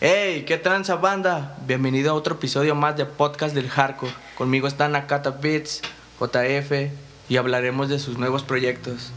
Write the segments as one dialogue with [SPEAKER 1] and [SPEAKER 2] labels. [SPEAKER 1] Hey, ¿qué tranza banda? Bienvenido a otro episodio más de Podcast del Hardcore. Conmigo están Akata Beats, JF y hablaremos de sus nuevos proyectos.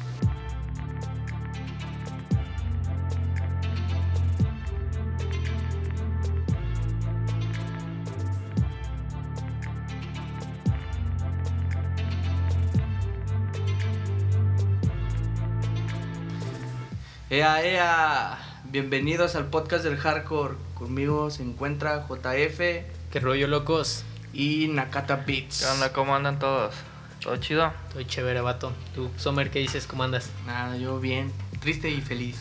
[SPEAKER 1] Ea, ea, bienvenidos al podcast del hardcore. Conmigo se encuentra JF
[SPEAKER 2] ¿Qué rollo, locos?
[SPEAKER 1] y Nakata Beats.
[SPEAKER 3] ¿Qué onda? ¿Cómo andan todos? ¿Todo chido?
[SPEAKER 2] Estoy chévere, vato. Tú, Sommer, ¿qué dices? ¿Cómo andas?
[SPEAKER 1] Nada, yo bien, triste y feliz.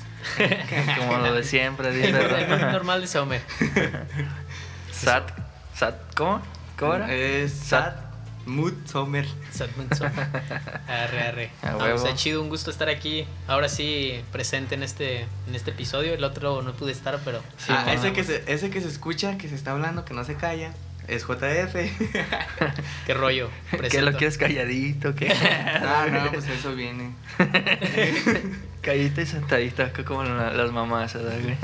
[SPEAKER 3] Como lo de siempre,
[SPEAKER 2] Es
[SPEAKER 3] dice. ¿verdad?
[SPEAKER 2] normal de Sommer.
[SPEAKER 3] Sat, sat, ¿cómo? ¿Cómo era?
[SPEAKER 1] Es Sad Mood Summer.
[SPEAKER 2] Sadman Sommer. Arre, arre.
[SPEAKER 3] A
[SPEAKER 2] No,
[SPEAKER 3] huevo.
[SPEAKER 2] está chido, un gusto estar aquí. Ahora sí, presente en este, en este episodio. El otro no pude estar, pero...
[SPEAKER 3] Sí,
[SPEAKER 1] Ah,
[SPEAKER 3] bueno,
[SPEAKER 1] ese, que se, ese que se escucha, que se está hablando, que no se calla, es JF.
[SPEAKER 2] ¿Qué rollo?
[SPEAKER 3] ¿Qué
[SPEAKER 2] Presento.
[SPEAKER 3] lo quieres calladito? ¿Qué?
[SPEAKER 1] Ah, no, pues eso viene.
[SPEAKER 3] Calladito y sentadito, acá como la- las mamás, ¿verdad, güey?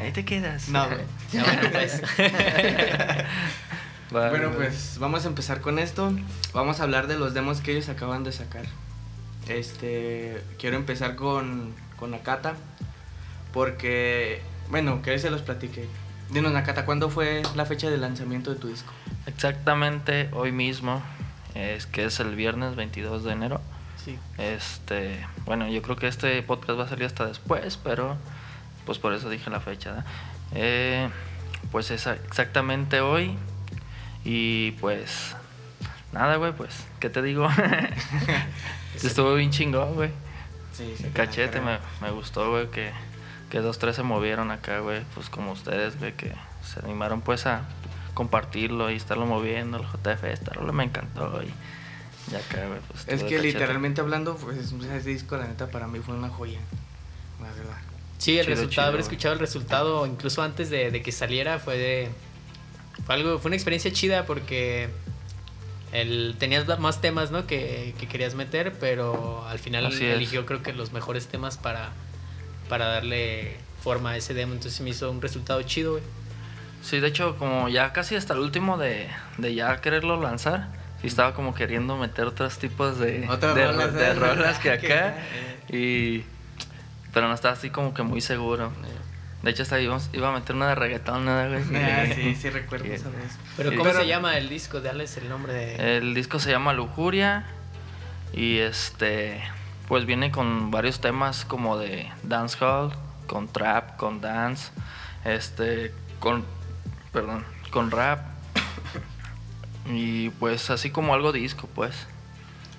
[SPEAKER 3] Ahí te quedas.
[SPEAKER 1] No, güey.
[SPEAKER 2] Ya, bueno, pues.
[SPEAKER 3] Vale,
[SPEAKER 1] Bueno,
[SPEAKER 3] güey.
[SPEAKER 1] pues vamos a empezar con esto. Vamos a hablar de los demos que ellos acaban de sacar. Este, quiero empezar con, con Nakata. Porque, bueno, que se los platiqué. Dinos, Nakata, ¿cuándo fue la fecha de lanzamiento de tu disco?
[SPEAKER 3] Exactamente hoy mismo, es que es el viernes 22 de enero.
[SPEAKER 2] Sí.
[SPEAKER 3] Este, bueno, yo creo que este podcast va a salir hasta después, pero pues por eso dije la fecha. ¿da? Eh, pues es exactamente hoy y pues nada, güey, pues ¿qué te digo? Estuvo bien chingón, güey.
[SPEAKER 1] Sí,
[SPEAKER 3] Cachete, me, me gustó, güey, que, que dos, tres se movieron acá, güey, pues como ustedes, güey, que se animaron pues a compartirlo y estarlo moviendo, el JF, estarlo, me encantó y, y acá, güey, pues...
[SPEAKER 1] Es
[SPEAKER 3] estuvo de
[SPEAKER 1] que
[SPEAKER 3] cachete.
[SPEAKER 1] literalmente hablando, pues ese disco, la neta, para mí fue una joya. La verdad.
[SPEAKER 2] Sí, el
[SPEAKER 3] Chido,
[SPEAKER 2] resultado,
[SPEAKER 3] chido,
[SPEAKER 2] haber
[SPEAKER 3] güey.
[SPEAKER 2] escuchado el resultado incluso antes de, de que saliera fue de. Fue algo, fue una experiencia chida porque el, tenías ba- más temas, ¿no? Que, que querías meter, pero al final
[SPEAKER 3] Así es.
[SPEAKER 2] eligió creo que los mejores temas para, para darle forma a ese demo. Entonces me hizo un resultado chido, güey.
[SPEAKER 3] Sí, de hecho, como ya casi hasta el último de, de ya quererlo lanzar, sí estaba como queriendo meter otros tipos de,
[SPEAKER 1] Otras
[SPEAKER 3] de,
[SPEAKER 1] rolas,
[SPEAKER 3] de
[SPEAKER 1] ¿eh?
[SPEAKER 3] rolas que
[SPEAKER 1] Que-
[SPEAKER 3] acá. Y, pero no estaba así como que muy seguro. De hecho, hasta íbamos- iba a meter una de reggaetón, ¿no, güey?
[SPEAKER 1] Ah, sí, sí recuerdo
[SPEAKER 3] Y-
[SPEAKER 1] esa vez.
[SPEAKER 2] Pero
[SPEAKER 3] Sí.
[SPEAKER 2] ¿cómo
[SPEAKER 3] Pero- Eh.
[SPEAKER 2] se llama el disco? Dales el nombre de.
[SPEAKER 3] El disco se llama Lujuria y este pues viene con varios temas como de dancehall, con trap, con dance, este con perdón, con rap y pues así como algo disco, pues.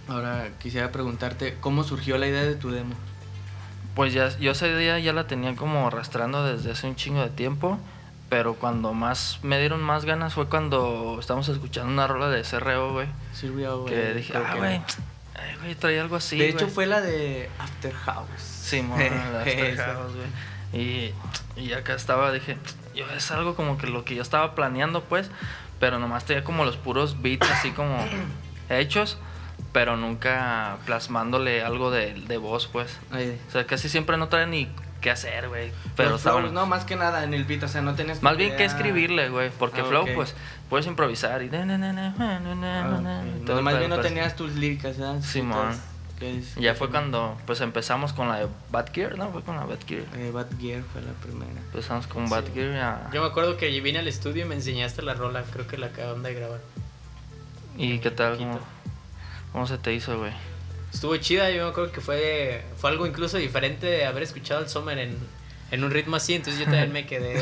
[SPEAKER 1] Ahora quisiera preguntarte, ¿cómo surgió la idea de tu demo?
[SPEAKER 3] Pues ya yo esa idea ya la tenía como arrastrando desde hace un chingo de tiempo, pero cuando más me dieron más ganas fue cuando estábamos escuchando una rola de CRO, güey,
[SPEAKER 1] Sirvió, güey.
[SPEAKER 3] que dije,
[SPEAKER 1] creo
[SPEAKER 3] ah,
[SPEAKER 1] que-
[SPEAKER 3] güey, ay, güey, traía algo así,
[SPEAKER 1] De hecho,
[SPEAKER 3] güey".
[SPEAKER 1] fue la de After House.
[SPEAKER 3] Sí, mo, las tres
[SPEAKER 1] Esa.
[SPEAKER 3] jabas, güey. Y, y acá estaba, dije, yo es algo como que lo que yo estaba planeando, pues, pero nomás tenía como los puros beats así como hechos, pero nunca plasmándole algo de, de voz, pues.
[SPEAKER 1] Ay,
[SPEAKER 3] O sea, casi siempre no trae ni qué hacer, güey. Pero
[SPEAKER 1] los
[SPEAKER 3] estaban-
[SPEAKER 1] flows, no, más que nada en el beat, o sea, no tenés
[SPEAKER 3] Más bien que
[SPEAKER 1] idea.
[SPEAKER 3] escribirle, güey, porque
[SPEAKER 1] Ah,
[SPEAKER 3] Flow,
[SPEAKER 1] ok.
[SPEAKER 3] pues, puedes improvisar y...
[SPEAKER 1] Ah, ok.
[SPEAKER 3] Todo
[SPEAKER 1] No,
[SPEAKER 3] el
[SPEAKER 1] más
[SPEAKER 3] pedo,
[SPEAKER 1] bien no
[SPEAKER 3] pero-
[SPEAKER 1] tenías tus líricas, ¿verdad?
[SPEAKER 3] Simón.
[SPEAKER 1] Escritas, que es-
[SPEAKER 3] Ya fue cuando, pues, empezamos con la de Bad Gear, ¿no? Fue con la Bad Gear.
[SPEAKER 1] Eh, Bad Gear fue la primera.
[SPEAKER 3] Empezamos con
[SPEAKER 2] Sí.
[SPEAKER 3] Bad Gear a-
[SPEAKER 2] Yo me acuerdo que vine al estudio y me enseñaste la rola, creo que la acaban de grabar.
[SPEAKER 3] ¿Y qué tal? ¿Cómo,
[SPEAKER 2] Poquito.
[SPEAKER 3] cómo se te hizo, güey?
[SPEAKER 2] Estuvo chida, yo me acuerdo que fue, fue algo incluso diferente de haber escuchado al Summer en, en un ritmo así, entonces yo también me quedé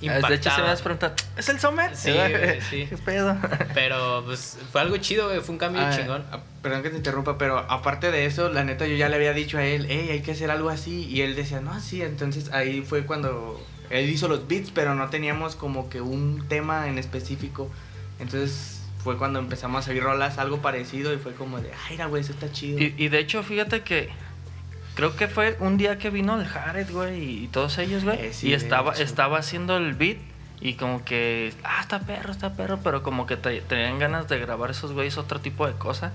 [SPEAKER 2] impactado.
[SPEAKER 3] Ah, De hecho, se me has preguntado, ¿es el Summer?
[SPEAKER 2] Sí,
[SPEAKER 3] ¿Verdad?
[SPEAKER 2] güey, sí.
[SPEAKER 3] ¿Qué pedo?
[SPEAKER 2] Pero pues fue algo chido, güey, fue un cambio
[SPEAKER 1] Ah,
[SPEAKER 3] eh.
[SPEAKER 2] chingón.
[SPEAKER 1] ah, Perdón que te interrumpa, pero aparte de eso, la neta yo ya le había dicho a él, hey, hay que hacer algo así. Y él decía, no, sí. Entonces ahí fue cuando él hizo los beats, pero no teníamos como que un tema en específico. Entonces fue cuando empezamos a oír rolas, algo parecido, y fue como de, ay, la güey, eso está chido.
[SPEAKER 3] Y, y de hecho, fíjate que creo que fue un día que vino el Jared, güey, y, y todos ellos, güey.
[SPEAKER 1] Eh, sí,
[SPEAKER 3] y
[SPEAKER 1] de
[SPEAKER 3] estaba,
[SPEAKER 1] hecho.
[SPEAKER 3] estaba haciendo el beat y como que, ah, está perro, está perro, pero como que te- tenían ganas de grabar esos güeyes otro tipo de cosas,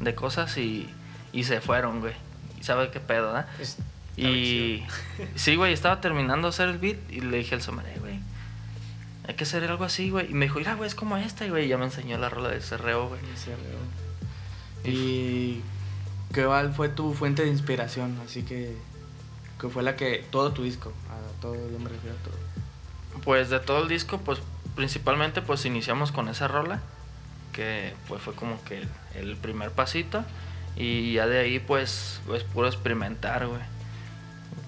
[SPEAKER 3] de cosas y, y se fueron, güey. Y sabe qué pedo, ¿verdad?
[SPEAKER 2] Pues, estaba
[SPEAKER 3] Y sí, güey, estaba terminando de hacer el beat y le dije al sommelier, "Eh, güey, hay que hacer algo así, güey. Y me dijo, mira, güey, es como esta, güey. Y ya me enseñó la rola de Cerreo, güey.
[SPEAKER 1] ¿Y qué cuál fue tu fuente de inspiración? Así que, que fue la que, todo tu disco, a todo, yo me refiero a todo.
[SPEAKER 3] Pues de todo el disco, pues principalmente pues iniciamos con esa rola, que pues fue como que el, el primer pasito. Y ya de ahí pues es puro experimentar, güey.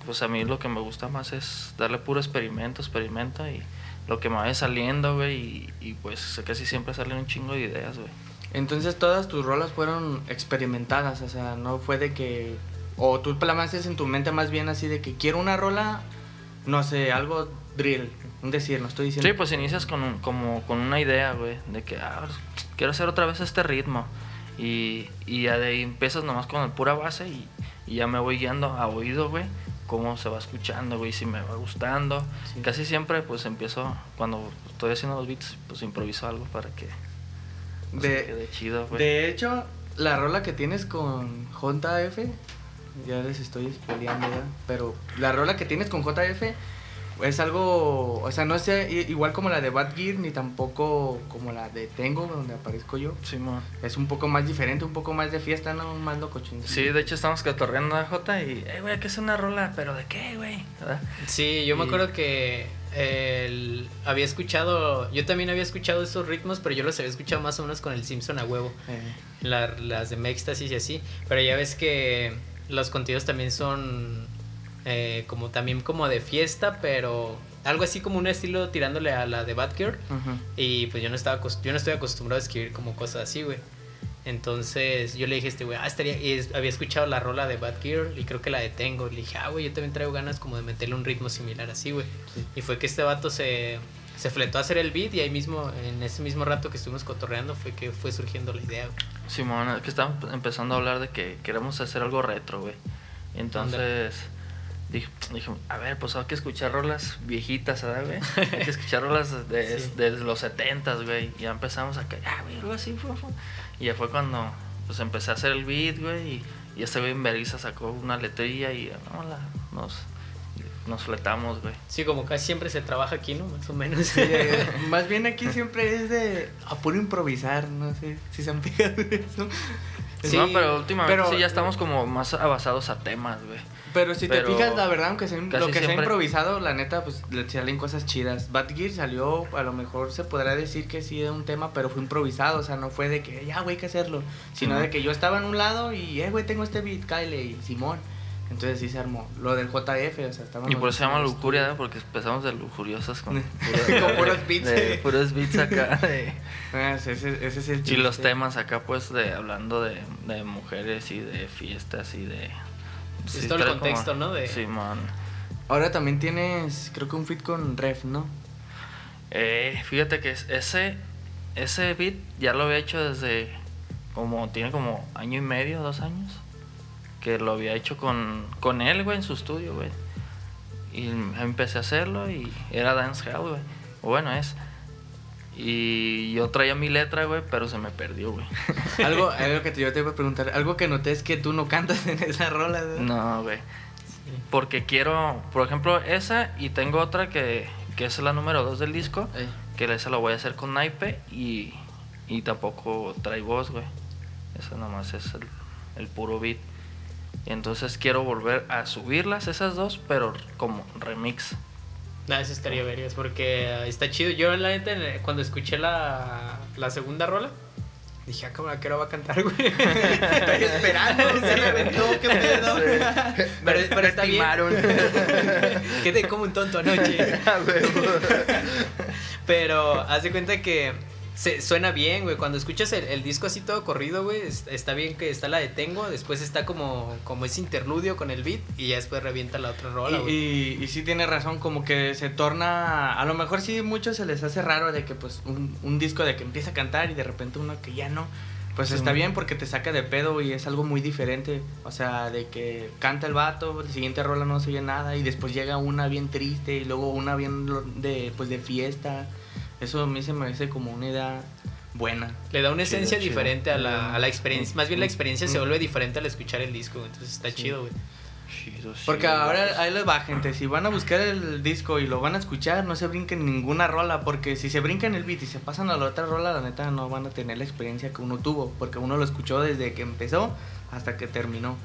[SPEAKER 3] Pues a mí lo que me gusta más es darle puro experimento, experimento y lo que me vaya saliendo, güey. Y, y pues casi siempre salen un chingo de ideas, güey.
[SPEAKER 1] Entonces todas tus rolas fueron experimentadas, o sea, no fue de que... O tú plasmaste en tu mente más bien así de que quiero una rola, no sé, algo drill, un decir, no estoy diciendo...
[SPEAKER 3] Sí, pues inicias con, un- como, con una idea, güey, de que ah, quiero hacer otra vez este ritmo. Y, y ya de ahí empiezas nomás con la pura base y, y ya me voy guiando a oído, güey, cómo se va escuchando, güey, si me va gustando.
[SPEAKER 1] Sí.
[SPEAKER 3] Casi siempre, pues empiezo, cuando estoy haciendo los beats, pues improviso algo para que pues,
[SPEAKER 1] De-
[SPEAKER 3] quede chido, güey.
[SPEAKER 1] De hecho, la rola que tienes con JF, ya les estoy spoileando ya, pero la rola que tienes con JF es algo, o sea, no es i- igual como la de Bad Gear ni tampoco como la de Tengo, donde aparezco yo.
[SPEAKER 3] Simón.
[SPEAKER 1] Es un poco más diferente, un poco más de fiesta, no más locochón.
[SPEAKER 3] Sí, de hecho estamos catorreando a Jota y, eh, güey, ¿qué es una rola? ¿Pero de qué, güey? ¿Verdad?
[SPEAKER 2] Sí, yo me
[SPEAKER 3] Y-
[SPEAKER 2] acuerdo que el- había escuchado, yo también había escuchado esos ritmos, pero yo los había escuchado más o menos con el Simpson a huevo,
[SPEAKER 1] Eh,
[SPEAKER 2] la- las de Mextasis y así, pero ya ves que los contenidos también son eh, como también como de fiesta, pero algo así como un estilo tirándole a la de Batgirl.
[SPEAKER 1] ujú.
[SPEAKER 2] Y pues yo no estaba acos- yo no estoy acostumbrado a escribir como cosas así, güey. Entonces yo le dije a este güey, ah, estaría. Y es- había escuchado la rola de Bad Girl y creo que la detengo. Le dije, ah, güey, yo también traigo ganas como de meterle un ritmo similar así, güey.
[SPEAKER 1] Sí.
[SPEAKER 2] Y fue que este vato se, se fletó a hacer el beat y ahí mismo, en ese mismo rato que estuvimos cotorreando, fue que fue surgiendo la idea, güey.
[SPEAKER 3] Simón, es que estamos empezando a hablar de que queremos hacer algo retro, güey. Entonces dije, dije, a ver, pues hay que escuchar rolas viejitas, ¿verdad, güey? Hay que escuchar rolas de,
[SPEAKER 2] Sí.
[SPEAKER 3] de los setentas, güey. Y ya empezamos a caer, ah, güey, algo así, fue, fue". Y ya fue cuando pues empecé a hacer el beat, güey. Y, y este güey en vergüenza sacó una letrilla y no, la- nos, nos fletamos, güey.
[SPEAKER 2] Sí, como casi siempre se trabaja aquí, ¿no? Más o menos.
[SPEAKER 1] Sí, eh, más bien aquí siempre es de a puro improvisar, no sé si se han pegado eso.
[SPEAKER 2] Sí,
[SPEAKER 3] no, pero últimamente
[SPEAKER 1] pero-
[SPEAKER 3] sí ya estamos como más avanzados a temas, güey.
[SPEAKER 1] Pero si
[SPEAKER 3] Pero
[SPEAKER 1] te fijas, la verdad, aunque sea, lo que
[SPEAKER 3] casi
[SPEAKER 1] sea
[SPEAKER 3] siempre-
[SPEAKER 1] improvisado, la neta, pues le salen cosas chidas. Bad Gear salió, a lo mejor se podrá decir que sí de un tema, pero fue improvisado, o sea, no fue de que ya, güey, hay que hacerlo, sino
[SPEAKER 3] Simón.
[SPEAKER 1] de que yo estaba en un lado y, eh, güey, tengo este beat, Kyle y Simón. Entonces sí se armó. Lo del JF, o sea, estábamos.
[SPEAKER 3] Y por eso se llama
[SPEAKER 1] los-
[SPEAKER 3] lujuria, ¿no? porque empezamos de lujuriosas con,
[SPEAKER 1] Con puros beats.
[SPEAKER 3] de puros beats acá. de-
[SPEAKER 1] Ah, ese, ese- ese es el
[SPEAKER 3] y
[SPEAKER 1] chiste.
[SPEAKER 3] los temas acá, pues, de hablando de, de mujeres y de fiestas y de.
[SPEAKER 2] Es todo el
[SPEAKER 3] trae como-
[SPEAKER 2] contexto, ¿no? De-
[SPEAKER 3] Simón.
[SPEAKER 1] Ahora también tienes, creo que un fit con Ref, ¿no?
[SPEAKER 3] Eh, fíjate que es- ese, ese beat ya lo había hecho desde. como Tiene como año y medio, dos años. Que lo había hecho con, con él, güey, en su estudio, güey. Y empecé a hacerlo y era dancehall, güey. O Bueno, es. Y yo traía mi letra, güey, pero se me perdió, güey.
[SPEAKER 1] Algo, algo que te- yo te iba a preguntar, algo que noté es que tú no cantas en esa rola, ¿verdad?
[SPEAKER 3] No, güey. Porque quiero, por ejemplo, esa y tengo otra que, que es la número dos del disco.
[SPEAKER 1] Eh.
[SPEAKER 3] Que esa la voy a hacer con naipe y, y tampoco trae voz, güey. Esa nomás es el, el puro beat. Entonces quiero volver a subirlas, esas dos, pero como remix.
[SPEAKER 2] Nada, eso estaría vergas, porque eh, está chido. Yo, la neta, en- eh, cuando escuché la, la segunda rola, dije, ah, cabrón, ¿a qué hora va a cantar, güey?
[SPEAKER 1] Estoy esperando, se reventó, qué pedo.
[SPEAKER 2] Pero, pero está bien. Quedé como un tonto anoche.
[SPEAKER 1] Ah,
[SPEAKER 2] Pero haz de cuenta que se, suena bien, güey. Cuando escuchas el, el disco así todo corrido, güey, es- está bien que está la de Tengo, después está como, como ese interludio con el beat y ya después revienta la otra rola,
[SPEAKER 1] Y,
[SPEAKER 2] güey.
[SPEAKER 1] y, y sí tiene razón, como que se torna, a lo mejor sí muchos se les hace raro de que pues un, un disco de que empieza a cantar y de repente uno que ya no, pues
[SPEAKER 3] Sí.
[SPEAKER 1] está bien porque te saca de pedo y es algo muy diferente, o sea, de que canta el vato, el siguiente rola no se oye nada y después llega una bien triste y luego una bien lo- de pues de fiesta, eso a mí se me hace como una idea buena.
[SPEAKER 2] Le da una
[SPEAKER 3] Chido,
[SPEAKER 2] esencia
[SPEAKER 3] chido.
[SPEAKER 2] diferente a la, a la experiencia. Más bien la experiencia se
[SPEAKER 1] Mm.
[SPEAKER 2] vuelve diferente al escuchar el disco, güey. Entonces está
[SPEAKER 1] Sí.
[SPEAKER 2] chido, güey.
[SPEAKER 1] Porque
[SPEAKER 3] pues.
[SPEAKER 1] ahora ahí les va, gente. Si van a buscar el disco y lo van a escuchar, no se brinquen ninguna rola. Porque si se brincan el beat y se pasan a la otra rola, la neta no van a tener la experiencia que uno tuvo. Porque uno lo escuchó desde que empezó hasta que terminó.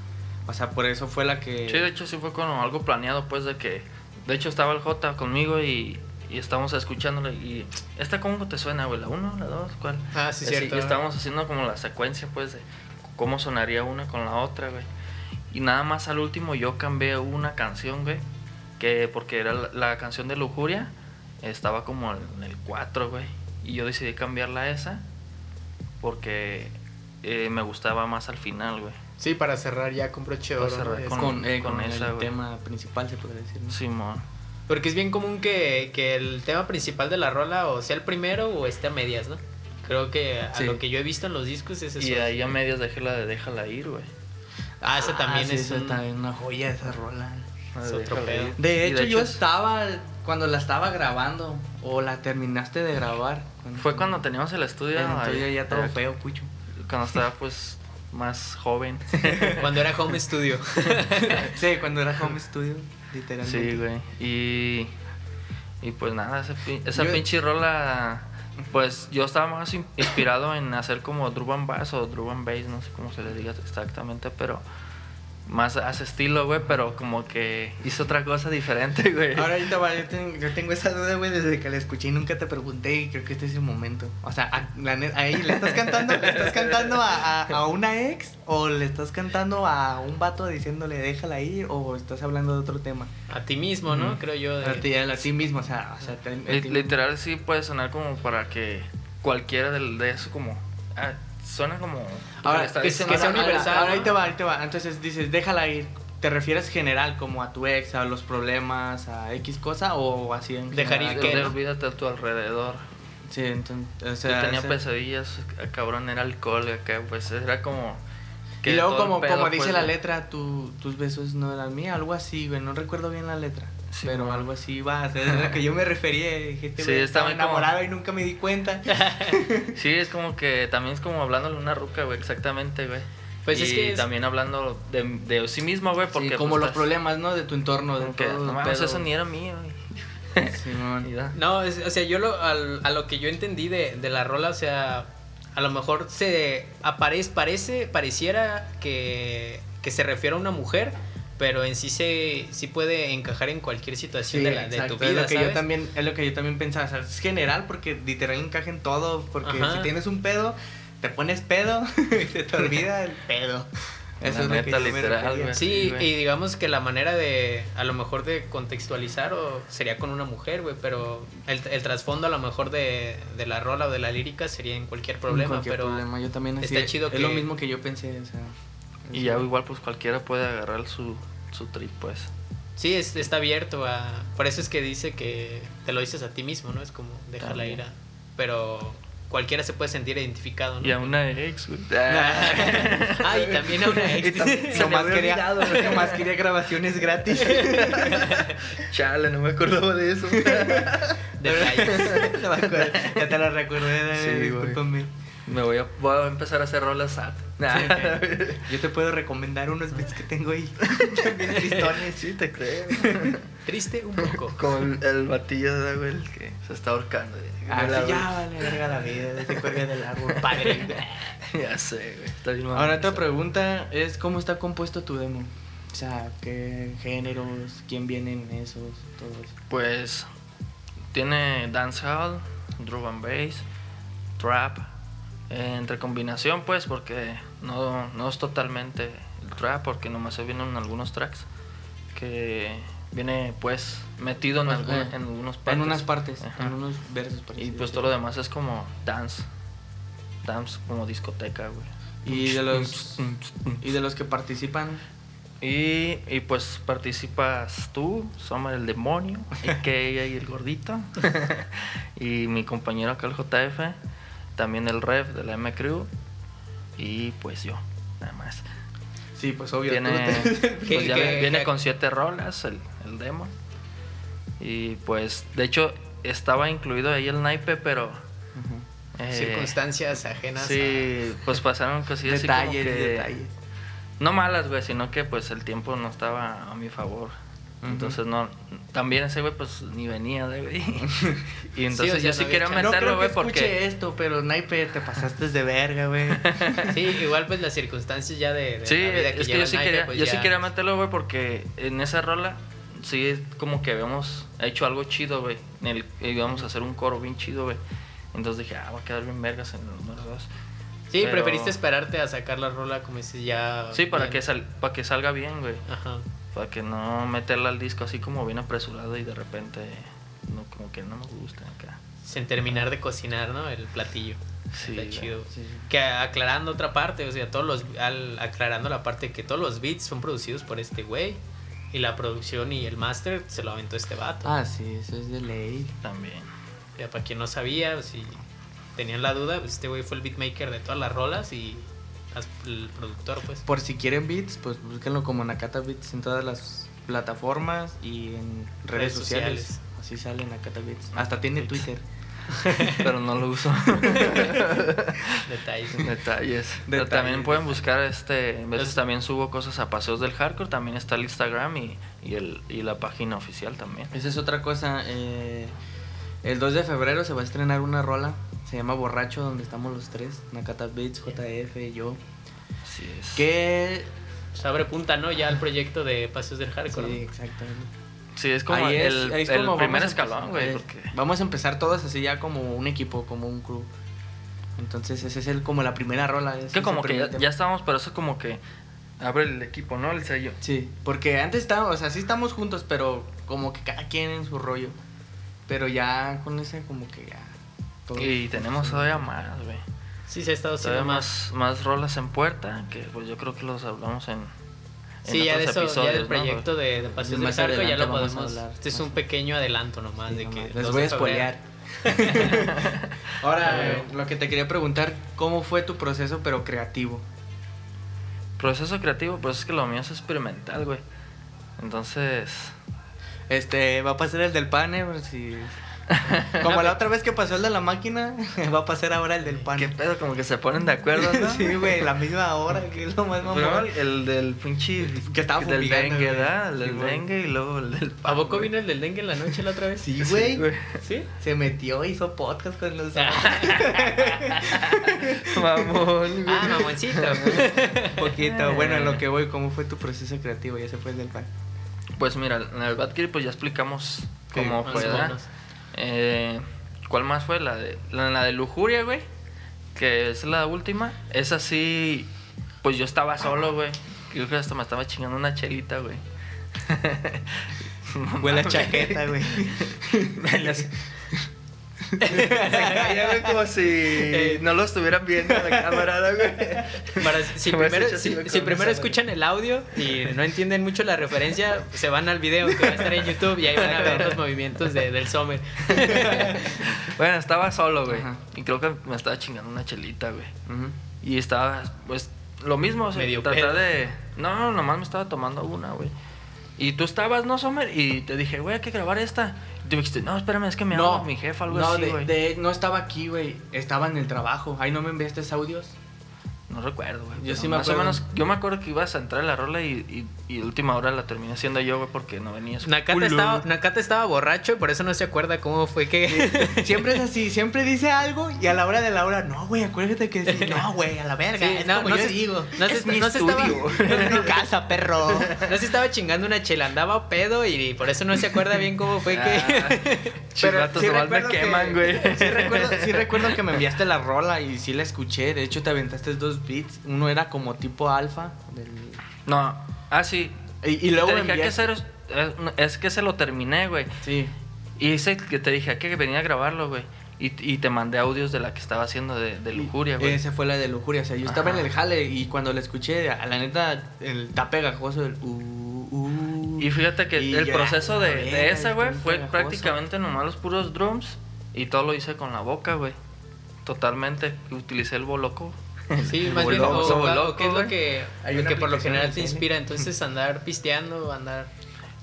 [SPEAKER 1] O sea, por eso fue la que.
[SPEAKER 3] Sí, de hecho sí fue como algo planeado, pues, de que... De hecho estaba el J conmigo y, y estábamos escuchándole y... ¿Esta cómo te suena, güey? ¿La 1? ¿La 2? ¿Cuál?
[SPEAKER 2] Ah, sí,
[SPEAKER 3] Así,
[SPEAKER 2] cierto.
[SPEAKER 3] Y estábamos haciendo como la secuencia, pues, de cómo sonaría una con la otra, güey. Y nada más al último yo cambié una canción, güey. Que porque era la, la canción de Lujuria, estaba como en el 4, güey. Y yo decidí cambiarla a esa porque eh, me gustaba más al final, güey.
[SPEAKER 2] Sí, para cerrar ya con broche de
[SPEAKER 3] Para
[SPEAKER 2] oro, ¿no?
[SPEAKER 3] cerrar
[SPEAKER 2] Es
[SPEAKER 1] con,
[SPEAKER 3] con-
[SPEAKER 1] eh, con
[SPEAKER 3] con esa,
[SPEAKER 1] el
[SPEAKER 3] güey.
[SPEAKER 1] tema principal, se podría decir. ¿no?
[SPEAKER 3] Simón.
[SPEAKER 2] Porque es bien común que, que el tema principal de la rola o sea el primero o esté a medias, ¿no? Creo que a
[SPEAKER 1] Sí.
[SPEAKER 2] lo que yo he visto en los discos es eso.
[SPEAKER 3] Y ahí a medias dejé la de Déjala ir, güey.
[SPEAKER 2] Ah, esa también
[SPEAKER 1] sí,
[SPEAKER 2] es
[SPEAKER 1] esa
[SPEAKER 2] un-
[SPEAKER 1] también una joya esa rola.
[SPEAKER 3] La
[SPEAKER 2] Es
[SPEAKER 3] de
[SPEAKER 2] otro
[SPEAKER 3] Déjala
[SPEAKER 2] pedo.
[SPEAKER 3] ir. Y
[SPEAKER 1] De hecho, yo
[SPEAKER 3] es-
[SPEAKER 1] estaba cuando la estaba grabando o la terminaste de grabar.
[SPEAKER 3] Fue cuando teníamos el estudio.
[SPEAKER 1] Entonces
[SPEAKER 3] ahí,
[SPEAKER 1] ya todo
[SPEAKER 3] eh,
[SPEAKER 1] feo, cucho.
[SPEAKER 3] Cuando estaba, pues, más joven.
[SPEAKER 2] Cuando era home studio.
[SPEAKER 1] sí, cuando era home studio, literalmente.
[SPEAKER 3] Sí, güey. Y, y pues nada, ese pi- esa
[SPEAKER 1] Yo-
[SPEAKER 3] pinche rola. Pues yo estaba más in- inspirado en hacer como drum and bass o drum and bass, no sé cómo se le diga exactamente, pero más a ese estilo, güey, pero como que hice otra cosa diferente, güey.
[SPEAKER 1] Ahora ahorita va, yo, ten- yo tengo esa duda, güey, desde que la escuché y nunca te pregunté y creo que este es el momento. O sea, a- la net- ahí le estás cantando, le estás cantando a, a- a una ex o le estás cantando a un vato diciéndole déjala ir o estás hablando de otro tema.
[SPEAKER 2] A ti mismo, ¿no?
[SPEAKER 3] Ujú.
[SPEAKER 2] Creo yo. de-
[SPEAKER 1] A ti, a ti mismo, o sea, o sea, te- a
[SPEAKER 3] Li-
[SPEAKER 1] ti-
[SPEAKER 3] Eh, Literal sí puede sonar como para que cualquiera del, de eso como... ah, suena como...
[SPEAKER 1] Ahora,
[SPEAKER 3] está
[SPEAKER 2] que-
[SPEAKER 3] diciendo
[SPEAKER 2] que sea
[SPEAKER 3] la-
[SPEAKER 2] universal,
[SPEAKER 1] Ahora, ahora ahí
[SPEAKER 2] ¿no?
[SPEAKER 1] te va, ahí te va. Entonces dices, déjala ir. ¿Te refieres general, como a tu ex, a los problemas, a X cosa o así en
[SPEAKER 2] Dejar
[SPEAKER 1] general?
[SPEAKER 2] ir
[SPEAKER 3] de-
[SPEAKER 2] que-
[SPEAKER 3] de olvídate a tu alrededor.
[SPEAKER 1] Sí, entonces. O
[SPEAKER 3] Yo
[SPEAKER 1] sea,
[SPEAKER 3] tenía
[SPEAKER 1] o sea,
[SPEAKER 3] pesadillas, ah, cabrón, era alcohol, acá, pues era como...
[SPEAKER 1] y luego,
[SPEAKER 3] todo el
[SPEAKER 1] como,
[SPEAKER 3] pedo,
[SPEAKER 1] como dice
[SPEAKER 3] pues,
[SPEAKER 1] la
[SPEAKER 3] de-
[SPEAKER 1] letra, tu- tus besos no eran míos, algo así, güey. No recuerdo bien la letra.
[SPEAKER 3] Sí,
[SPEAKER 1] pero
[SPEAKER 3] mamá.
[SPEAKER 1] algo así va, o sea, es lo que yo me refería. y Dije, este
[SPEAKER 3] Sí,
[SPEAKER 1] güey estaba
[SPEAKER 3] estaba como-
[SPEAKER 1] enamorado y nunca me di cuenta.
[SPEAKER 3] Sí, es como que también es como hablándole a una ruca, güey, exactamente, güey.
[SPEAKER 2] Pues
[SPEAKER 3] y
[SPEAKER 2] es que es-
[SPEAKER 3] también hablando de, de sí mismo, güey, porque...
[SPEAKER 1] Sí, como
[SPEAKER 3] pues,
[SPEAKER 1] los
[SPEAKER 3] estás-
[SPEAKER 1] problemas, ¿no? De tu entorno, de
[SPEAKER 3] como que,
[SPEAKER 1] todo.
[SPEAKER 3] no
[SPEAKER 1] el
[SPEAKER 3] mames,
[SPEAKER 1] pedo,
[SPEAKER 3] eso ni
[SPEAKER 1] güey".
[SPEAKER 3] era mío, güey.
[SPEAKER 1] Simón.
[SPEAKER 3] Y da.
[SPEAKER 2] No, es- o sea, yo lo, al- a lo que yo entendí de, de la rola, o sea, a lo mejor se aparece, parece, pareciera que, que se refiere a una mujer, pero en sí se sí puede encajar en cualquier situación de, la, de
[SPEAKER 1] exacto,
[SPEAKER 2] tu vida,
[SPEAKER 1] es lo que
[SPEAKER 2] ¿sabes?
[SPEAKER 1] yo también es lo que yo también pensaba o sea, es general porque literal encaja en todo porque
[SPEAKER 2] Ajá.
[SPEAKER 1] si tienes un pedo te pones pedo y se te olvida el pedo
[SPEAKER 3] La
[SPEAKER 1] eso es lo que
[SPEAKER 3] neta,
[SPEAKER 1] yo me
[SPEAKER 3] literal,
[SPEAKER 1] refería.
[SPEAKER 3] güey.
[SPEAKER 2] Sí,
[SPEAKER 3] Sí, güey.
[SPEAKER 2] y digamos que la manera de, a lo mejor de contextualizar o sería con una mujer, güey, pero el, el trasfondo a lo mejor de, de la rola o de la lírica sería en cualquier problema,
[SPEAKER 1] Cualquier
[SPEAKER 2] pero...
[SPEAKER 1] problema, yo también así-
[SPEAKER 2] está chido
[SPEAKER 1] es
[SPEAKER 2] que-
[SPEAKER 1] lo mismo que yo pensé o sea,
[SPEAKER 3] Y
[SPEAKER 1] es-
[SPEAKER 3] ya igual, pues cualquiera puede agarrar su, su trip, pues.
[SPEAKER 2] Sí, es- está abierto a... Por eso es que dice que te lo dices a ti mismo, ¿no? Es como dejarla
[SPEAKER 3] También.
[SPEAKER 2] ir a... Pero cualquiera se puede sentir identificado, ¿no?
[SPEAKER 3] Y a una ex, güey.
[SPEAKER 2] ah, y también a una ex.
[SPEAKER 3] Se me
[SPEAKER 1] nomás
[SPEAKER 3] había
[SPEAKER 1] quería
[SPEAKER 3] olvidado.
[SPEAKER 1] nomás quería grabaciones gratis
[SPEAKER 3] Chale, no me acordaba de eso.
[SPEAKER 2] Detalles.
[SPEAKER 1] No me acuerdo, ya te lo recordé
[SPEAKER 3] Sí, güey.
[SPEAKER 1] discúlpame
[SPEAKER 3] me voy a, voy a empezar a hacer rolas sad.
[SPEAKER 1] yo te puedo recomendar unos bits que tengo ahí también tristones
[SPEAKER 3] sí, te creo.
[SPEAKER 2] Triste un poco.
[SPEAKER 3] Como el, el batillo, ¿verdad, güey, el que se está ahorcando. güey.
[SPEAKER 1] Ah,
[SPEAKER 3] La-
[SPEAKER 1] sí, ya vale verga la vida, se cuelga del árbol, padre.
[SPEAKER 3] Ya sé, güey. Está bien
[SPEAKER 1] Ahora
[SPEAKER 3] mamón.
[SPEAKER 1] otra pregunta es cómo está compuesto tu demo. O sea, qué géneros, quién vienen esos, todo eso.
[SPEAKER 3] Pues tiene dancehall, drum and bass, trap, eh, entre combinación pues porque no, no es totalmente el trap porque nomás se vienen algunos tracks que viene pues metido en,
[SPEAKER 1] Pues,
[SPEAKER 3] alguna-
[SPEAKER 1] eh,
[SPEAKER 3] en algunos
[SPEAKER 1] En unas partes,
[SPEAKER 3] Ajá.
[SPEAKER 1] en unos versos. por
[SPEAKER 3] Y
[SPEAKER 1] así
[SPEAKER 3] pues
[SPEAKER 1] decirlo.
[SPEAKER 3] todo lo demás es como dance, dance como discoteca, güey.
[SPEAKER 1] Y de los y de los que participan,
[SPEAKER 3] Y, y, pues participas tú, Sommer el demonio, que y el gordito, y mi compañero acá el JF, también el ref de la M Crew, y pues yo, nada más.
[SPEAKER 1] sí, pues obvio. tú
[SPEAKER 3] Tiene,
[SPEAKER 1] no te-
[SPEAKER 3] pues, ya
[SPEAKER 2] ¿Qué-
[SPEAKER 3] ve-
[SPEAKER 2] qué-
[SPEAKER 3] viene
[SPEAKER 2] qué-
[SPEAKER 3] con siete rolas el, el demo, y pues de hecho estaba incluido ahí el naipe, pero... eh,
[SPEAKER 2] Circunstancias ajenas.
[SPEAKER 3] Sí, pues pasaron cosillas así como
[SPEAKER 1] detalles,
[SPEAKER 3] que-
[SPEAKER 1] detalles.
[SPEAKER 3] No malas, güey, sino que pues el tiempo no estaba a mi favor. Entonces no, también ese güey pues ni venía de güey. Y entonces
[SPEAKER 2] o sea,
[SPEAKER 3] yo
[SPEAKER 2] no
[SPEAKER 3] sí
[SPEAKER 2] había
[SPEAKER 3] quería
[SPEAKER 2] chance.
[SPEAKER 1] No
[SPEAKER 3] meterlo,
[SPEAKER 1] creo que
[SPEAKER 3] güey,
[SPEAKER 1] escuche
[SPEAKER 3] porque
[SPEAKER 1] esto, pero naipe, te pasaste de verga, güey.
[SPEAKER 2] Sí, igual pues las circunstancias ya de, de
[SPEAKER 3] Sí,
[SPEAKER 2] la vida que
[SPEAKER 3] es que
[SPEAKER 2] lleva
[SPEAKER 3] yo
[SPEAKER 2] el
[SPEAKER 3] sí
[SPEAKER 2] Naipe,
[SPEAKER 3] quería,
[SPEAKER 2] pues,
[SPEAKER 3] yo sí
[SPEAKER 2] ya-
[SPEAKER 3] quería meterlo, güey, porque en esa rola sí es como que habíamos hecho algo chido, güey. En el- Íbamos a hacer un coro bien chido, güey. Entonces dije, ah, va a quedar bien vergas en el número 2.
[SPEAKER 2] Sí,
[SPEAKER 3] pero-
[SPEAKER 2] preferiste esperarte a sacar la rola como dices ya.
[SPEAKER 3] Sí, para
[SPEAKER 2] bien.
[SPEAKER 3] que, sal, para que salga bien, güey.
[SPEAKER 2] Ajá.
[SPEAKER 3] Para que no meterla al disco así como bien apresurado y de repente no, como que no me gusta acá.
[SPEAKER 2] Sin terminar de cocinar, ¿no? El platillo.
[SPEAKER 3] Sí,
[SPEAKER 2] Está
[SPEAKER 3] güey.
[SPEAKER 2] chido.
[SPEAKER 1] Sí, sí.
[SPEAKER 2] Que aclarando otra parte, o sea, todos los al, aclarando la parte que todos los beats son producidos por este güey y la producción y el master se lo aventó este vato.
[SPEAKER 1] Ah, sí, eso es de ley.
[SPEAKER 3] También.
[SPEAKER 2] Ya para quien no sabía, o si tenían la duda, pues, este güey fue el beatmaker de todas las rolas y las- el productor, pues.
[SPEAKER 1] Por si quieren beats, pues búsquenlo como Nakata Beats en todas las plataformas y en redes,
[SPEAKER 2] Redes
[SPEAKER 1] sociales.
[SPEAKER 2] sociales.
[SPEAKER 1] Así sale Nakata Beats. Hasta tiene
[SPEAKER 3] Beats.
[SPEAKER 1] Twitter.
[SPEAKER 3] Pero no lo uso.
[SPEAKER 2] Detalles.
[SPEAKER 3] Detalles. Pero
[SPEAKER 1] Detalles,
[SPEAKER 3] también pueden
[SPEAKER 1] detalles.
[SPEAKER 3] buscar este. A veces
[SPEAKER 2] Los-
[SPEAKER 3] también subo cosas a paseos del hardcore. También está el Instagram y, y el, y la página oficial también.
[SPEAKER 1] Esa es otra cosa. eh, el 2 de febrero se va a estrenar una rola. Se llama Borracho, donde estamos los tres. Nakata Beats, JF y yo.
[SPEAKER 3] Así es.
[SPEAKER 1] Que...
[SPEAKER 2] Pues abre punta, ¿no? Ya al proyecto de Paseos del Hardcore.
[SPEAKER 1] Sí,
[SPEAKER 2] ¿no?
[SPEAKER 1] exactamente.
[SPEAKER 3] Sí, es como
[SPEAKER 1] Ahí es-
[SPEAKER 3] el,
[SPEAKER 1] ahí es
[SPEAKER 3] el
[SPEAKER 1] como vamos
[SPEAKER 3] primer
[SPEAKER 1] a empezar,
[SPEAKER 3] escalón, güey.
[SPEAKER 1] eh,
[SPEAKER 3] Porque
[SPEAKER 1] Vamos a empezar todos así ya como un equipo, como un crew. Entonces ese es el, como la primera rola.
[SPEAKER 3] es
[SPEAKER 1] ese
[SPEAKER 3] que
[SPEAKER 1] es
[SPEAKER 3] como
[SPEAKER 1] el
[SPEAKER 3] que ya,
[SPEAKER 1] primer tema.
[SPEAKER 3] ya estamos, pero eso como que abre el equipo, ¿no? El sello.
[SPEAKER 1] Sí, porque antes estábamos, o sea, sí estamos juntos, pero como que cada quien en su rollo. Pero ya con ese como que ya... todo-
[SPEAKER 3] Y tenemos todavía más, güey.
[SPEAKER 2] Sí, se ha estado
[SPEAKER 3] Todavía
[SPEAKER 2] haciendo más.
[SPEAKER 3] más, más rolas en puerta. Que pues yo creo que los hablamos en. en
[SPEAKER 2] Sí, ya de
[SPEAKER 3] otros
[SPEAKER 2] eso, ya del
[SPEAKER 3] episodios, ¿no, güey?
[SPEAKER 2] proyecto de, de Paseos del
[SPEAKER 1] Más
[SPEAKER 2] Hardcore ya
[SPEAKER 1] adelante
[SPEAKER 2] lo
[SPEAKER 1] vamos a
[SPEAKER 2] podemos.
[SPEAKER 1] hablar.
[SPEAKER 2] Este es
[SPEAKER 1] Más-
[SPEAKER 2] un pequeño adelanto nomás
[SPEAKER 1] Sí,
[SPEAKER 2] de
[SPEAKER 1] no
[SPEAKER 2] que.
[SPEAKER 1] mames,
[SPEAKER 2] dos
[SPEAKER 1] les
[SPEAKER 2] de
[SPEAKER 1] voy a
[SPEAKER 2] febrero.
[SPEAKER 1] spoilear. Ahora, lo que te quería preguntar, ¿cómo fue tu proceso pero creativo?
[SPEAKER 3] Proceso creativo, pues es que lo mío es experimental, güey. Entonces.
[SPEAKER 1] Este, va a pasar el del pan, eh, por si... Como la otra vez que pasó el de la máquina, va a pasar ahora el del pan.
[SPEAKER 3] ¿Qué pedo? Como que se ponen de acuerdo, ¿no?
[SPEAKER 1] Ah, Sí, güey, la misma hora, que es lo más mamón.
[SPEAKER 3] Pero el del pinche.
[SPEAKER 1] Que estaba
[SPEAKER 3] Del
[SPEAKER 1] fumigando,
[SPEAKER 3] dengue,
[SPEAKER 1] güey.
[SPEAKER 3] ¿verdad? El del
[SPEAKER 1] Sí, güey.
[SPEAKER 3] dengue y luego el del.
[SPEAKER 2] ¿A poco
[SPEAKER 3] pan,
[SPEAKER 2] vino el del dengue en la noche la otra vez?
[SPEAKER 1] Sí, güey.
[SPEAKER 3] güey. Ah.
[SPEAKER 2] ¿Sí?
[SPEAKER 1] Se metió, hizo podcast con los...
[SPEAKER 3] Mamón, güey.
[SPEAKER 2] Ah, mamoncito.
[SPEAKER 1] poquito. Bueno, en lo que voy, ¿cómo fue tu proceso creativo? Ya se fue el del pan.
[SPEAKER 3] Pues mira, en el Bad Kid, pues ya explicamos
[SPEAKER 1] Sí,
[SPEAKER 3] cómo
[SPEAKER 2] Más
[SPEAKER 3] fue,
[SPEAKER 2] o
[SPEAKER 3] ¿verdad?
[SPEAKER 2] menos.
[SPEAKER 3] Eh, ¿Cuál más fue? La de, la, la de Lujuria, güey. Que es la última. Es así. Pues yo estaba solo, güey. Yo creo que hasta me estaba chingando una chelita, güey. No
[SPEAKER 1] Fue la
[SPEAKER 3] mames.
[SPEAKER 1] chaqueta, güey.
[SPEAKER 3] Ya ve como si no lo estuvieran viendo en la cámara, ¿no, güey.
[SPEAKER 2] Para- si
[SPEAKER 3] Me has
[SPEAKER 2] primero,
[SPEAKER 3] hecho así,
[SPEAKER 2] si-
[SPEAKER 3] güey,
[SPEAKER 2] si
[SPEAKER 3] con
[SPEAKER 2] primero
[SPEAKER 3] esa madre.
[SPEAKER 2] escuchan el audio y no entienden mucho la referencia, se van al video que va a estar en YouTube y ahí van a ver los movimientos de- del Summer.
[SPEAKER 3] Bueno, estaba solo, güey.
[SPEAKER 1] Ajá.
[SPEAKER 3] Y creo que me estaba chingando una chelita, güey. Y estaba, pues, lo mismo, o sea,
[SPEAKER 2] Medio
[SPEAKER 3] tratar
[SPEAKER 2] pedo.
[SPEAKER 3] de... No, nomás me estaba tomando una, güey. Y tú estabas, ¿no, Sommer? Y te dije, güey, hay que grabar esta. Y tú dijiste, no, espérame, es que me habla mi jefa, algo
[SPEAKER 1] no,
[SPEAKER 3] así,
[SPEAKER 1] de-
[SPEAKER 3] güey.
[SPEAKER 1] de- no estaba aquí, güey. Estaba en el trabajo. Ahí no me enviaste audios.
[SPEAKER 3] No recuerdo, güey.
[SPEAKER 1] Yo
[SPEAKER 3] pero
[SPEAKER 1] sí me
[SPEAKER 3] más
[SPEAKER 1] acuerdo.
[SPEAKER 3] o menos, yo me acuerdo que ibas a entrar a la rola y, y, y última hora la terminé haciendo yo, güey, porque no venías.
[SPEAKER 2] Nakata estaba, Nakata estaba borracho y por eso no se acuerda cómo fue que...
[SPEAKER 1] Siempre es así, siempre dice algo y a la hora de la hora, no, güey, acuérdate que sí. No, güey, a la verga.
[SPEAKER 2] Sí,
[SPEAKER 1] es
[SPEAKER 2] no,
[SPEAKER 1] como
[SPEAKER 2] no
[SPEAKER 1] yo
[SPEAKER 2] se-
[SPEAKER 1] digo.
[SPEAKER 2] no se-
[SPEAKER 1] es mi
[SPEAKER 2] no se estaba-
[SPEAKER 1] estudio. Es mi casa, perro.
[SPEAKER 2] No se estaba chingando una chela, andaba pedo y por eso no se acuerda bien cómo fue
[SPEAKER 3] Ah,
[SPEAKER 2] que...
[SPEAKER 3] Chivatos,
[SPEAKER 1] sí
[SPEAKER 3] nomás me
[SPEAKER 1] recuerdo que-
[SPEAKER 3] queman, güey.
[SPEAKER 1] Sí recuerdo, sí recuerdo que me enviaste la rola y sí la escuché. De hecho, te aventaste dos beats. Uno era como tipo alfa. del-
[SPEAKER 3] No, ah, sí.
[SPEAKER 1] Y, y luego
[SPEAKER 3] te dije, hay que
[SPEAKER 1] enviaste-
[SPEAKER 3] hacer... Es, es que se lo terminé, güey.
[SPEAKER 1] Sí.
[SPEAKER 3] Y ese que te dije, hay que venía a grabarlo, güey. Y, y te mandé audios de la que estaba haciendo de, de lujuria, güey.
[SPEAKER 1] Esa fue la de lujuria. O sea, yo estaba
[SPEAKER 3] Ajá.
[SPEAKER 1] en el jale y cuando la escuché, a la neta, el, está pegajoso el. uh, uh,
[SPEAKER 3] Y fíjate que
[SPEAKER 1] y
[SPEAKER 3] el
[SPEAKER 1] yo,
[SPEAKER 3] proceso de,
[SPEAKER 1] "Ah,
[SPEAKER 3] de
[SPEAKER 1] verga,
[SPEAKER 3] esa,
[SPEAKER 1] está
[SPEAKER 3] güey,
[SPEAKER 1] bien
[SPEAKER 3] fue
[SPEAKER 1] pegajoso".
[SPEAKER 3] prácticamente nomás los puros drums. Y todo lo hice con la boca, güey. Totalmente. Utilicé el boloco.
[SPEAKER 2] Sí, más
[SPEAKER 3] Como
[SPEAKER 2] bien,
[SPEAKER 3] loco,
[SPEAKER 2] o-
[SPEAKER 3] como
[SPEAKER 2] o-
[SPEAKER 3] loco,
[SPEAKER 2] ¿qué es lo
[SPEAKER 3] güey.
[SPEAKER 2] que,
[SPEAKER 1] Hay
[SPEAKER 2] lo
[SPEAKER 1] una
[SPEAKER 2] que por lo
[SPEAKER 1] aplicación
[SPEAKER 2] general
[SPEAKER 1] que
[SPEAKER 2] te
[SPEAKER 1] tiene.
[SPEAKER 2] inspira? Entonces andar pisteando, andar...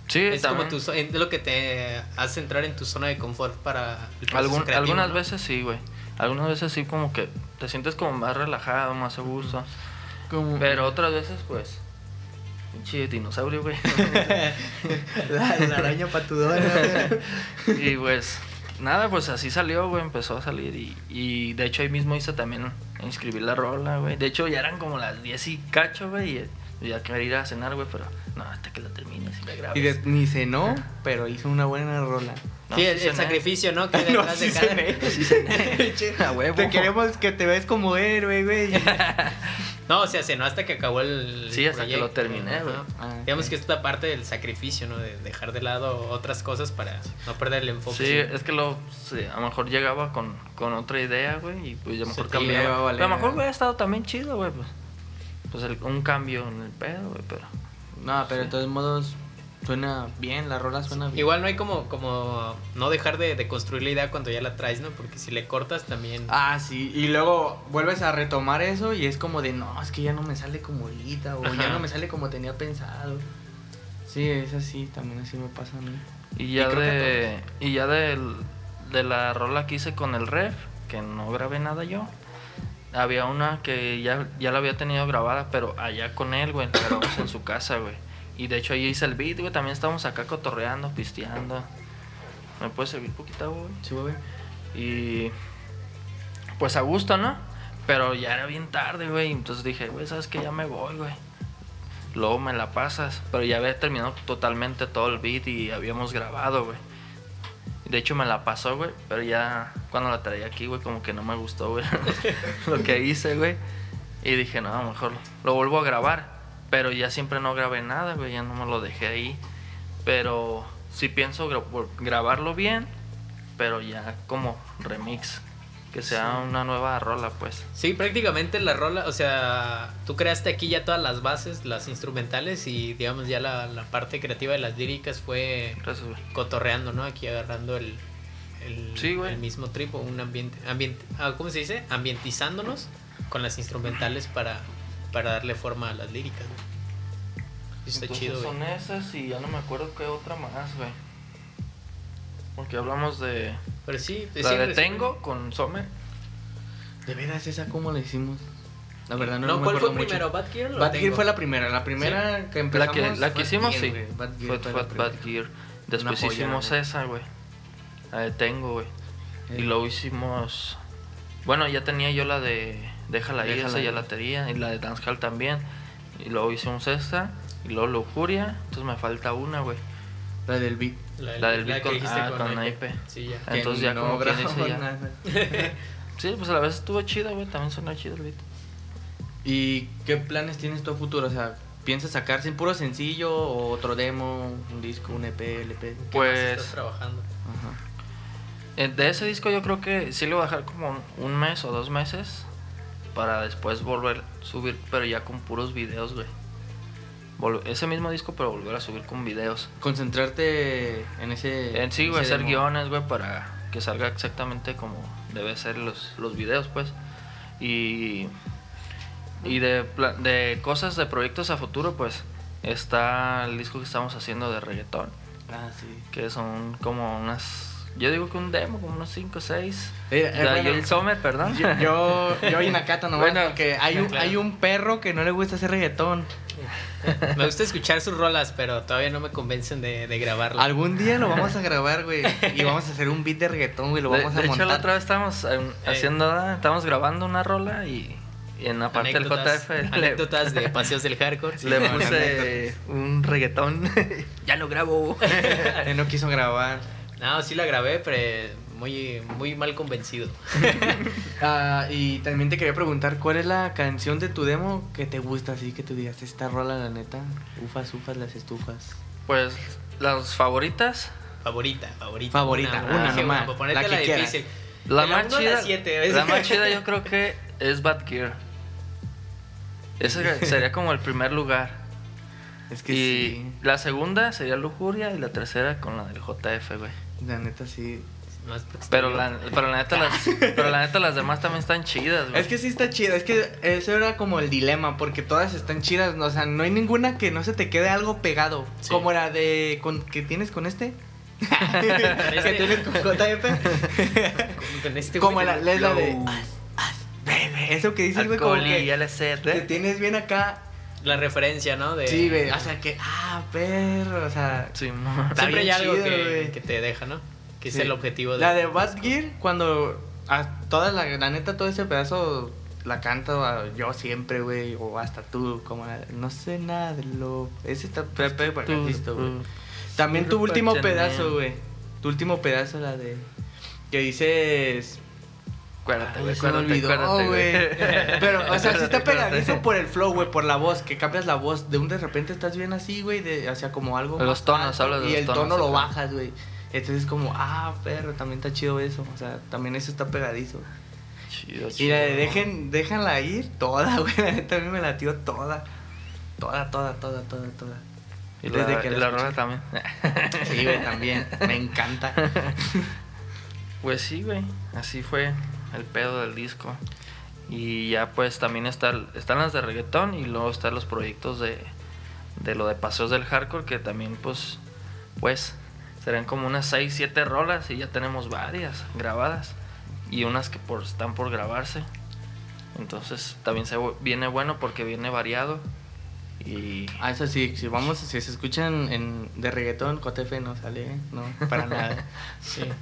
[SPEAKER 3] Sí,
[SPEAKER 2] Es como
[SPEAKER 3] también.
[SPEAKER 2] tu, zo- es lo que te hace entrar en tu zona de confort para el proceso
[SPEAKER 3] Algún-
[SPEAKER 2] creativo,
[SPEAKER 3] algunas
[SPEAKER 2] ¿no?
[SPEAKER 3] veces sí, güey. Algunas veces sí, como que te sientes como más relajado, más a gusto.
[SPEAKER 1] Como-
[SPEAKER 3] Pero otras veces, pues, Pinche dinosaurio, güey.
[SPEAKER 1] La, la araña patudona.
[SPEAKER 3] y pues, nada, pues así salió, güey. Empezó a salir. Y, y de hecho ahí mismo hice también inscribir la rola, güey. De hecho ya eran como las 10 y cacho, güey. Y yo ya quería ir a cenar, güey, pero no, hasta que la termines y la grabes.
[SPEAKER 1] Y de- ni cenó, pero hizo una buena rola.
[SPEAKER 3] No,
[SPEAKER 2] sí, el, el
[SPEAKER 3] cené.
[SPEAKER 2] sacrificio, ¿no? Que hay
[SPEAKER 1] No,
[SPEAKER 2] detrás
[SPEAKER 1] sí
[SPEAKER 2] de cada...
[SPEAKER 1] cené.
[SPEAKER 3] Sí, cené. A huevo.
[SPEAKER 1] Te queremos que te ves como héroe, güey.
[SPEAKER 2] No, o sea, cenó hasta que acabó el.
[SPEAKER 3] Sí, hasta que lo terminé,
[SPEAKER 2] Ajá.
[SPEAKER 3] güey.
[SPEAKER 1] Ah,
[SPEAKER 2] Digamos
[SPEAKER 1] ok.
[SPEAKER 2] que es la parte del sacrificio, ¿no? De dejar de lado otras cosas para no perder el enfoque.
[SPEAKER 3] Sí, es que lo, sí, a lo mejor llegaba con, con otra idea, güey, y pues a lo
[SPEAKER 2] Se
[SPEAKER 3] mejor
[SPEAKER 2] te
[SPEAKER 3] cambiaba.
[SPEAKER 1] iba a valer.
[SPEAKER 3] a lo mejor hubiera estado también chido, güey, pues, pues el- un cambio en el pedo, güey, pero...
[SPEAKER 1] No, pero de
[SPEAKER 3] Sí.
[SPEAKER 1] todos modos suena bien, la rola suena bien.
[SPEAKER 2] Igual no hay como, como no dejar de, de construir la idea cuando ya la traes, ¿no? Porque si le cortas también.
[SPEAKER 1] Ah, sí, y luego vuelves a retomar eso y es como de, no, es que ya no me sale como ahorita o
[SPEAKER 2] Ajá.
[SPEAKER 1] ya no me sale como tenía pensado. Sí, es así, también así me pasa a mí.
[SPEAKER 3] Y ya
[SPEAKER 2] creo que
[SPEAKER 3] de y ya del, de la rola que hice con el ref, que no grabé nada yo, había una que ya, ya la había tenido grabada, pero allá con él, güey, la grabamos en su casa, güey. Y de hecho ahí hice el beat, güey, también estábamos acá cotorreando, pisteando. ¿Me puedes servir poquita, güey?
[SPEAKER 1] Sí, güey.
[SPEAKER 3] Y pues a gusto, ¿no? Pero ya era bien tarde, güey. Entonces dije, güey, ¿sabes que Ya me voy, güey. Luego me la pasas. Pero ya había terminado totalmente todo el beat y habíamos grabado, güey. De hecho me la pasó, güey. Pero ya cuando la traía aquí, güey, como que no me gustó, güey. lo que hice, güey. Y dije, no, mejor lo vuelvo a grabar. Pero ya siempre no grabé nada, güey. Ya no me lo dejé ahí. Pero sí pienso gra- por- grabarlo bien. Pero ya como remix. Que sea una nueva rola, pues.
[SPEAKER 2] Sí, prácticamente la rola, o sea, tú creaste aquí ya todas las bases, las instrumentales y digamos ya la, la parte creativa de las líricas fue
[SPEAKER 3] Gracias, güey.
[SPEAKER 2] cotorreando, ¿no? Aquí agarrando el, el,
[SPEAKER 3] Sí, güey.
[SPEAKER 2] el mismo tripo, un ambiente, ambiente ah, ¿cómo se dice? Ambientizándonos con las instrumentales para, para darle forma a las líricas, ¿no? Y Está
[SPEAKER 3] Entonces
[SPEAKER 2] chido,
[SPEAKER 3] son
[SPEAKER 2] güey.
[SPEAKER 3] esas y ya no me acuerdo qué otra más, güey. Porque hablamos de...
[SPEAKER 2] Pero sí,
[SPEAKER 3] la
[SPEAKER 2] sí,
[SPEAKER 3] de
[SPEAKER 2] resumen.
[SPEAKER 3] Tengo con Some.
[SPEAKER 1] De veras, esa cómo la hicimos. La verdad no,
[SPEAKER 2] No,
[SPEAKER 1] me
[SPEAKER 2] ¿cuál fue
[SPEAKER 1] acuerdo mucho.
[SPEAKER 2] primero? ¿Bad Gear o
[SPEAKER 1] Bad Gear
[SPEAKER 2] Tengo?
[SPEAKER 1] fue la primera, la primera que
[SPEAKER 3] La
[SPEAKER 1] empezamos.
[SPEAKER 3] que, la que
[SPEAKER 1] Bad
[SPEAKER 3] hicimos,
[SPEAKER 1] Gear,
[SPEAKER 3] sí.
[SPEAKER 1] güey, Bad Gear
[SPEAKER 3] Fue,
[SPEAKER 1] fue
[SPEAKER 3] fue
[SPEAKER 1] la
[SPEAKER 3] Bad
[SPEAKER 1] primera.
[SPEAKER 3] Gear. Después
[SPEAKER 1] joya,
[SPEAKER 3] hicimos
[SPEAKER 1] güey.
[SPEAKER 3] esa, güey. La de Tengo, güey.
[SPEAKER 1] Eh.
[SPEAKER 3] Y luego hicimos... Bueno, ya tenía yo la de Déjala ir,
[SPEAKER 1] Déjala
[SPEAKER 3] esa ya
[SPEAKER 1] ir.
[SPEAKER 3] la tenía. Y la de Dancehall también. Y luego hicimos esta. Y luego Lujuria. Entonces me falta una, güey.
[SPEAKER 1] La del beat.
[SPEAKER 3] La del beat
[SPEAKER 2] que
[SPEAKER 3] con-
[SPEAKER 2] dijiste
[SPEAKER 3] ah, con
[SPEAKER 2] Naipe.
[SPEAKER 3] Naipe.
[SPEAKER 2] Sí, ya.
[SPEAKER 1] que
[SPEAKER 3] Ah, Entonces ya como quien dice
[SPEAKER 1] grabamos
[SPEAKER 3] ya.
[SPEAKER 1] nada.
[SPEAKER 3] Sí, pues a la vez estuvo chida, güey. También suena chido el beat.
[SPEAKER 1] ¿Y qué planes tienes tú a futuro? O sea, ¿piensas sacarse en puro sencillo o otro demo, un disco, un E EP, LP?
[SPEAKER 2] ¿Qué más
[SPEAKER 3] Pues-
[SPEAKER 2] estás trabajando?
[SPEAKER 1] Ajá.
[SPEAKER 3] Eh, De ese disco yo creo que sí le voy a dejar como un- un mes o dos meses para después volver a subir, pero ya con puros videos, güey. Vol- ese mismo disco, pero volver a subir con videos.
[SPEAKER 1] Concentrarte en ese.
[SPEAKER 3] En sí,
[SPEAKER 1] en
[SPEAKER 3] güey,
[SPEAKER 1] ese
[SPEAKER 3] hacer
[SPEAKER 1] demo.
[SPEAKER 3] guiones, güey, para que salga exactamente como debe ser los, los videos, pues. Y, y de, pla- de cosas, de proyectos a futuro, pues, está el disco que estamos haciendo de reggaetón,
[SPEAKER 1] Ah, sí.
[SPEAKER 3] que son como unas, yo digo que un demo, como unos 5 o 6.
[SPEAKER 1] Eh, eh,
[SPEAKER 3] Ya,
[SPEAKER 1] bueno,
[SPEAKER 3] yo el Sommer, perdón.
[SPEAKER 1] yo, yo, yo y Nakata nomás,
[SPEAKER 3] Bueno,
[SPEAKER 1] porque hay un,
[SPEAKER 2] claro.
[SPEAKER 1] hay un perro que no le gusta hacer reggaetón.
[SPEAKER 2] Me gusta escuchar sus rolas, pero todavía no me convencen de, de grabarlas.
[SPEAKER 1] Algún día lo vamos a grabar, güey, y vamos a hacer un beat de reggaetón, güey, lo
[SPEAKER 3] De-
[SPEAKER 1] vamos
[SPEAKER 3] de,
[SPEAKER 1] a
[SPEAKER 3] hecho, la
[SPEAKER 1] montar.
[SPEAKER 3] otra vez estábamos eh, haciendo, ah, estábamos grabando una rola y, y en la parte del
[SPEAKER 2] Anécdotas,
[SPEAKER 3] JF le,
[SPEAKER 2] anécdotas de paseos del hardcore.
[SPEAKER 3] le
[SPEAKER 1] Sí,
[SPEAKER 3] puse
[SPEAKER 1] pues.
[SPEAKER 3] un reggaetón. ya lo grabo.
[SPEAKER 1] Él no quiso grabar.
[SPEAKER 2] No, sí la grabé, pero muy, muy mal convencido.
[SPEAKER 1] Ah, y también te quería preguntar, ¿cuál es la canción de tu demo que te gusta así, que tú digas, esta rola, la neta, ufas, ufas, las estufas?
[SPEAKER 3] pues las favoritas,
[SPEAKER 2] Favorita, favorita.
[SPEAKER 1] Favorita, una
[SPEAKER 2] dije,
[SPEAKER 1] nomás,
[SPEAKER 2] para ponerte
[SPEAKER 1] la que quieras.
[SPEAKER 2] difícil.
[SPEAKER 3] la,
[SPEAKER 2] De la
[SPEAKER 3] más
[SPEAKER 2] uno a la
[SPEAKER 3] chida,
[SPEAKER 2] siete, ¿ves?
[SPEAKER 3] la más chida yo creo que es Bad Gear. Ese sería como el primer lugar.
[SPEAKER 1] Es que
[SPEAKER 3] y
[SPEAKER 1] sí,
[SPEAKER 3] la segunda sería Lujuria y la tercera con la del JF, güey.
[SPEAKER 1] la neta sí.
[SPEAKER 2] Más porque
[SPEAKER 3] Pero
[SPEAKER 2] estoy
[SPEAKER 3] la, pero la neta las pero la neta las demás también están chidas, güey.
[SPEAKER 1] Es que sí está chida, es que eso era como el dilema, porque todas están chidas, ¿no? o sea, no hay ninguna que no se te quede algo pegado,
[SPEAKER 2] Sí.
[SPEAKER 1] como la de con, que tienes con este,
[SPEAKER 2] Con
[SPEAKER 1] que
[SPEAKER 2] este-
[SPEAKER 1] tienes con JF,
[SPEAKER 2] con- con este
[SPEAKER 1] como
[SPEAKER 2] güey
[SPEAKER 1] la,
[SPEAKER 2] que-
[SPEAKER 1] la, la de
[SPEAKER 3] Flow.
[SPEAKER 1] "Haz, haz, baby", eso que dices, güey, como
[SPEAKER 3] Alcohol y
[SPEAKER 1] que
[SPEAKER 3] LSD.
[SPEAKER 1] te tienes bien acá
[SPEAKER 2] la referencia, ¿no? De,
[SPEAKER 1] Sí, güey. O sea, que, ah, perro. O sea,
[SPEAKER 3] Sí,
[SPEAKER 1] Está
[SPEAKER 2] Siempre hay
[SPEAKER 1] bien
[SPEAKER 2] algo
[SPEAKER 1] chido,
[SPEAKER 2] que,
[SPEAKER 1] güey.
[SPEAKER 2] que te deja, ¿no? Que
[SPEAKER 1] Sí.
[SPEAKER 2] es el objetivo de.
[SPEAKER 1] La de Badgear, cuando a toda la, la neta, todo ese pedazo la canto a- yo siempre, güey, o hasta tú, como la- no sé nada de lo. Ese está Pepe
[SPEAKER 3] Tú,
[SPEAKER 1] Bacajisto, güey.
[SPEAKER 3] tú.
[SPEAKER 1] También tu
[SPEAKER 3] Super
[SPEAKER 1] último
[SPEAKER 3] Chanel.
[SPEAKER 1] pedazo, güey. Tu último pedazo, la de. Que dices.
[SPEAKER 3] Acuérdate,
[SPEAKER 1] Ay,
[SPEAKER 3] güey.
[SPEAKER 1] se me
[SPEAKER 3] acuérdate,
[SPEAKER 1] olvidó,
[SPEAKER 3] acuérdate,
[SPEAKER 1] güey. Pero, o sea, sí
[SPEAKER 3] Acuérdate,
[SPEAKER 1] está pegadizo
[SPEAKER 3] acuérdate.
[SPEAKER 1] por el flow, güey, por la voz, que cambias la voz. De un de repente estás bien así, güey, de- o sea, como algo.
[SPEAKER 3] Los
[SPEAKER 1] más
[SPEAKER 3] tonos,
[SPEAKER 1] alto,
[SPEAKER 3] hablas de
[SPEAKER 1] Y
[SPEAKER 3] los
[SPEAKER 1] el
[SPEAKER 3] tonos,
[SPEAKER 1] tono lo
[SPEAKER 3] ajá.
[SPEAKER 1] bajas, güey. Entonces es como, ah, perro, también está chido eso. O sea, también eso está pegadizo.
[SPEAKER 3] Chido,
[SPEAKER 1] Y la de pues.
[SPEAKER 3] chido.
[SPEAKER 1] dejen, déjenla ir toda, güey. La neta a mí me latió toda. Toda, toda, toda, toda, toda.
[SPEAKER 3] Y la,
[SPEAKER 1] Desde que
[SPEAKER 3] y
[SPEAKER 1] la
[SPEAKER 3] la
[SPEAKER 1] escuché.
[SPEAKER 3] rola también.
[SPEAKER 1] Sí, güey, también. Me encanta.
[SPEAKER 3] Pues sí, güey. Así fue el pedo del disco. Y ya pues también está, están las de reggaetón y luego están los proyectos de, de lo de paseos del hardcore que también pues pues serán como unas 6, 7 rolas y ya tenemos varias grabadas y unas que por, están por grabarse. Entonces también se vu- viene bueno porque viene variado y
[SPEAKER 1] Ah, eso sí, si vamos, si se escuchan en, de reggaetón, Cotefe no sale, ¿eh? no, para nada.
[SPEAKER 2] Sí.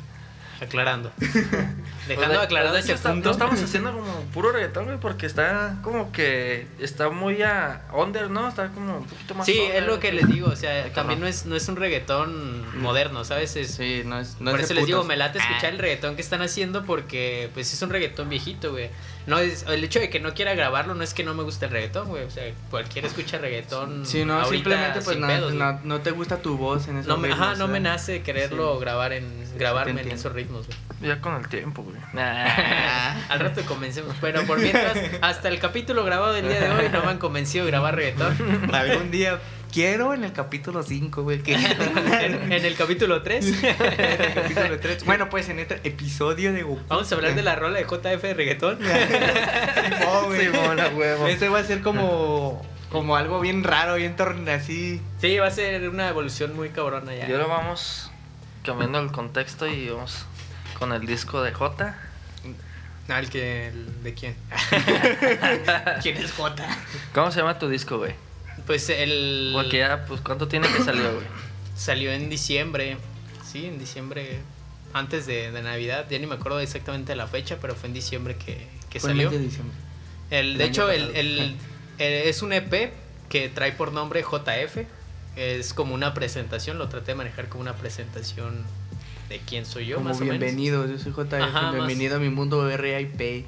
[SPEAKER 2] Aclarando. Dejando
[SPEAKER 3] Pues de-
[SPEAKER 2] aclarado
[SPEAKER 3] pues
[SPEAKER 2] ese
[SPEAKER 3] de hecho está-
[SPEAKER 2] punto.
[SPEAKER 3] No estamos haciendo como puro reggaetón, güey, porque está como que está muy a under, ¿no? Está como un poquito más.
[SPEAKER 2] sí,
[SPEAKER 3] under,
[SPEAKER 2] es lo que les digo. O sea, también no es, no es un reggaetón
[SPEAKER 1] Mm.
[SPEAKER 2] moderno, ¿sabes? Es,
[SPEAKER 1] Sí, no es, no
[SPEAKER 2] Por
[SPEAKER 1] es
[SPEAKER 2] eso
[SPEAKER 1] de
[SPEAKER 2] les digo,
[SPEAKER 1] putos.
[SPEAKER 2] me late escuchar
[SPEAKER 1] Ah,
[SPEAKER 2] el reggaetón que están haciendo porque pues es un reggaetón viejito, güey. No es el hecho de que no quiera grabarlo no es que no me guste el reggaetón, güey, o sea, cualquiera escucha reggaetón
[SPEAKER 1] Sí, no,
[SPEAKER 2] ahorita
[SPEAKER 1] simplemente pues
[SPEAKER 2] sin
[SPEAKER 1] no,
[SPEAKER 2] pedos,
[SPEAKER 1] no,
[SPEAKER 2] güey.
[SPEAKER 1] no te gusta tu voz en esos
[SPEAKER 2] No me,
[SPEAKER 1] ritmos, eh.
[SPEAKER 2] ajá, no
[SPEAKER 1] o sea.
[SPEAKER 2] me nace quererlo grabar en grabarme en
[SPEAKER 1] entiendo.
[SPEAKER 2] esos ritmos, güey.
[SPEAKER 3] Ya con el tiempo, güey.
[SPEAKER 1] Ah.
[SPEAKER 2] Al rato comencemos. Bueno, por mientras, hasta el capítulo grabado del día de hoy no me han convencido de grabar reggaetón.
[SPEAKER 1] Algún día quiero en el capítulo 5, güey, que
[SPEAKER 2] En, en el capítulo 3
[SPEAKER 1] Capítulo tres. Bueno, pues en este episodio de Goku.
[SPEAKER 2] vamos a hablar de la rola de JF de reggaetón.
[SPEAKER 1] Simón, güey.
[SPEAKER 3] Simón, a huevo.
[SPEAKER 1] Ese va a ser como como algo bien raro, bien torn así.
[SPEAKER 2] Sí, va a ser una evolución muy cabrona ya.
[SPEAKER 3] Y ahora vamos cambiando el contexto y vamos con el disco de J.
[SPEAKER 2] Ah, el que. el ¿De quién?
[SPEAKER 1] ¿Quién es Jota?
[SPEAKER 3] ¿Cómo se llama tu disco, güey?
[SPEAKER 2] Pues el.
[SPEAKER 3] Porque ya, pues, ¿cuánto tiene que salió, güey?
[SPEAKER 2] Salió en diciembre. Sí, en diciembre. Antes de, de Navidad. Ya ni me acuerdo exactamente la fecha, pero fue en diciembre que, que
[SPEAKER 1] Fue el mes
[SPEAKER 2] salió.
[SPEAKER 1] de diciembre.
[SPEAKER 2] El,
[SPEAKER 1] el
[SPEAKER 2] de
[SPEAKER 1] año
[SPEAKER 2] hecho, el,
[SPEAKER 1] pasado.
[SPEAKER 2] el- eh, es un EP que trae por nombre JF. Es como una presentación. Lo traté de manejar como una presentación de quién soy yo,
[SPEAKER 1] Como
[SPEAKER 2] más o menos.
[SPEAKER 1] bienvenido, yo soy J.
[SPEAKER 2] Ajá, más-
[SPEAKER 1] bienvenido a mi mundo RIP. ¿eh?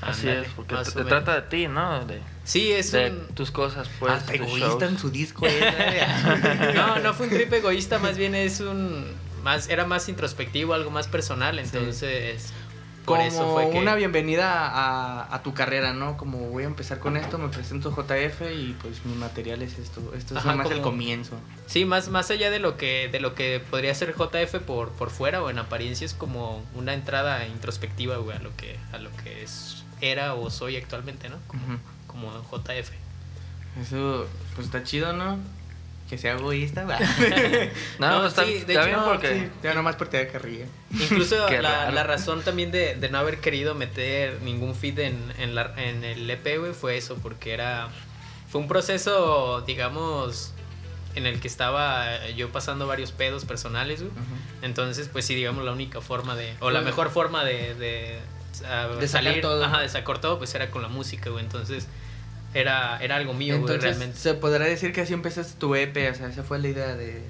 [SPEAKER 3] Así
[SPEAKER 2] Ándale,
[SPEAKER 3] es, porque
[SPEAKER 2] más
[SPEAKER 3] te,
[SPEAKER 2] o
[SPEAKER 3] te
[SPEAKER 2] menos. Ah,
[SPEAKER 3] trata de ti, ¿no? De,
[SPEAKER 2] Sí, es
[SPEAKER 3] de
[SPEAKER 2] un.
[SPEAKER 3] tus cosas, pues.
[SPEAKER 1] Hasta
[SPEAKER 3] tus
[SPEAKER 1] egoísta
[SPEAKER 3] shows.
[SPEAKER 1] en su disco. ¿eh?
[SPEAKER 2] No, no fue un trip egoísta, más bien es un más era más introspectivo, algo más personal, entonces por
[SPEAKER 1] Como
[SPEAKER 2] eso fue que
[SPEAKER 1] una bienvenida a, a tu carrera, ¿no? Como voy a empezar con esto, me presento JF y pues mi material es esto. Esto es
[SPEAKER 2] Ajá,
[SPEAKER 1] nomás el
[SPEAKER 2] como-
[SPEAKER 1] comienzo.
[SPEAKER 2] Sí, más más allá de lo que de lo que podría ser JF por por fuera o en apariencia es como una entrada introspectiva, güey, a lo que a lo que es era o soy actualmente, ¿no? Como JF.
[SPEAKER 1] Eso, pues está chido, ¿no? Que sea egoísta, va.
[SPEAKER 3] No,
[SPEAKER 2] No,
[SPEAKER 3] está,
[SPEAKER 2] sí, de
[SPEAKER 3] está
[SPEAKER 2] hecho,
[SPEAKER 3] bien
[SPEAKER 2] no,
[SPEAKER 3] porque.
[SPEAKER 1] Sí, ya nomás por tirar carrilla.
[SPEAKER 2] Incluso
[SPEAKER 3] Qué
[SPEAKER 2] la,
[SPEAKER 3] raro.
[SPEAKER 2] la razón también de, de no haber querido meter ningún feed en, en, la- en el EP, güey, fue eso, porque era. Fue un proceso, digamos, en el que estaba yo pasando varios pedos personales, güey. Entonces, pues sí, digamos, la única forma de. O la
[SPEAKER 1] Pues-
[SPEAKER 2] mejor forma de. De, ah,
[SPEAKER 1] De sacar todo.
[SPEAKER 2] Ajá, de sacar todo, pues era con la música, güey. Entonces, era, era algo mío, güey,
[SPEAKER 1] Entonces,
[SPEAKER 2] realmente.
[SPEAKER 1] se podrá decir que así empezaste tu EP, o sea, esa fue la idea de...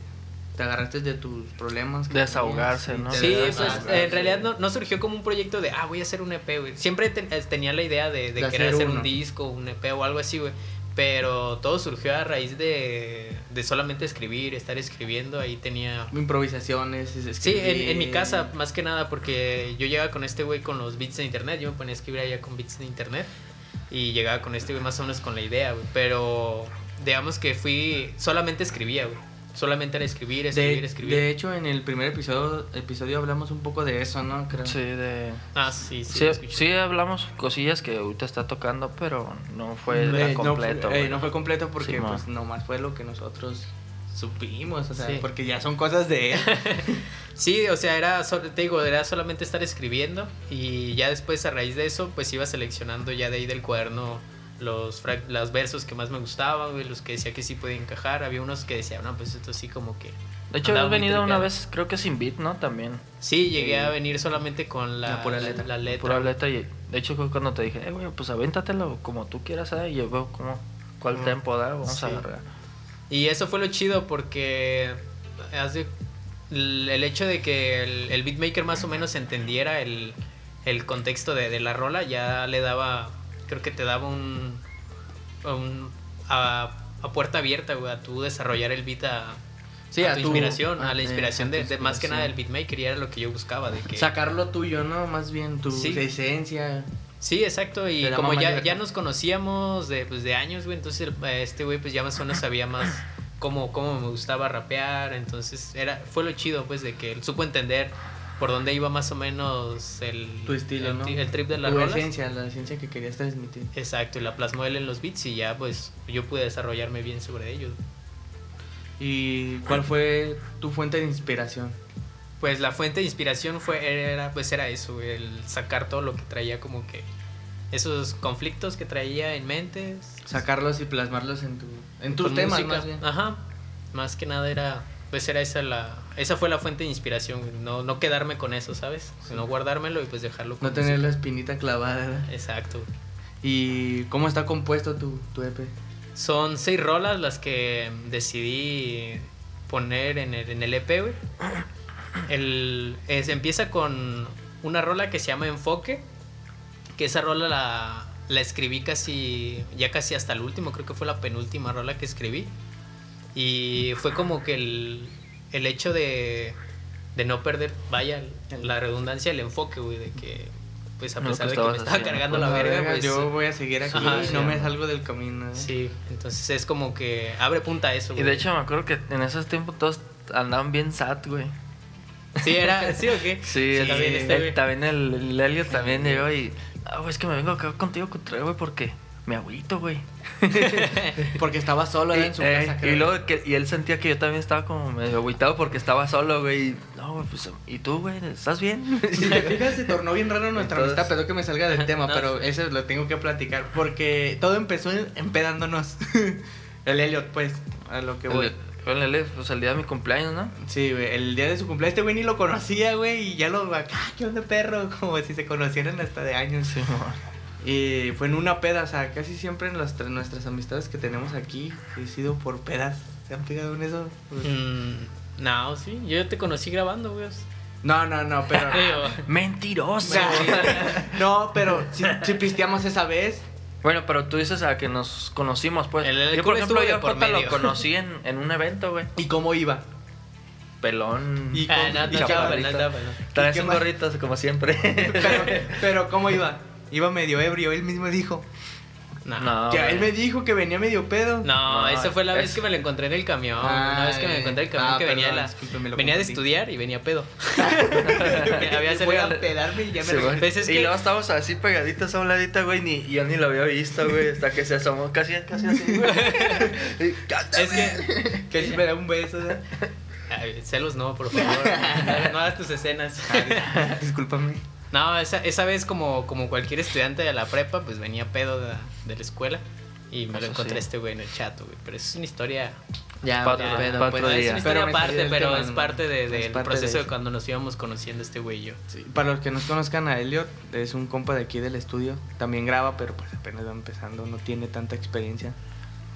[SPEAKER 1] Te agarraste de tus problemas. que
[SPEAKER 3] Desahogarse,
[SPEAKER 1] tenías
[SPEAKER 3] ¿no?
[SPEAKER 1] y te
[SPEAKER 2] Sí,
[SPEAKER 3] Te
[SPEAKER 2] pues
[SPEAKER 1] desahogaste.
[SPEAKER 3] das-
[SPEAKER 2] en realidad no, no surgió como un proyecto de, ah, voy a hacer un EP, güey. Siempre te- eh, tenía la idea de, de
[SPEAKER 1] De
[SPEAKER 2] querer
[SPEAKER 1] hacer
[SPEAKER 2] hacer un
[SPEAKER 1] uno.
[SPEAKER 2] disco, un EP o algo así, güey. Pero todo surgió a raíz de, de solamente escribir, estar escribiendo. Ahí tenía...
[SPEAKER 1] Improvisaciones.
[SPEAKER 2] Sí,
[SPEAKER 1] escribir.
[SPEAKER 2] en, en mi casa, más que nada, porque yo llegaba con este güey con los beats de internet. Yo me ponía a escribir allá con beats de internet. Y llegaba con este güey más o menos con la idea, güey. Pero digamos que fui... Solamente escribía, güey. Solamente era escribir, escribir,
[SPEAKER 1] De,
[SPEAKER 2] escribir.
[SPEAKER 1] de hecho, en el primer episodio, episodio hablamos un poco de eso, ¿no? Creo.
[SPEAKER 3] Sí, de.
[SPEAKER 2] Ah, sí, sí.
[SPEAKER 3] Sí,
[SPEAKER 2] lo escuché.
[SPEAKER 3] sí hablamos cosillas que ahorita está tocando, pero no fue
[SPEAKER 1] Eh,
[SPEAKER 3] tan
[SPEAKER 1] no
[SPEAKER 3] completo.
[SPEAKER 1] fue- eh,
[SPEAKER 3] güey.
[SPEAKER 1] no fue completo porque
[SPEAKER 3] Simón.
[SPEAKER 1] pues nomás fue lo que nosotros supimos, o sea,
[SPEAKER 2] Sí.
[SPEAKER 1] porque ya son cosas de él.
[SPEAKER 2] Sí, o sea, era, sol- te digo, era solamente estar escribiendo y ya después a raíz de eso, pues iba seleccionando ya de ahí del cuaderno los, frac- las versos que más me gustaban, güey, los que decía que sí podía encajar. Había unos que decían, no, pues esto sí como que...
[SPEAKER 3] De hecho,
[SPEAKER 2] andaba
[SPEAKER 3] habías
[SPEAKER 2] muy
[SPEAKER 3] venido una
[SPEAKER 2] tripeado".
[SPEAKER 3] vez, creo que sin beat, ¿no? También.
[SPEAKER 2] Sí, llegué
[SPEAKER 3] Eh,
[SPEAKER 2] a venir solamente con la,
[SPEAKER 1] la pura letra.
[SPEAKER 2] la letra,
[SPEAKER 3] Pura
[SPEAKER 2] güey.
[SPEAKER 3] letra. Y, de hecho, fue cuando te dije, eh, güey, pues avéntatelo como tú quieras, ¿eh? Y yo veo cómo, cuál
[SPEAKER 2] Mm.
[SPEAKER 3] tempo da, vamos a
[SPEAKER 2] Sí.
[SPEAKER 3] agarrar.
[SPEAKER 2] Y eso fue lo chido porque haz de- el el hecho de que el, el beatmaker más o menos entendiera el, el contexto de, de la rola ya le daba, creo que te daba un, un- a, a puerta abierta güey, a tú desarrollar el beat a,
[SPEAKER 1] Sí,
[SPEAKER 2] a
[SPEAKER 1] a
[SPEAKER 2] tu
[SPEAKER 1] tu-
[SPEAKER 2] inspiración, a,
[SPEAKER 1] a-
[SPEAKER 2] la
[SPEAKER 1] eh,
[SPEAKER 2] inspiración
[SPEAKER 1] a
[SPEAKER 2] de,
[SPEAKER 1] tu
[SPEAKER 2] de- más que nada del
[SPEAKER 1] inspiración.
[SPEAKER 2] beatmaker y era lo que yo buscaba de que...
[SPEAKER 1] Sacar lo tuyo, ¿no? Más bien tu
[SPEAKER 2] Sí.
[SPEAKER 1] esencia.
[SPEAKER 2] Sí, exacto, y
[SPEAKER 1] Te da
[SPEAKER 2] como
[SPEAKER 1] más
[SPEAKER 2] ya,
[SPEAKER 1] libertad.
[SPEAKER 2] ya nos conocíamos de, pues, de años, güey, entonces el- eh, este güey pues ya más o menos sabía más cómo, cómo me gustaba rapear, entonces era fue lo chido pues de que él supo entender por dónde iba más o menos el,
[SPEAKER 1] Tu estilo,
[SPEAKER 2] el,
[SPEAKER 1] ¿no?
[SPEAKER 2] tri- el trip de la
[SPEAKER 1] tu
[SPEAKER 2] rola.
[SPEAKER 1] esencia, la esencia que querías transmitir.
[SPEAKER 2] Exacto, y la plasmó él en los beats y ya pues yo pude desarrollarme bien sobre ellos.
[SPEAKER 1] ¿Y cuál fue tu fuente de inspiración?
[SPEAKER 2] Pues la fuente de inspiración fue era pues era eso, güey, el sacar todo lo que traía como que esos conflictos que traía en mente,
[SPEAKER 1] Sacarlos y plasmarlos en tu en tus
[SPEAKER 2] con
[SPEAKER 1] temas
[SPEAKER 2] música. Ah,
[SPEAKER 1] más bien.
[SPEAKER 2] Ajá. Más que nada era pues era esa la esa fue la fuente de inspiración, güey. no no quedarme con eso, ¿sabes?
[SPEAKER 1] Sí.
[SPEAKER 2] No guardármelo y pues dejarlo con
[SPEAKER 1] No tener la
[SPEAKER 2] música.
[SPEAKER 1] espinita clavada. ¿verdad?
[SPEAKER 2] Exacto.
[SPEAKER 1] ¿Y cómo está compuesto tu, tu E EP?
[SPEAKER 2] Son seis rolas las que decidí poner en el, en el EP, güey. El, es- empieza con una rola que se llama Enfoque, que esa rola la, la escribí casi, ya casi hasta el último, creo que fue la penúltima rola que escribí. Y fue como que el, el hecho de, de no perder, vaya, la redundancia, el enfoque, güey, de que, pues a
[SPEAKER 3] Lo que
[SPEAKER 2] pesar de que me
[SPEAKER 3] estabas
[SPEAKER 2] estaba
[SPEAKER 3] haciendo.
[SPEAKER 2] cargando
[SPEAKER 1] Con
[SPEAKER 2] la verga, pues,
[SPEAKER 1] yo voy a seguir aquí
[SPEAKER 2] Ajá,
[SPEAKER 1] y
[SPEAKER 2] sí,
[SPEAKER 1] no me
[SPEAKER 3] ajá.
[SPEAKER 1] salgo del camino. ¿eh?
[SPEAKER 2] Sí, entonces es como que abre punta a eso,
[SPEAKER 3] Y
[SPEAKER 2] güey.
[SPEAKER 3] de hecho, me acuerdo que en esos tiempos todos andaban bien sad, güey.
[SPEAKER 2] Sí, era, ¿sí o qué?
[SPEAKER 3] Sí, el-
[SPEAKER 2] también este,
[SPEAKER 3] el-
[SPEAKER 2] güey.
[SPEAKER 3] también el, el Elliot también llegó y. Ah, güey, es que me vengo acá contigo, contra, güey, porque me agüito, güey.
[SPEAKER 1] Porque estaba solo
[SPEAKER 3] Y,
[SPEAKER 1] era en su
[SPEAKER 3] eh,
[SPEAKER 1] casa.
[SPEAKER 3] y
[SPEAKER 1] creo.
[SPEAKER 3] luego que- y él sentía que yo también estaba como medio agüitado porque estaba solo, güey. y, No, güey, pues, ¿y tú, güey? ¿Estás bien?
[SPEAKER 1] Si te fijas, se tornó bien raro nuestra
[SPEAKER 3] Entonces-
[SPEAKER 1] amistad, pero que me salga del tema,
[SPEAKER 2] No,
[SPEAKER 1] pero eso lo tengo que platicar, porque todo empezó en- empedándonos. El Elliot, pues, a lo que voy.
[SPEAKER 3] El- Con el Elliot, pues el día de mi cumpleaños, ¿no?
[SPEAKER 1] Sí, güey, el día de su cumpleaños este güey ni lo conocía, güey, y ya lo... ¡Ah, qué onda, perro! Como si se conocieran hasta de años.
[SPEAKER 3] Sí, mamá.
[SPEAKER 1] Y fue en una peda, o sea, casi siempre en las, nuestras amistades que tenemos aquí, he sido por pedas. ¿Se han pegado en eso? Pues,
[SPEAKER 2] Mm, no, sí, yo te conocí grabando, güey.
[SPEAKER 1] No, no, no, pero...
[SPEAKER 2] Digo,
[SPEAKER 3] ¡Mentiroso!
[SPEAKER 1] no, pero si, pisteamos esa vez,
[SPEAKER 3] Bueno, pero tú dices a que nos conocimos, pues.
[SPEAKER 2] El- el
[SPEAKER 3] yo, por
[SPEAKER 2] culo
[SPEAKER 3] ejemplo,
[SPEAKER 2] estuvo de
[SPEAKER 3] yo a
[SPEAKER 2] por
[SPEAKER 3] Jota lo
[SPEAKER 2] medio.
[SPEAKER 3] conocí en, en un evento, güey.
[SPEAKER 1] ¿y cómo iba?
[SPEAKER 3] Pelón.
[SPEAKER 1] Y-
[SPEAKER 2] ah, no, no,
[SPEAKER 1] y
[SPEAKER 2] estaba, no,
[SPEAKER 1] chaparrito.
[SPEAKER 2] estaba, no.
[SPEAKER 1] ¿y
[SPEAKER 3] Traes
[SPEAKER 1] qué
[SPEAKER 3] un
[SPEAKER 1] más?
[SPEAKER 3] gorrito, como siempre.
[SPEAKER 1] Pero, pero ¿cómo iba? Iba medio ebrio, él mismo dijo.
[SPEAKER 2] No. No,
[SPEAKER 3] No,
[SPEAKER 1] que
[SPEAKER 3] güey.
[SPEAKER 1] él me dijo que venía medio pedo.
[SPEAKER 3] No,
[SPEAKER 2] esa fue la
[SPEAKER 3] es-
[SPEAKER 2] vez que me lo encontré en el camión. una
[SPEAKER 1] Ah,
[SPEAKER 2] vez que me
[SPEAKER 1] eh.
[SPEAKER 2] encontré en el camión
[SPEAKER 1] Ah,
[SPEAKER 2] que venía de
[SPEAKER 1] perdón,
[SPEAKER 2] la-
[SPEAKER 1] disculpe, me lo
[SPEAKER 2] venía de
[SPEAKER 1] confundí.
[SPEAKER 2] estudiar y venía pedo.
[SPEAKER 1] Había
[SPEAKER 2] Había
[SPEAKER 1] voy
[SPEAKER 2] salido
[SPEAKER 1] a pedarme y ya me
[SPEAKER 3] Sí,
[SPEAKER 1] regresé.
[SPEAKER 3] güey.
[SPEAKER 2] Pues es
[SPEAKER 3] y
[SPEAKER 2] que-
[SPEAKER 3] luego estábamos así pegaditos a un ladito, güey, ni yo ni lo había visto, güey, hasta que se asomó casi, casi así, güey. Y, "Cántame".
[SPEAKER 2] Es que.
[SPEAKER 1] Que si me da un beso. ¿verdad?
[SPEAKER 2] Ay, celos no, por favor. No, no hagas tus escenas.
[SPEAKER 1] Discúlpame.
[SPEAKER 2] No, esa, esa vez como, como cualquier estudiante de la prepa, pues venía pedo de la, de la escuela y me lo
[SPEAKER 3] Eso
[SPEAKER 2] encontré
[SPEAKER 3] sí.
[SPEAKER 2] este güey en el chat, güey. Pero eso es una historia...
[SPEAKER 1] Ya,
[SPEAKER 3] Cuatro-
[SPEAKER 1] ya,
[SPEAKER 3] cuatro
[SPEAKER 1] bueno, pues,
[SPEAKER 3] días.
[SPEAKER 2] Es una
[SPEAKER 3] Pero
[SPEAKER 2] historia
[SPEAKER 1] me salí
[SPEAKER 2] aparte,
[SPEAKER 1] del
[SPEAKER 2] pero
[SPEAKER 1] tema,
[SPEAKER 2] es
[SPEAKER 1] ¿no?
[SPEAKER 2] parte de- del
[SPEAKER 1] Es parte
[SPEAKER 2] proceso de,
[SPEAKER 1] eso.
[SPEAKER 2] cuando nos íbamos conociendo este güey y yo.
[SPEAKER 1] Sí, Para los que nos conozcan a Elliot, es un compa de aquí del estudio. También graba, pero pues apenas va empezando. No tiene tanta experiencia.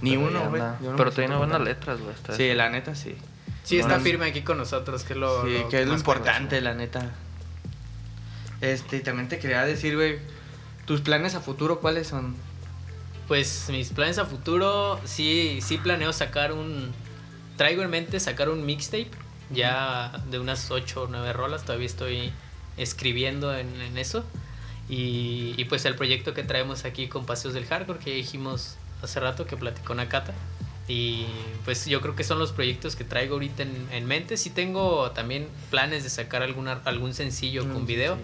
[SPEAKER 1] Ni
[SPEAKER 3] Pero ya
[SPEAKER 1] uno, güey.
[SPEAKER 3] anda.
[SPEAKER 1] Yo no
[SPEAKER 3] Pero
[SPEAKER 1] me
[SPEAKER 3] tiene
[SPEAKER 1] siento
[SPEAKER 3] buenas
[SPEAKER 1] tan-
[SPEAKER 3] letras, güey. está-
[SPEAKER 1] Sí, la neta, sí.
[SPEAKER 2] Sí, está
[SPEAKER 3] Bueno,
[SPEAKER 2] firme aquí con nosotros, que es lo,
[SPEAKER 1] sí,
[SPEAKER 2] lo
[SPEAKER 1] que es lo
[SPEAKER 2] más
[SPEAKER 1] importante, la neta. Este, y también te quería decir, güey, tus planes a futuro, ¿cuáles son?
[SPEAKER 2] Pues mis planes a futuro, sí, sí planeo sacar un... Traigo en mente sacar un mixtape, ya de unas 8 o 9 rolas, todavía estoy escribiendo en, en eso. Y, y pues el proyecto que traemos aquí con Paseos del Hardcore, que ya dijimos hace rato que platicó Nakata. Y pues yo creo que son los proyectos que traigo ahorita en, en mente. Sí tengo también planes de sacar alguna, algún
[SPEAKER 1] Mm,
[SPEAKER 2] sencillo con video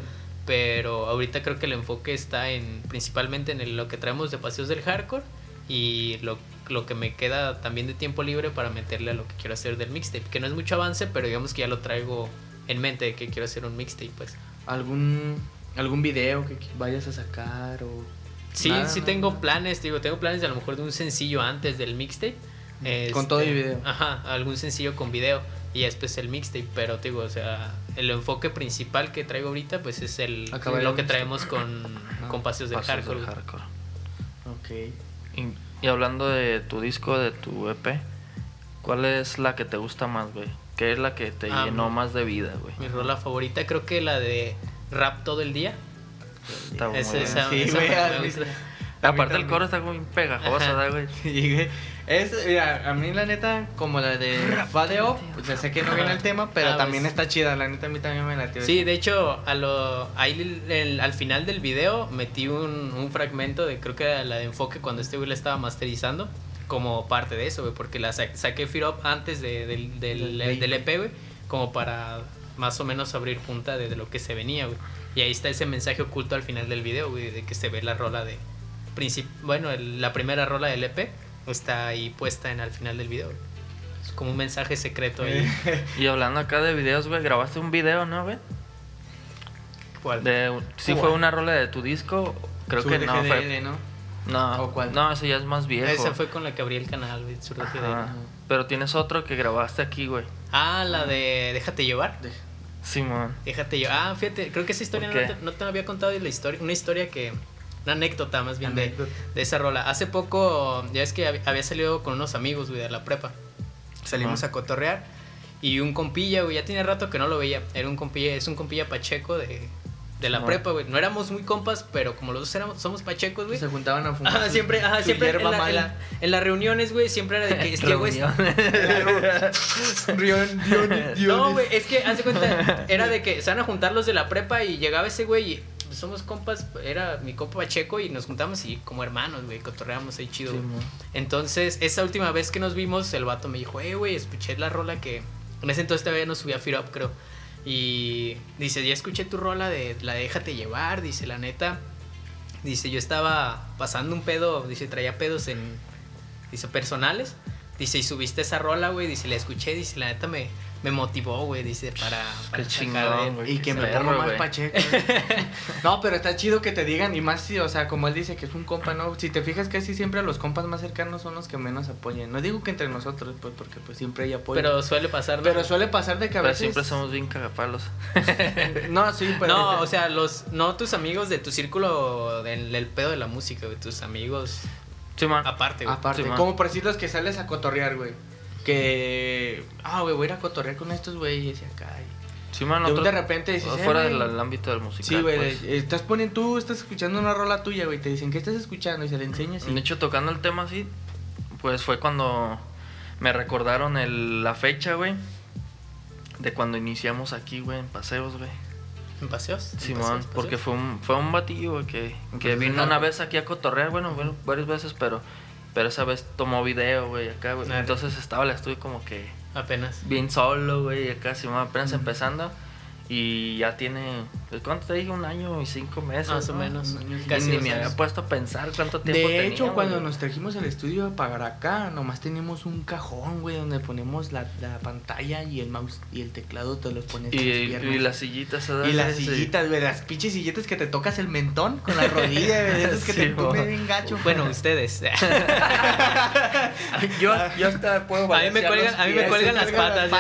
[SPEAKER 2] pero ahorita creo que el enfoque está en principalmente en el- lo que traemos de paseos del hardcore y lo, lo que me queda también de tiempo libre para meterle a lo que quiero hacer del mixtape, que no es mucho avance, pero digamos que ya lo traigo en mente de que quiero hacer un mixtape, pues.
[SPEAKER 1] ¿Algún, algún video que qui- vayas a sacar o
[SPEAKER 2] Sí,
[SPEAKER 1] Nada.
[SPEAKER 2] sí tengo planes, digo, tengo planes de a lo mejor de un sencillo antes del mixtape. Este,
[SPEAKER 1] todo y video.
[SPEAKER 2] Ajá, algún sencillo con video y ya después el mixtape, pero te digo, o sea, el enfoque principal que traigo ahorita pues es el
[SPEAKER 1] Acabar el
[SPEAKER 2] lo que
[SPEAKER 1] mixtape. Ah,
[SPEAKER 2] traemos con, con Paseos del
[SPEAKER 3] Pasos
[SPEAKER 2] Hardcore.
[SPEAKER 3] del hardcore.
[SPEAKER 1] Ok.
[SPEAKER 3] Y, y hablando de tu disco, de tu EP, ¿cuál es la que te gusta más, güey? ¿Qué es la que te
[SPEAKER 2] Ah,
[SPEAKER 3] llenó
[SPEAKER 2] mi-
[SPEAKER 3] más de vida, güey?
[SPEAKER 2] Mi rola favorita creo que la de Rap todo el día.
[SPEAKER 3] Está muy
[SPEAKER 2] Es
[SPEAKER 3] buena.
[SPEAKER 2] esa,
[SPEAKER 1] Sí,
[SPEAKER 2] esa
[SPEAKER 1] güey,
[SPEAKER 2] me
[SPEAKER 1] a mí-
[SPEAKER 2] gusta.
[SPEAKER 3] Aparte el
[SPEAKER 1] también.
[SPEAKER 3] coro está muy pegajoso,
[SPEAKER 2] Ajá.
[SPEAKER 3] ¿verdad, güey?
[SPEAKER 1] Llegué. Es, mira, a mí la neta, como la de Fade Up, o sea, sé que no viene el tema, pero
[SPEAKER 2] Ah,
[SPEAKER 1] también
[SPEAKER 2] pues.
[SPEAKER 1] está chida, la neta a mí también me latió.
[SPEAKER 2] Sí, de hecho, a lo, ahí el- al final del video metí un, un fragmento de, creo que era la de enfoque cuando este güey la estaba masterizando, como parte de eso, güey, porque la sa- saqué Fear Up antes de- del, del,
[SPEAKER 1] Del
[SPEAKER 2] del EP, güey, como para más o menos abrir punta de, de lo que se venía, güey. Y ahí está ese mensaje oculto al final del video, güey, de que se ve la rola de... princip- Bueno, el- la primera rola del EP está ahí puesta en al final del video, güey. Es como un mensaje secreto ahí.
[SPEAKER 3] Y hablando acá de videos, güey, grabaste un video, ¿no, güey?
[SPEAKER 2] ¿Cuál?
[SPEAKER 3] De, si
[SPEAKER 1] ¿Cuál?
[SPEAKER 3] fue una rola de tu disco, creo que no fue.
[SPEAKER 1] ¿no?
[SPEAKER 3] No,
[SPEAKER 1] ¿O cuál?
[SPEAKER 3] no, ese ya es más viejo.
[SPEAKER 2] Esa fue con la que abrí el canal, güey, Sur de
[SPEAKER 3] Ajá.
[SPEAKER 2] Fidel.
[SPEAKER 3] Pero tienes otro que grabaste aquí, güey.
[SPEAKER 2] Ah, la de Déjate llevar.
[SPEAKER 1] De-
[SPEAKER 3] Simón.
[SPEAKER 2] Déjate llevar. Ah, fíjate, creo que esa historia no
[SPEAKER 3] ¿Por qué?
[SPEAKER 2] te, no te había contado de la historia, una historia que una anécdota más bien de,
[SPEAKER 1] anécdota.
[SPEAKER 2] de esa rola. Hace poco ya es que hab- había salido con unos amigos, güey, de la prepa. Salimos
[SPEAKER 3] Ajá.
[SPEAKER 2] a cotorrear y un compilla, güey, ya tenía rato que no lo veía. Era un compilla, es un compilla pacheco de de la
[SPEAKER 3] Ajá.
[SPEAKER 2] prepa, güey. No éramos muy compas, pero como los dos éramos, somos pachecos, güey.
[SPEAKER 1] Pues Se juntaban a fumar.
[SPEAKER 2] Ajá,
[SPEAKER 1] su-
[SPEAKER 2] siempre, ajá,
[SPEAKER 1] su
[SPEAKER 2] siempre en,
[SPEAKER 1] hierba
[SPEAKER 2] la- en-
[SPEAKER 1] mala.
[SPEAKER 2] en las reuniones, güey, siempre era de que es que, güey,
[SPEAKER 1] Rion, Dion, Dion.
[SPEAKER 2] No, güey, es que, haz de cuenta, era de que se van a juntar los de la prepa y llegaba ese güey y pues, somos compas, era mi compa Pacheco y nos juntamos y como hermanos, güey, cotorreamos ahí chido. güey.
[SPEAKER 3] Simón.
[SPEAKER 2] Entonces, esa última vez que nos vimos, el vato me dijo, eh, güey, escuché la rola que... En ese entonces todavía no subía Fear Up, creo. Y dice, ya escuché tu rola de la de Déjate Llevar, dice, la neta. Dice, yo estaba pasando un pedo, dice, traía pedos en... Dice, personales. Dice, y subiste esa rola, güey, dice, la escuché, dice, la neta me, me motivó, güey, dice, para... para sacar de-
[SPEAKER 3] Qué chingón, güey.
[SPEAKER 1] Y que me
[SPEAKER 3] perro,
[SPEAKER 1] pongo más
[SPEAKER 3] güey.
[SPEAKER 1] pacheco. güey. No, pero está chido que te digan, y más si, o sea, como él dice que es un compa, ¿no? Si te fijas casi siempre los compas más cercanos son los que menos apoyan. No digo que entre nosotros, pues, porque pues siempre hay apoyo.
[SPEAKER 2] Pero suele pasar... ¿no?
[SPEAKER 1] Pero suele pasar de que a
[SPEAKER 3] Pero
[SPEAKER 1] veces...
[SPEAKER 3] siempre somos bien cagapalos.
[SPEAKER 1] No, sí, pero...
[SPEAKER 2] No, o sea, los... No tus amigos de tu círculo del, del pedo de la música, güey, tus amigos
[SPEAKER 3] Simón.
[SPEAKER 2] aparte, güey.
[SPEAKER 1] Aparte,
[SPEAKER 3] Sí, man.
[SPEAKER 1] como por decir los que sales a cotorrear, güey. Que... Ah, güey, voy a ir a cotorrear con estos güeyes y acá. y-
[SPEAKER 3] Simón,
[SPEAKER 1] de,
[SPEAKER 3] otro-
[SPEAKER 1] de repente dices... eh,
[SPEAKER 3] Fuera
[SPEAKER 1] güey,
[SPEAKER 3] del ámbito del musical.
[SPEAKER 1] Sí, güey, eh,
[SPEAKER 3] pues.
[SPEAKER 1] estás poniendo, tú estás escuchando una rola tuya, güey, te dicen, ¿qué estás escuchando? Y se le enseñas y...
[SPEAKER 3] De hecho, tocando el tema así, pues fue cuando me recordaron el- la fecha, güey. De cuando iniciamos aquí, güey, en paseos, güey.
[SPEAKER 2] ¿En paseos? ¿En
[SPEAKER 3] Simón,
[SPEAKER 2] paseos, paseos?
[SPEAKER 3] porque fue un, fue un batillo güey, que, que
[SPEAKER 1] Entonces,
[SPEAKER 3] vino
[SPEAKER 1] ajá.
[SPEAKER 3] una vez aquí a cotorrear, bueno, bueno, varias veces, pero pero esa vez tomó video, güey, acá, güey.
[SPEAKER 2] Neta.
[SPEAKER 3] Entonces estaba, la estuve como que
[SPEAKER 2] Apenas.
[SPEAKER 3] bien solo, güey, acá, Simón, apenas empezando. Y ya tiene, pues, ¿cuánto te dije? Un año y cinco meses.
[SPEAKER 2] Más o
[SPEAKER 3] ¿no?
[SPEAKER 2] menos.
[SPEAKER 1] no, no,
[SPEAKER 3] Y
[SPEAKER 2] Casi
[SPEAKER 3] ni
[SPEAKER 2] dos
[SPEAKER 3] me
[SPEAKER 2] años.
[SPEAKER 3] había puesto a pensar cuánto tiempo
[SPEAKER 1] De hecho,
[SPEAKER 3] tenía,
[SPEAKER 1] cuando
[SPEAKER 3] güey.
[SPEAKER 1] nos trajimos el estudio para acá, nomás tenemos un cajón, güey, donde ponemos la, la pantalla y el mouse y el teclado te los pones
[SPEAKER 3] Y,
[SPEAKER 1] en
[SPEAKER 3] y
[SPEAKER 1] piernas.
[SPEAKER 3] las sillitas, ¿verdad?
[SPEAKER 1] Y las
[SPEAKER 3] Sí.
[SPEAKER 1] sillitas, güey, las pinches sillitas que te tocas el mentón con la rodilla, güey, de esas que
[SPEAKER 3] Sí,
[SPEAKER 1] te tuve
[SPEAKER 3] mo.
[SPEAKER 1] bien gacho.
[SPEAKER 2] Bueno, ustedes.
[SPEAKER 3] Yo,
[SPEAKER 1] Ah.
[SPEAKER 3] yo hasta puedo
[SPEAKER 2] A mí me
[SPEAKER 3] balancear
[SPEAKER 2] cuelgan-
[SPEAKER 3] los
[SPEAKER 2] a mí me
[SPEAKER 3] pies.
[SPEAKER 2] cuelgan las patas,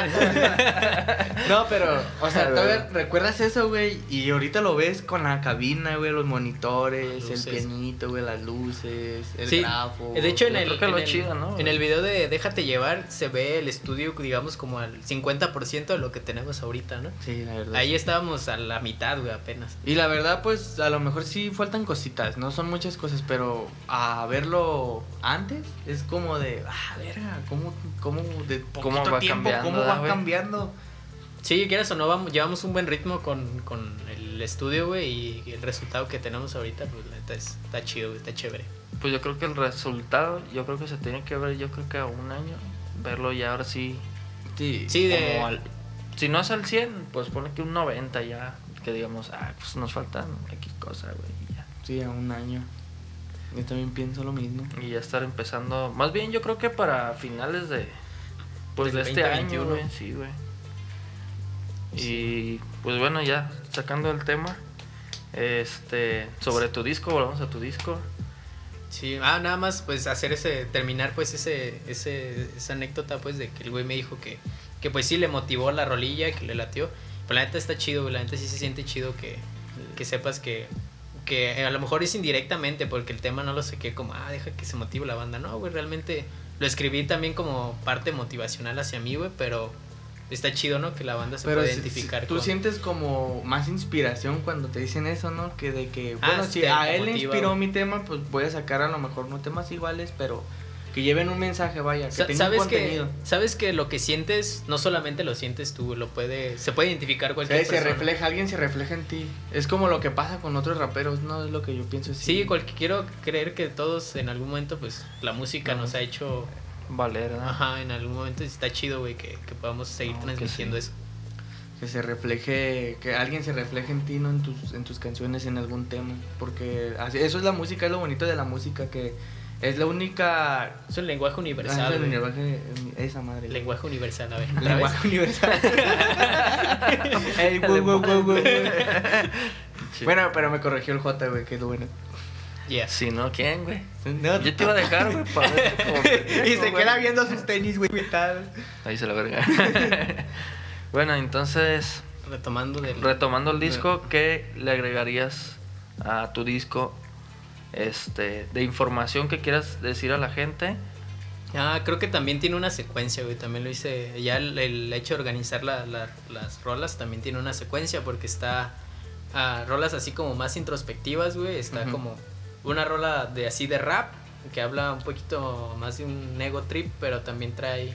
[SPEAKER 1] güey. no, pero, o sea,
[SPEAKER 3] A
[SPEAKER 1] todavía
[SPEAKER 3] ver.
[SPEAKER 1] recuerdas eso, güey, y ahorita lo ves con la cabina, güey, los monitores,
[SPEAKER 2] Las
[SPEAKER 1] el
[SPEAKER 2] luces.
[SPEAKER 1] pianito, güey, las luces, el
[SPEAKER 2] Sí,
[SPEAKER 1] grafo.
[SPEAKER 2] De hecho, en
[SPEAKER 3] Yo
[SPEAKER 2] el,
[SPEAKER 3] creo que
[SPEAKER 2] en,
[SPEAKER 3] lo
[SPEAKER 2] el,
[SPEAKER 3] chido, ¿no?
[SPEAKER 2] en el video de Déjate llevar se ve el estudio, digamos, como al 50% de lo que tenemos ahorita, ¿no?
[SPEAKER 1] Sí, la verdad.
[SPEAKER 2] Ahí estábamos a la mitad, güey, apenas.
[SPEAKER 1] Y la verdad, pues a lo mejor sí faltan cositas, no son muchas cosas, pero a verlo antes es como de, ah, verga, ¿cómo, cómo de poquito
[SPEAKER 3] ¿Cómo va
[SPEAKER 1] tiempo,
[SPEAKER 3] cambiando,
[SPEAKER 1] cómo
[SPEAKER 3] da,
[SPEAKER 1] va
[SPEAKER 3] güey?
[SPEAKER 1] cambiando?
[SPEAKER 2] Sí, quieras o no, vamos, llevamos un buen ritmo con, con el estudio, güey, y el resultado que tenemos ahorita, pues, la neta, es- está chido, güey, está chévere.
[SPEAKER 3] Pues yo creo que el resultado, yo creo que se tiene que ver, yo creo que a un año, verlo ya ahora sí.
[SPEAKER 1] Sí.
[SPEAKER 2] Sí, de...
[SPEAKER 3] como al- si no es al 100, pues pone que un 90 ya, que digamos, ah, pues nos faltan X cosa, güey, y ya.
[SPEAKER 1] Sí, a un año. Yo también pienso lo mismo.
[SPEAKER 3] Y ya estar empezando, más bien yo creo que para finales de, pues
[SPEAKER 2] Del
[SPEAKER 3] de este
[SPEAKER 2] 2021.
[SPEAKER 3] año, güey, sí, güey. Y pues bueno, ya sacando el tema, este, sobre tu disco, volvamos a tu disco.
[SPEAKER 2] Sí, ah, nada más pues hacer ese, terminar pues ese, ese, esa anécdota pues de que el güey me dijo que, que pues sí le motivó la rolilla, que le latió. Pero la neta está chido, güey, la neta sí se siente chido que, que sepas que, que eh, a lo mejor es indirectamente porque el tema no lo saqué como, ah, deja que se motive la banda. No, güey, realmente lo escribí también como parte motivacional hacia mí, güey, pero está chido, ¿no? Que la banda se
[SPEAKER 1] Pero
[SPEAKER 2] pueda
[SPEAKER 1] si-
[SPEAKER 2] identificar
[SPEAKER 1] si- tú
[SPEAKER 2] con-
[SPEAKER 1] sientes como más inspiración cuando te dicen eso, ¿no? Que de que,
[SPEAKER 2] Ah,
[SPEAKER 1] bueno,
[SPEAKER 2] sí,
[SPEAKER 1] si
[SPEAKER 2] te-
[SPEAKER 1] a
[SPEAKER 2] te
[SPEAKER 1] él le
[SPEAKER 2] motiva,
[SPEAKER 1] inspiró
[SPEAKER 2] güey.
[SPEAKER 1] mi tema, pues voy a sacar a lo mejor no temas iguales, pero que lleven un mensaje, vaya, que
[SPEAKER 2] Sa-
[SPEAKER 1] tenga un
[SPEAKER 2] sabes que
[SPEAKER 1] contenido.
[SPEAKER 2] sabes que lo que sientes no solamente lo sientes tú lo puede se puede identificar
[SPEAKER 1] O sea,
[SPEAKER 2] cualquier
[SPEAKER 1] se
[SPEAKER 2] persona
[SPEAKER 1] refleja, alguien se refleja en ti. Es como lo que pasa con otros raperos, ¿no? Es lo que yo pienso.
[SPEAKER 2] sí cualquier, quiero creer que todos en algún momento pues la música
[SPEAKER 3] Ajá.
[SPEAKER 2] nos ha hecho
[SPEAKER 3] Valer, ¿no?
[SPEAKER 2] ajá en algún momento y está chido güey que, que podamos seguir
[SPEAKER 3] No, que
[SPEAKER 2] transmitiendo
[SPEAKER 3] sí.
[SPEAKER 2] eso
[SPEAKER 1] que se refleje, que alguien se refleje en ti, ¿no? En tus, en tus canciones, en algún tema. Porque así- eso es la música, es lo bonito de la música, que es la única...
[SPEAKER 2] es un lenguaje
[SPEAKER 1] Ah,
[SPEAKER 2] universal
[SPEAKER 1] es el
[SPEAKER 2] güey.
[SPEAKER 1] lenguaje- esa madre.
[SPEAKER 2] lenguaje universal a ver ¿la ves?
[SPEAKER 1] Lenguaje universal. Ey, wow, wow, wow, wow, wow.
[SPEAKER 3] Sí.
[SPEAKER 1] Bueno, pero me corrigió el J, güey, que es lo bueno.
[SPEAKER 2] Yeah.
[SPEAKER 3] Si no, ¿quién, güey?
[SPEAKER 1] No,
[SPEAKER 3] Yo te iba a dejar, güey, para ver cómo te
[SPEAKER 1] y
[SPEAKER 3] dejo,
[SPEAKER 1] se
[SPEAKER 3] güey.
[SPEAKER 1] queda viendo sus tenis, güey, y tal.
[SPEAKER 3] Ahí se la verga. bueno, entonces,
[SPEAKER 2] retomando del
[SPEAKER 3] retomando el disco, ¿qué le agregarías a tu disco este, de información que quieras decir a la gente?
[SPEAKER 2] Ah, creo que también tiene una secuencia, güey. También lo hice. Ya el, el hecho de organizar la- la- las rolas también tiene una secuencia porque está. ah, rolas así como más introspectivas, güey. Está
[SPEAKER 1] Ujú.
[SPEAKER 2] como una rola de así de rap que habla un poquito más de un ego trip, pero también trae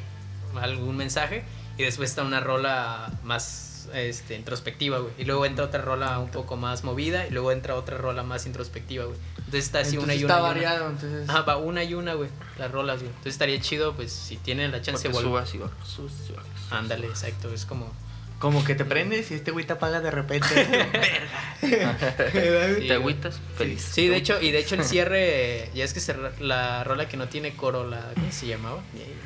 [SPEAKER 2] algún mensaje. Y después está una rola más este, introspectiva, güey. Y luego entra otra rola un poco más movida y luego entra otra rola más introspectiva, güey. Entonces está así
[SPEAKER 1] Entonces
[SPEAKER 2] una y una.
[SPEAKER 1] está
[SPEAKER 2] y una.
[SPEAKER 1] variado, entonces.
[SPEAKER 2] Ajá, Ah, va una y una, güey. Las rolas, güey. Entonces estaría chido, pues, si tienen la chance
[SPEAKER 3] Porque
[SPEAKER 2] de volver.
[SPEAKER 3] subas y bajas, subas y bajas.
[SPEAKER 2] Ándale, exacto. Es como.
[SPEAKER 1] Como que te prendes y este güey te apaga de repente.
[SPEAKER 2] Sí,
[SPEAKER 3] ¿Te
[SPEAKER 2] güey.
[SPEAKER 3] agüitas? Feliz.
[SPEAKER 2] Sí, de hecho, y de hecho el cierre, ya es que cerra- la rola que no tiene coro, la, ¿cómo se llamaba?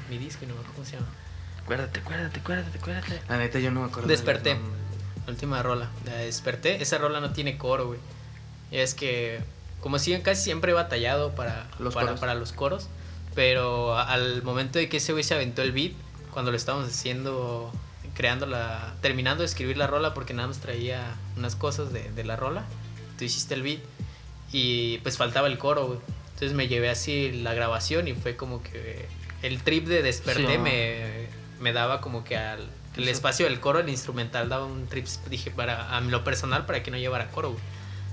[SPEAKER 2] Mi, mi disco, no me acuerdo cómo se llama.
[SPEAKER 3] Acuérdate, acuérdate, acuérdate, acuérdate.
[SPEAKER 1] La neta, yo no me acuerdo. de los
[SPEAKER 2] Desperté.
[SPEAKER 1] nombres.
[SPEAKER 2] La última rola, la de desperté. Esa rola no tiene coro, güey. Y es que, como siguen, casi siempre he batallado para
[SPEAKER 1] Los
[SPEAKER 2] para,
[SPEAKER 1] coros.
[SPEAKER 2] para los coros. Pero a- al momento de que ese güey se aventó el beat, cuando lo estábamos haciendo, creando la. terminando de escribir la rola, porque nada más traía unas cosas de, de la rola. Tú hiciste el beat y pues faltaba el coro, güey. Entonces me llevé así la grabación y fue como que el trip de desperté
[SPEAKER 3] Sí.
[SPEAKER 2] me, eh, me daba como que al el
[SPEAKER 3] Eso.
[SPEAKER 2] espacio del coro, el instrumental daba un trip, dije, para a lo personal, para que no llevara coro, güey.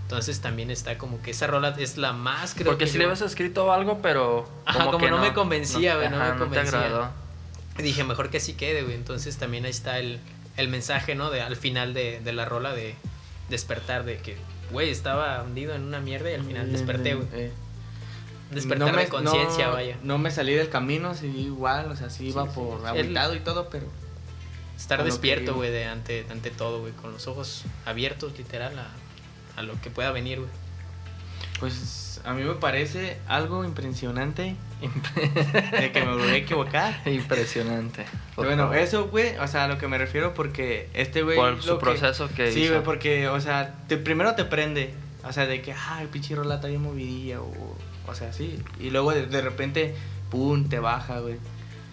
[SPEAKER 2] Entonces también está como que esa rola es la más, creo
[SPEAKER 3] Porque
[SPEAKER 2] que
[SPEAKER 3] si
[SPEAKER 2] yo-
[SPEAKER 3] le habías escrito algo, pero.
[SPEAKER 2] Ajá, como no me convencía, güey, no me
[SPEAKER 3] ajá,
[SPEAKER 2] convencía.
[SPEAKER 3] te agradó.
[SPEAKER 2] dije, mejor que así quede, güey. Entonces también ahí está el, el mensaje, ¿no? De, al final de, de la rola de despertar, de que, güey, estaba hundido en una mierda y al final desperté, güey.
[SPEAKER 1] Eh,
[SPEAKER 2] Despertar
[SPEAKER 1] no
[SPEAKER 2] de
[SPEAKER 1] me-
[SPEAKER 2] conciencia,
[SPEAKER 1] no-
[SPEAKER 2] vaya.
[SPEAKER 1] No me salí del camino, sí, igual, o sea, sí iba
[SPEAKER 2] Sí, sí,
[SPEAKER 1] por
[SPEAKER 2] sí.
[SPEAKER 1] habitado y todo, pero.
[SPEAKER 2] Estar
[SPEAKER 1] a lo que
[SPEAKER 2] despierto,
[SPEAKER 1] digo.
[SPEAKER 2] güey, de ante, ante todo, güey, con los ojos abiertos, literal, a, a lo que pueda venir, güey.
[SPEAKER 1] Pues a mí me parece algo impresionante de que me volví a equivocar.
[SPEAKER 3] Impresionante. por
[SPEAKER 1] bueno,
[SPEAKER 3] favor.
[SPEAKER 1] eso, güey, o sea, a lo que me refiero porque este güey...
[SPEAKER 3] Por su
[SPEAKER 1] lo que-
[SPEAKER 3] proceso que
[SPEAKER 1] Sí,
[SPEAKER 3] hizo.
[SPEAKER 1] güey, porque, o sea, te, primero te prende, o sea, de que, ay, pinche rola está bien movidilla, o, o sea, sí. Y luego de, de repente, pum, te baja, güey.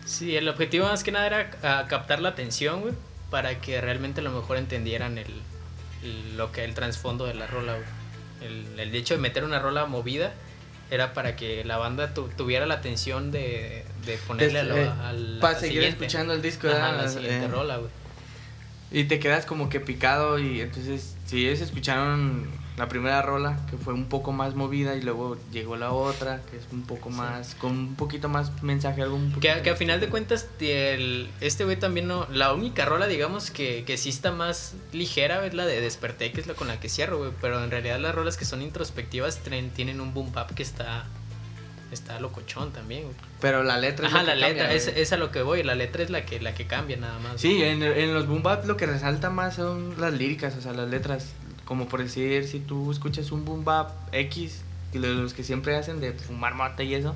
[SPEAKER 2] Sí, el objetivo más que nada era ah, captar la atención, güey, para que realmente a lo mejor entendieran el, el- lo que el trasfondo de la rola, güey. El, el hecho de meter una rola movida era para que la banda tu- tuviera la atención de, de ponerle a, lo-
[SPEAKER 1] Des- eh,
[SPEAKER 2] a la
[SPEAKER 1] Para seguir
[SPEAKER 2] siguiente.
[SPEAKER 1] escuchando el disco,
[SPEAKER 2] Ajá,
[SPEAKER 1] ¿verdad?
[SPEAKER 2] la siguiente
[SPEAKER 1] Eh,
[SPEAKER 2] rola, güey.
[SPEAKER 1] Y te quedas como que picado y entonces, si ellos escucharon la primera rola, que fue un poco más movida, y luego llegó la otra, que es un poco
[SPEAKER 2] Sí.
[SPEAKER 1] más, con un poquito más mensaje, algo un
[SPEAKER 2] Que,
[SPEAKER 1] poquito
[SPEAKER 2] que a
[SPEAKER 1] más-
[SPEAKER 2] final de cuentas, el- este güey también no. La única rola, digamos, que, que sí está más ligera es la de Desperté, que es la con la que cierro, güey. Pero en realidad, las rolas que son introspectivas tren- tienen un boom bap que está. Está locochón también, güey.
[SPEAKER 1] Pero la letra... es
[SPEAKER 2] Ajá,
[SPEAKER 1] lo
[SPEAKER 2] la
[SPEAKER 1] que cambia,
[SPEAKER 2] letra,
[SPEAKER 1] güey.
[SPEAKER 2] es, es a lo que voy. La letra es la que, la que cambia nada más.
[SPEAKER 1] Sí, en, en los boom bap lo que resalta más son las líricas, o sea, las letras. Como por decir, si tú escuchas un boom bap X, y lo- los que siempre hacen de fumar mate y eso,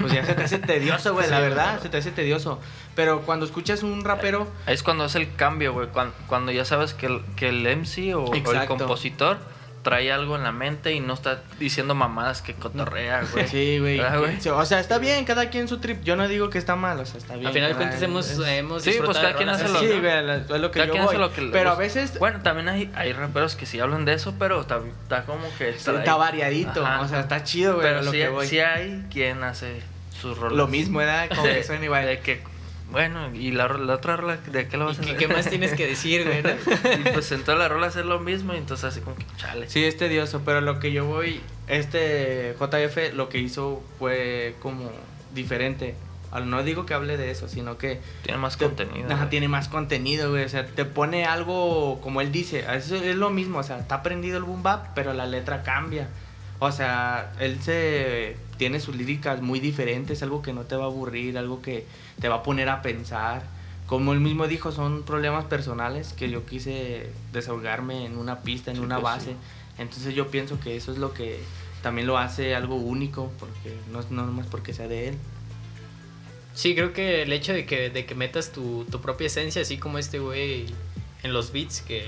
[SPEAKER 1] pues ya se te hace tedioso, güey, la
[SPEAKER 2] Sí,
[SPEAKER 1] verdad,
[SPEAKER 2] claro.
[SPEAKER 1] se te hace tedioso. Pero cuando escuchas un rapero,
[SPEAKER 3] Ahí es cuando es el cambio, güey. cuan- Cuando, ya sabes que el, que el MC o, o el
[SPEAKER 1] Exacto.
[SPEAKER 3] compositor trae algo en la mente y no está diciendo mamadas que cotorrea, güey.
[SPEAKER 1] Sí, güey.
[SPEAKER 3] ¿Verdad, güey?
[SPEAKER 1] Sí, O sea, está bien, cada quien su trip. Yo no digo que está mal, o sea, está bien.
[SPEAKER 2] Al final de
[SPEAKER 1] cada-
[SPEAKER 2] cuentas hemos,
[SPEAKER 1] es-
[SPEAKER 2] hemos
[SPEAKER 3] Sí, pues,
[SPEAKER 2] disfrutado
[SPEAKER 3] cada
[SPEAKER 2] de
[SPEAKER 3] quien
[SPEAKER 2] rolas
[SPEAKER 3] hace
[SPEAKER 2] así,
[SPEAKER 3] lo-
[SPEAKER 1] Sí,
[SPEAKER 2] ¿no?
[SPEAKER 1] güey, la- es lo que
[SPEAKER 3] Cada
[SPEAKER 1] yo
[SPEAKER 3] quien hace
[SPEAKER 1] voy.
[SPEAKER 3] lo que le
[SPEAKER 1] Pero a
[SPEAKER 3] gusta.
[SPEAKER 1] veces
[SPEAKER 3] Bueno, también hay, hay raperos que sí hablan de eso, pero está, está como que.
[SPEAKER 1] sí,
[SPEAKER 3] trae-
[SPEAKER 1] está variadito,
[SPEAKER 3] Ajá.
[SPEAKER 1] o sea, está chido, güey, a
[SPEAKER 3] Pero
[SPEAKER 1] lo
[SPEAKER 3] sí,
[SPEAKER 1] que voy.
[SPEAKER 3] sí hay quien hace sus roles.
[SPEAKER 1] lo mismo, ¿verdad? Como que suena igual.
[SPEAKER 3] De que, bueno, y la, ro- la otra rola, ¿de qué lo vas a
[SPEAKER 2] ¿Y
[SPEAKER 3] hacer?
[SPEAKER 2] qué- qué más tienes que decir, güey? no?
[SPEAKER 3] y pues en toda la rola hacer lo mismo, y entonces así como que chale.
[SPEAKER 1] Sí, es tedioso, pero lo que yo voy, este JF lo que hizo fue como diferente. Al- No digo que hable de eso, sino que
[SPEAKER 3] Tiene más
[SPEAKER 1] te-
[SPEAKER 3] contenido.
[SPEAKER 1] ajá,
[SPEAKER 3] güey.
[SPEAKER 1] tiene más contenido, güey. O sea, te pone algo, como él dice, eso es lo mismo. O sea, está prendido el boom bap, pero la letra cambia. O sea, él se tiene sus líricas muy diferentes, algo que no te va a aburrir, algo que te va a poner a pensar. Como él mismo dijo, son problemas personales que yo quise desahogarme en una pista, en
[SPEAKER 3] Sí,
[SPEAKER 1] una
[SPEAKER 3] pues,
[SPEAKER 1] base.
[SPEAKER 3] sí.
[SPEAKER 1] Entonces yo pienso que eso es lo que también lo hace algo único, porque no es no nomás porque sea de él.
[SPEAKER 2] Sí, creo que el hecho de que, de que metas tu, tu propia esencia, así como este güey en los beats, que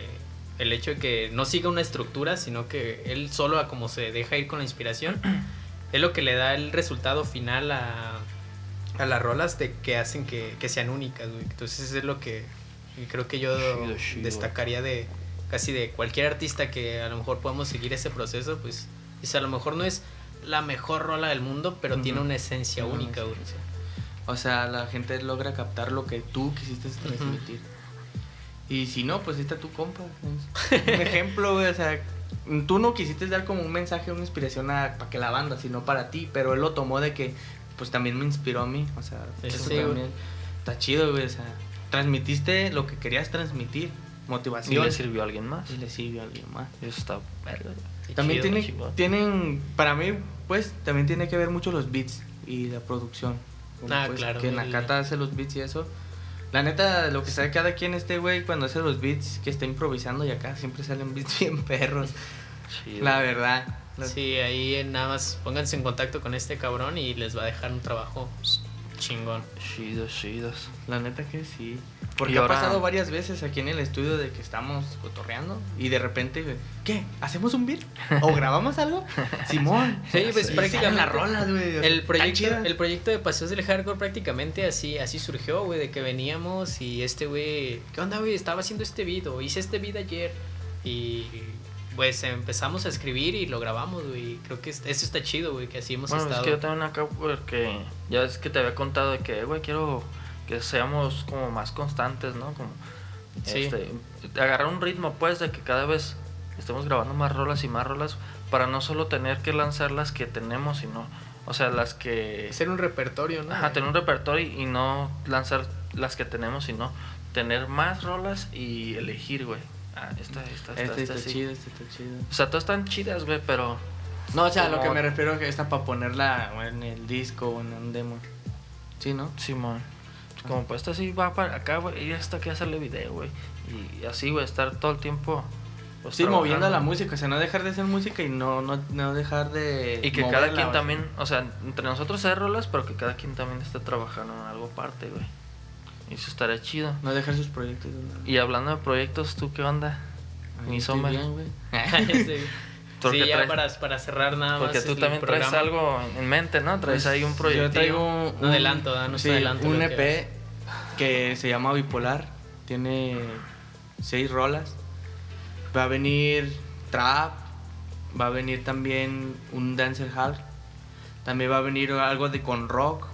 [SPEAKER 2] el hecho de que no siga una estructura, sino que él solo a como se deja ir con la inspiración, es lo que le da el resultado final a, a las rolas de que hacen que, que sean únicas, güey. Entonces es lo que y creo que yo
[SPEAKER 3] Chido, chido.
[SPEAKER 2] destacaría de casi de cualquier artista que a lo mejor podamos seguir ese proceso, pues es a lo mejor no es la mejor rola del mundo, pero tiene
[SPEAKER 1] Ujú.
[SPEAKER 2] una esencia
[SPEAKER 1] Tiene una
[SPEAKER 2] única, güey.
[SPEAKER 1] esencia. O sea, la gente logra captar lo que tú quisiste transmitir. Y si no, pues ahí está tu compa. es Un ejemplo, güey, o sea, tú no quisiste dar como un mensaje, una inspiración a, para que la banda, sino para ti, pero él lo tomó de que, pues también me inspiró a mí. O sea,
[SPEAKER 2] Sí,
[SPEAKER 1] eso
[SPEAKER 2] sí, güey.
[SPEAKER 1] también está chido, güey. O sea, transmitiste lo que querías transmitir,
[SPEAKER 3] Y
[SPEAKER 1] motivación.
[SPEAKER 3] le sirvió a alguien más.
[SPEAKER 1] Y le sirvió a alguien más.
[SPEAKER 3] Y eso está. verga.
[SPEAKER 2] Qué
[SPEAKER 1] También
[SPEAKER 2] chido,
[SPEAKER 1] tiene,
[SPEAKER 3] chingón.
[SPEAKER 1] tienen, para mí, pues, también tiene que ver mucho los beats y la producción. Como,
[SPEAKER 2] Ah,
[SPEAKER 1] pues,
[SPEAKER 2] claro,
[SPEAKER 1] Que
[SPEAKER 2] el-
[SPEAKER 1] Nakata hace los beats y eso. La neta, lo que sabe cada quien este güey cuando hace los beats, que está improvisando y acá siempre salen beats bien perros.
[SPEAKER 3] Chido.
[SPEAKER 1] La verdad. Los-
[SPEAKER 2] Sí, ahí eh, nada más pónganse en contacto con este cabrón y les va a dejar un trabajo chingón.
[SPEAKER 3] Chidos, chidos.
[SPEAKER 1] La neta que sí. Porque
[SPEAKER 3] Y ahora-
[SPEAKER 1] ha pasado varias veces aquí en el estudio de que estamos cotorreando y de repente, güey, ¿qué? ¿Hacemos un beat? ¿O grabamos algo? Simón.
[SPEAKER 2] Sí, pues,
[SPEAKER 1] Y salen
[SPEAKER 2] prácticamente-
[SPEAKER 1] las rolas, güey. o sea,
[SPEAKER 2] El
[SPEAKER 1] tan
[SPEAKER 2] proyecto,
[SPEAKER 1] chidas.
[SPEAKER 2] el proyecto de Paseos del Hardcore prácticamente así, así surgió, güey, de que veníamos y este güey, ¿qué onda, güey? Estaba haciendo este video, hice este video ayer y pues empezamos a escribir y lo grabamos, güey. Creo que es- eso está chido, güey, que así hemos
[SPEAKER 3] Bueno, es
[SPEAKER 2] estado.
[SPEAKER 3] que yo también acá porque ya es que te había contado de que, güey, quiero que seamos como más constantes, ¿no? Como
[SPEAKER 2] Sí.
[SPEAKER 3] este, agarrar un ritmo, pues, de que cada vez estemos grabando más rolas y más rolas para no solo tener que lanzar las que tenemos, sino, o sea, las que...
[SPEAKER 2] Hacer un repertorio, ¿no?
[SPEAKER 3] Ajá, tener un repertorio y no lanzar las que tenemos, sino tener más rolas y elegir, güey. Ah, esta, esta, esta,
[SPEAKER 1] Este
[SPEAKER 3] esta,
[SPEAKER 1] está
[SPEAKER 3] sí.
[SPEAKER 1] chido, este está chido.
[SPEAKER 3] O sea, todas están chidas, güey, pero...
[SPEAKER 1] No, o sea, a lo que
[SPEAKER 3] Como-
[SPEAKER 1] me refiero es que está para ponerla en el disco o en un demo. Sí, ¿no?
[SPEAKER 3] Simón. Como pues esta sí va para acá, güey, y esta que hacerle video, güey. Y así, güey, estar todo el tiempo. pues,
[SPEAKER 1] Sí,
[SPEAKER 3] trabajando.
[SPEAKER 1] moviendo la música, o sea, no dejar de hacer música y no, no, no dejar de.
[SPEAKER 3] Y que
[SPEAKER 1] moverla,
[SPEAKER 3] cada quien
[SPEAKER 1] o sea.
[SPEAKER 3] también, o sea, entre nosotros hacer rolas, pero que cada quien también esté trabajando en algo aparte, güey. Y eso estaría chido.
[SPEAKER 1] No dejar sus proyectos. de lado.
[SPEAKER 3] Y hablando de proyectos, ¿tú qué onda?
[SPEAKER 1] Ay,
[SPEAKER 3] ni
[SPEAKER 1] estoy
[SPEAKER 3] sombra.
[SPEAKER 1] bien, güey.
[SPEAKER 2] Este, Sí.
[SPEAKER 3] Porque
[SPEAKER 2] Sí, ya
[SPEAKER 3] traes-
[SPEAKER 2] para, para cerrar nada
[SPEAKER 3] Porque
[SPEAKER 2] más.
[SPEAKER 3] tú
[SPEAKER 2] el
[SPEAKER 3] también traes
[SPEAKER 2] programa.
[SPEAKER 3] algo en en mente, ¿no? Traes
[SPEAKER 1] Pues,
[SPEAKER 3] ahí un proyecto.
[SPEAKER 1] Yo traigo
[SPEAKER 2] Un adelanto, ¿verdad? No se
[SPEAKER 1] sí,
[SPEAKER 2] adelanta
[SPEAKER 1] un
[SPEAKER 2] lo
[SPEAKER 1] EP
[SPEAKER 2] que
[SPEAKER 1] que, se llama Bipolar. Tiene seis rolas. Va a venir trap. Va a venir también un dancehall. También va a venir algo de con rock.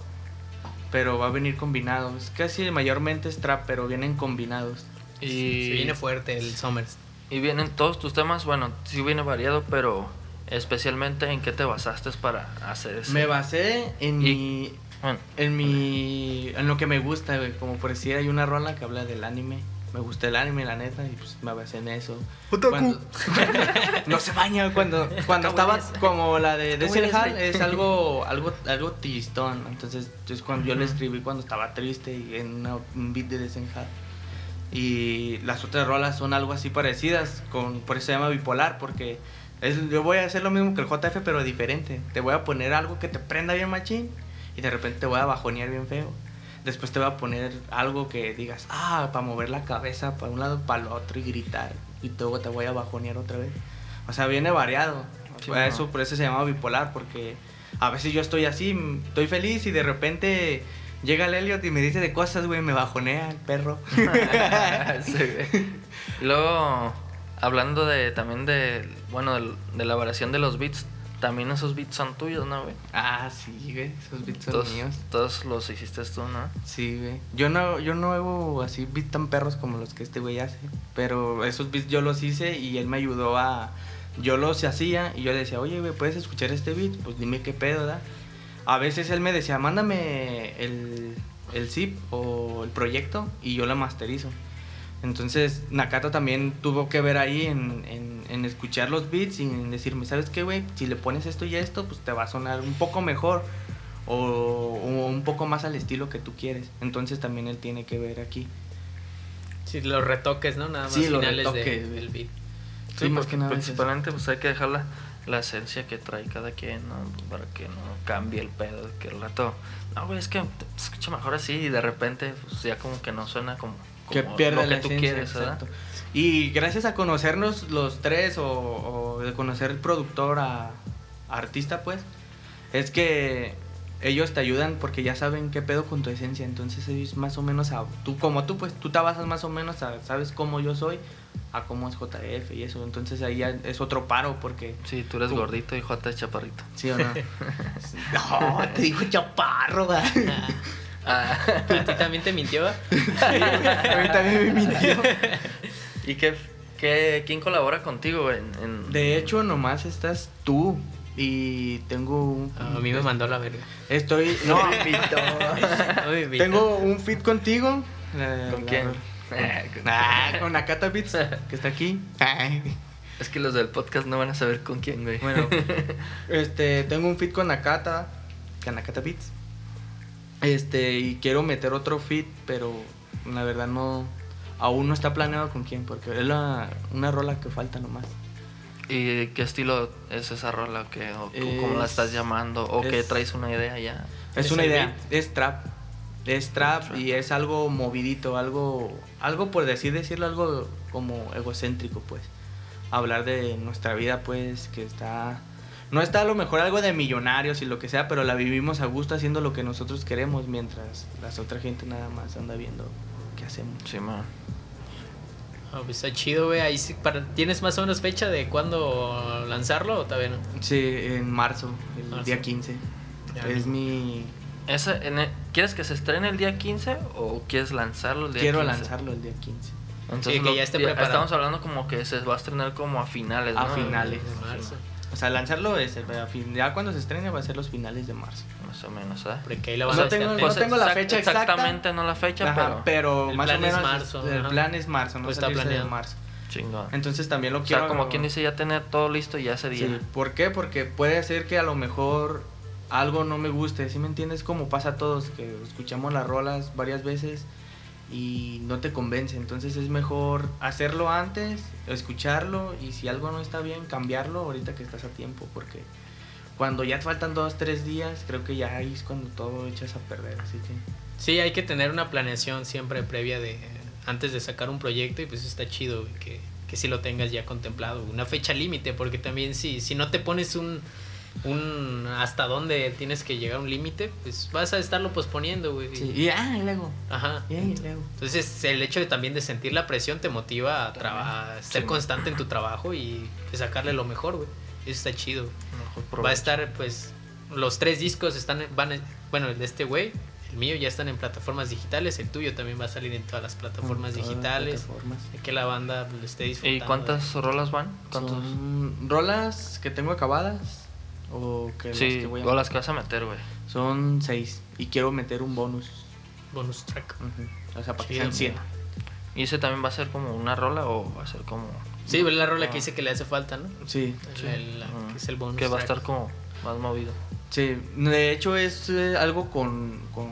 [SPEAKER 1] Pero va a venir combinado. Es casi mayormente es trap, pero vienen combinados.
[SPEAKER 2] Y...
[SPEAKER 3] Y-
[SPEAKER 2] Se viene fuerte el Summers.
[SPEAKER 3] Y vienen todos tus temas, bueno, sí viene variado, pero especialmente en qué te basaste para hacer eso.
[SPEAKER 1] Me basé en
[SPEAKER 3] Y-
[SPEAKER 1] mi
[SPEAKER 3] Bueno,
[SPEAKER 1] En mi. En lo que me gusta, güey. Como por decir, hay una rola que habla del anime. Me gusta el anime, la neta, y pues me basé en eso. Cuando- no se baña cuando cuando
[SPEAKER 2] Está
[SPEAKER 1] estaba
[SPEAKER 2] buena esa.
[SPEAKER 1] como la de
[SPEAKER 3] Está buena
[SPEAKER 1] Desert Hall
[SPEAKER 3] esa.
[SPEAKER 1] es algo algo algo tristón, entonces es cuando yo le escribí cuando estaba triste y en una- un beat de Desert Hall. Y las otras rolas son algo así parecidas, con por eso se llama bipolar porque es- yo voy a hacer lo mismo que el JF pero diferente. Te voy a poner algo que te prenda bien machín y de repente te voy a bajonear bien feo. Después te voy a poner algo que digas, ah, para mover la cabeza para un lado, para el otro y gritar. Y luego te voy a bajonear otra vez. O sea, viene variado.
[SPEAKER 3] Sí,
[SPEAKER 1] Por
[SPEAKER 3] no.
[SPEAKER 1] eso, por eso se llama bipolar, porque a veces yo estoy así, m- estoy feliz y de repente llega el Elliot y me dice de cosas, güey, me bajonea el perro.
[SPEAKER 3] Sí, güey. Y luego, hablando de también de, bueno, del- de, la variación de los beats, también esos beats son tuyos, ¿no, güey?
[SPEAKER 1] ah, sí, güey, esos beats son
[SPEAKER 3] Todos,
[SPEAKER 1] míos.
[SPEAKER 3] todos los hiciste tú, ¿no?
[SPEAKER 1] Sí, güey. Yo no, yo no hago así beats tan perros como los que este güey hace. Pero esos beats yo los hice y él me ayudó a. Yo los hacía y yo le decía, oye, güey, ¿puedes escuchar este beat? Pues dime qué pedo, da. A veces él me decía, mándame el, el zip o el proyecto y yo lo masterizo. Entonces Nakata también tuvo que ver ahí en, en- en escuchar los beats y en decirme, ¿sabes qué, güey? Si le pones esto y esto, pues te va a sonar un poco mejor o, o un poco más al estilo que tú quieres. Entonces también él tiene que ver aquí.
[SPEAKER 2] Sí, los retoques, ¿no? Nada más
[SPEAKER 1] Sí, los
[SPEAKER 2] finales de-
[SPEAKER 1] retoques, güey.
[SPEAKER 2] del beat.
[SPEAKER 1] Sí, más que nada es eso.
[SPEAKER 3] Principalmente, pues hay que dejar la, la esencia que trae cada quien, ¿no? Para que no cambie el pedo, que el rato, no, güey, es que se escucha mejor así y de repente, pues ya como que no suena como,
[SPEAKER 1] que
[SPEAKER 3] como
[SPEAKER 1] pierda
[SPEAKER 3] lo
[SPEAKER 1] la
[SPEAKER 3] que tú
[SPEAKER 1] esencia,
[SPEAKER 3] quieres, ¿verdad?
[SPEAKER 1] exacto. Y gracias a conocernos los tres o, o de conocer el productor a, a artista, pues, es que ellos te ayudan porque ya saben qué pedo con tu esencia. Entonces ellos más o menos a tú como tú, pues, tú te basas más o menos a sabes cómo yo soy, a cómo es JF y eso. Entonces ahí ya es otro paro porque
[SPEAKER 3] Sí, tú eres
[SPEAKER 1] Tú-
[SPEAKER 3] gordito y Jota es chaparrito.
[SPEAKER 1] sí o no. no, te dijo chaparro. güey.
[SPEAKER 3] Ah.
[SPEAKER 2] ¿A ti también te mintió?
[SPEAKER 1] A mí también me mintió.
[SPEAKER 3] ¿Y qué, qué- quién colabora contigo en, en-
[SPEAKER 1] De hecho, nomás estás tú. Y tengo un.
[SPEAKER 2] a mí me mandó la verga.
[SPEAKER 1] Estoy. No,
[SPEAKER 2] No me invitó.
[SPEAKER 1] tengo un fit contigo. La-
[SPEAKER 3] ¿Con
[SPEAKER 1] la-
[SPEAKER 3] quién? Eh,
[SPEAKER 1] Ah, con Nakata Beats, que está aquí. Ay.
[SPEAKER 3] Es que los del podcast no van a saber con quién, güey.
[SPEAKER 1] Bueno, este, tengo un fit con Nakata, con Nakata Beats. Este, y quiero meter otro fit, pero la verdad no. Aún no está planeado con quién, porque es la, una rola que falta nomás.
[SPEAKER 3] ¿Y qué estilo es esa rola? que ¿O cómo- cómo la
[SPEAKER 1] Es-
[SPEAKER 3] estás llamando? ¿O que
[SPEAKER 1] es-
[SPEAKER 3] traes una idea ya?
[SPEAKER 1] Es
[SPEAKER 2] ¿Es
[SPEAKER 1] una
[SPEAKER 2] el
[SPEAKER 1] idea,
[SPEAKER 2] beat?
[SPEAKER 1] es trap. Es trap y es algo movidito, algo, algo por decir, decirlo, algo como egocéntrico, pues. Hablar de nuestra vida, pues, que está... No está a lo mejor algo de millonarios y lo que sea, pero la vivimos a gusto haciendo lo que nosotros queremos, mientras la otra gente nada más anda viendo qué hacemos.
[SPEAKER 3] Sí, man.
[SPEAKER 2] Ah, pues está chido, güey. Ahí sí, para- ¿Tienes más o menos fecha de cuándo lanzarlo o todavía no?
[SPEAKER 1] Sí, en marzo, el
[SPEAKER 2] Marzo.
[SPEAKER 1] día 15.
[SPEAKER 2] Ya,
[SPEAKER 1] es
[SPEAKER 2] ¿no?
[SPEAKER 1] mi...
[SPEAKER 3] Esa- en el- ¿Quieres que se estrene el día 15 o quieres lanzarlo el día
[SPEAKER 1] Quiero
[SPEAKER 3] 15?
[SPEAKER 1] lanzarlo el día 15.
[SPEAKER 3] Entonces,
[SPEAKER 2] Sí, que
[SPEAKER 3] lo-
[SPEAKER 2] ya esté
[SPEAKER 3] ya
[SPEAKER 2] preparado.
[SPEAKER 3] Estamos hablando como que se va a estrenar como a finales,
[SPEAKER 1] A
[SPEAKER 3] ¿no?
[SPEAKER 1] finales.
[SPEAKER 2] Ah, De marzo.
[SPEAKER 1] O sea, lanzarlo es, a fin- ya cuando se estrene va a ser los finales de marmarzo.
[SPEAKER 3] Más o menos, ¿eh?
[SPEAKER 2] Porque ahí la
[SPEAKER 1] No
[SPEAKER 2] van a
[SPEAKER 1] tengo-
[SPEAKER 2] estar-
[SPEAKER 1] no tengo la fecha exacta.
[SPEAKER 3] Exactamente, no la fecha,
[SPEAKER 1] Ajá, pero,
[SPEAKER 3] pero...
[SPEAKER 2] el
[SPEAKER 1] más
[SPEAKER 2] plan
[SPEAKER 1] o
[SPEAKER 2] es
[SPEAKER 1] menos
[SPEAKER 2] marzo,
[SPEAKER 1] el
[SPEAKER 2] ajá.
[SPEAKER 1] plan es marzo, no
[SPEAKER 2] Pues
[SPEAKER 1] está
[SPEAKER 2] está
[SPEAKER 1] planeado
[SPEAKER 2] planeado.
[SPEAKER 1] de marzo.
[SPEAKER 3] Chingón.
[SPEAKER 1] Entonces también lo
[SPEAKER 3] Ah. O
[SPEAKER 1] quiero
[SPEAKER 3] sea, como quien dice, ya tener todo listo ya ese día.
[SPEAKER 1] Sí, ¿Por qué? Porque puede ser que a lo mejor algo no me guste, ¿sí me entiendes? Como pasa a todos que escuchamos las rolas varias veces y no te convence, entonces es mejor hacerlo antes, escucharlo y si algo no está bien cambiarlo ahorita que estás a tiempo, porque cuando ya te faltan dos, tres días, creo que ya ahí es cuando todo echas a perder, así que...
[SPEAKER 2] Sí, hay que tener una planeación siempre previa de antes de sacar un proyecto y pues eso está chido güey, que, que si lo tengas ya contemplado, una fecha límite, porque también si, si no te pones un, un hasta dónde tienes que llegar a un límite, pues vas a estarlo posponiendo, güey.
[SPEAKER 1] Sí, y ah, y luego,
[SPEAKER 2] Ajá.
[SPEAKER 1] y ahí eh. luego.
[SPEAKER 2] Entonces el hecho de también de sentir la presión te motiva a, traba- a ser
[SPEAKER 3] Sí.
[SPEAKER 2] constante en tu trabajo y pues, sacarle lo mejor, güey. Eso está chido. güey.
[SPEAKER 3] Mejor
[SPEAKER 2] Va a
[SPEAKER 3] provecho.
[SPEAKER 2] estar, pues, los tres discos están, en- van, en- bueno, el de este güey, el mío ya están en plataformas digitales, el tuyo también va a salir en todas las plataformas
[SPEAKER 1] Todas las
[SPEAKER 2] digitales,
[SPEAKER 1] plataformas.
[SPEAKER 2] que la banda lo esté
[SPEAKER 3] ¿Y
[SPEAKER 2] disfrutando.
[SPEAKER 3] cuántas rolas van? ¿Cuántos?
[SPEAKER 1] Son rolas que tengo acabadas o que las
[SPEAKER 3] Sí,
[SPEAKER 1] que voy a-
[SPEAKER 3] o las que vas a meter, güey.
[SPEAKER 1] son seis y quiero meter un bonus.
[SPEAKER 2] Bonus track.
[SPEAKER 1] Ujú. O sea, para que
[SPEAKER 2] Chido,
[SPEAKER 1] sean siete.
[SPEAKER 3] ¿Y ese también va a ser como una rola o va a ser como...
[SPEAKER 2] Sí, es la rola que dice que le hace falta, ¿no?
[SPEAKER 1] Sí,
[SPEAKER 2] El- el- la-
[SPEAKER 3] Ah,
[SPEAKER 2] que es el bonus
[SPEAKER 3] Que va a
[SPEAKER 2] track.
[SPEAKER 3] estar como más movido.
[SPEAKER 1] sí. De hecho es eh, algo con, con,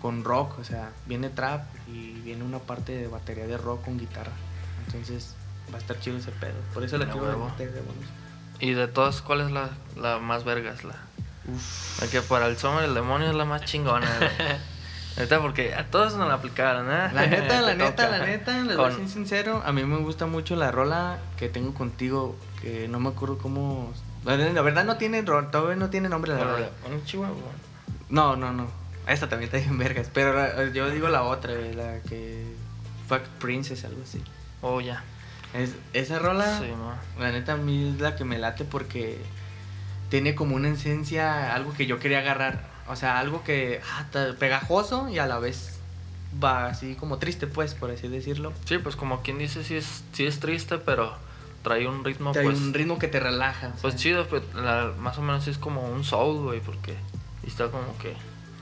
[SPEAKER 1] con rock, o sea, viene trap y viene una parte de batería de rock con guitarra. Entonces va a estar chido ese pedo. Por eso la
[SPEAKER 3] Ah,
[SPEAKER 1] quiero
[SPEAKER 3] huevo.
[SPEAKER 1] meter de bonus.
[SPEAKER 3] ¿Y de todas cuál es la, la más vergas? La,
[SPEAKER 1] Uf.
[SPEAKER 3] la que para el Sommer el demonio es la más chingona, güey. Neta, porque a todos nos la aplicaron, ¿eh?
[SPEAKER 1] La neta, la
[SPEAKER 3] Te
[SPEAKER 1] neta,
[SPEAKER 3] toca.
[SPEAKER 1] la neta, les voy a
[SPEAKER 3] Con-
[SPEAKER 1] ser sincero, a mí me gusta mucho la rola que tengo contigo, que no me acuerdo cómo... La la verdad no tiene, ro- todavía no tiene nombre la
[SPEAKER 3] con-
[SPEAKER 1] rola.
[SPEAKER 3] con Chihuahua.
[SPEAKER 1] No, no, no. Esta también está bien vergas, pero la- yo digo la otra, güey, la que... Fuck Princess, algo así.
[SPEAKER 3] Oh, ya.
[SPEAKER 1] Es, esa rola,
[SPEAKER 3] Sí, ma.
[SPEAKER 1] la neta, a mí es la que me late porque tiene como una esencia, algo que yo quería agarrar. O sea, algo que ah, está pegajoso y a la vez va así como triste, pues, por así decirlo.
[SPEAKER 3] Sí, pues como quien dice, sí es, sí es triste, pero trae un ritmo,
[SPEAKER 1] Trae
[SPEAKER 3] pues.
[SPEAKER 1] un ritmo que te relaja. o
[SPEAKER 3] Pues
[SPEAKER 1] sea.
[SPEAKER 3] chido, pero la- más o menos es como un soul, güey, porque está como que.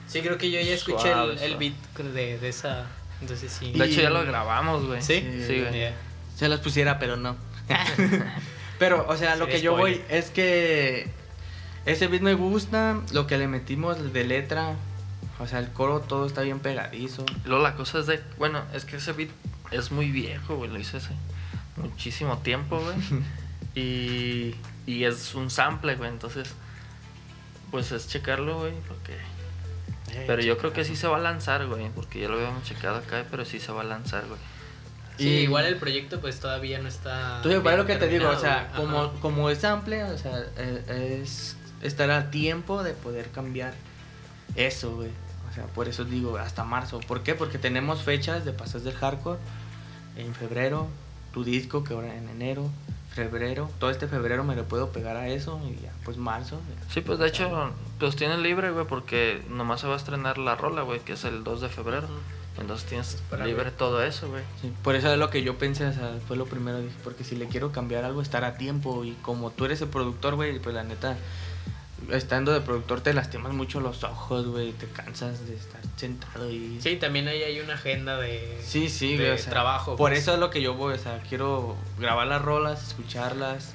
[SPEAKER 2] Sí, creo que yo ya escuché
[SPEAKER 3] Suave,
[SPEAKER 2] el, el
[SPEAKER 3] suave.
[SPEAKER 2] beat de, de esa. Entonces sí.
[SPEAKER 1] Y-
[SPEAKER 3] De hecho, ya lo grabamos, güey.
[SPEAKER 2] ¿Sí?
[SPEAKER 3] Sí, güey.
[SPEAKER 2] Ya.
[SPEAKER 1] Se las pusiera, pero no. pero, o sea, lo
[SPEAKER 2] Sería
[SPEAKER 1] que yo voy
[SPEAKER 2] spoiler.
[SPEAKER 1] es que ese beat me gusta, lo que le metimos de letra, o sea, el coro todo está bien pegadizo.
[SPEAKER 3] Y Luego la cosa es de. Bueno, es que ese beat es muy viejo, güey. Lo hice hace muchísimo tiempo, güey. y, y es un sample, güey. Entonces, pues es checarlo, güey, porque. Pero yo creo que sí se va a lanzar, güey, porque ya lo habíamos checado acá, pero sí se va a lanzar, güey.
[SPEAKER 2] Sí,
[SPEAKER 1] Y-
[SPEAKER 2] igual el proyecto pues todavía no está.
[SPEAKER 1] Entonces, para lo
[SPEAKER 2] bien
[SPEAKER 1] que te digo, o sea,
[SPEAKER 2] terminado, güey.
[SPEAKER 1] como,
[SPEAKER 2] Ajá.
[SPEAKER 1] como es amplia, o sea, eh, es estar a tiempo de poder cambiar eso, güey. O sea, por eso digo hasta marzo. ¿Por qué? Porque tenemos fechas de pasos del hardcore en febrero, tu disco que ahora en enero, febrero, todo este febrero me lo puedo pegar a eso y ya, pues marzo. ya.
[SPEAKER 3] Sí, pues de hecho, pues tienes libre, güey, porque nomás se va a estrenar la rola, güey, que es el 2 de febrero. Entonces tienes
[SPEAKER 2] Para
[SPEAKER 3] libre
[SPEAKER 2] ver.
[SPEAKER 3] todo eso, güey.
[SPEAKER 1] Sí, por eso es lo que yo pensé, o sea, fue lo primero, dije, porque si le quiero cambiar algo, estar a tiempo. Y como tú eres el productor, güey, pues la neta, estando de productor te lastimas mucho los ojos, güey, te cansas de estar sentado y...
[SPEAKER 2] Sí, también ahí hay una agenda de.
[SPEAKER 1] sí, sí,
[SPEAKER 2] de
[SPEAKER 1] güey, o sea,
[SPEAKER 2] trabajo.
[SPEAKER 1] Por
[SPEAKER 2] pues.
[SPEAKER 1] eso es lo que yo voy, o sea, quiero grabar las rolas, escucharlas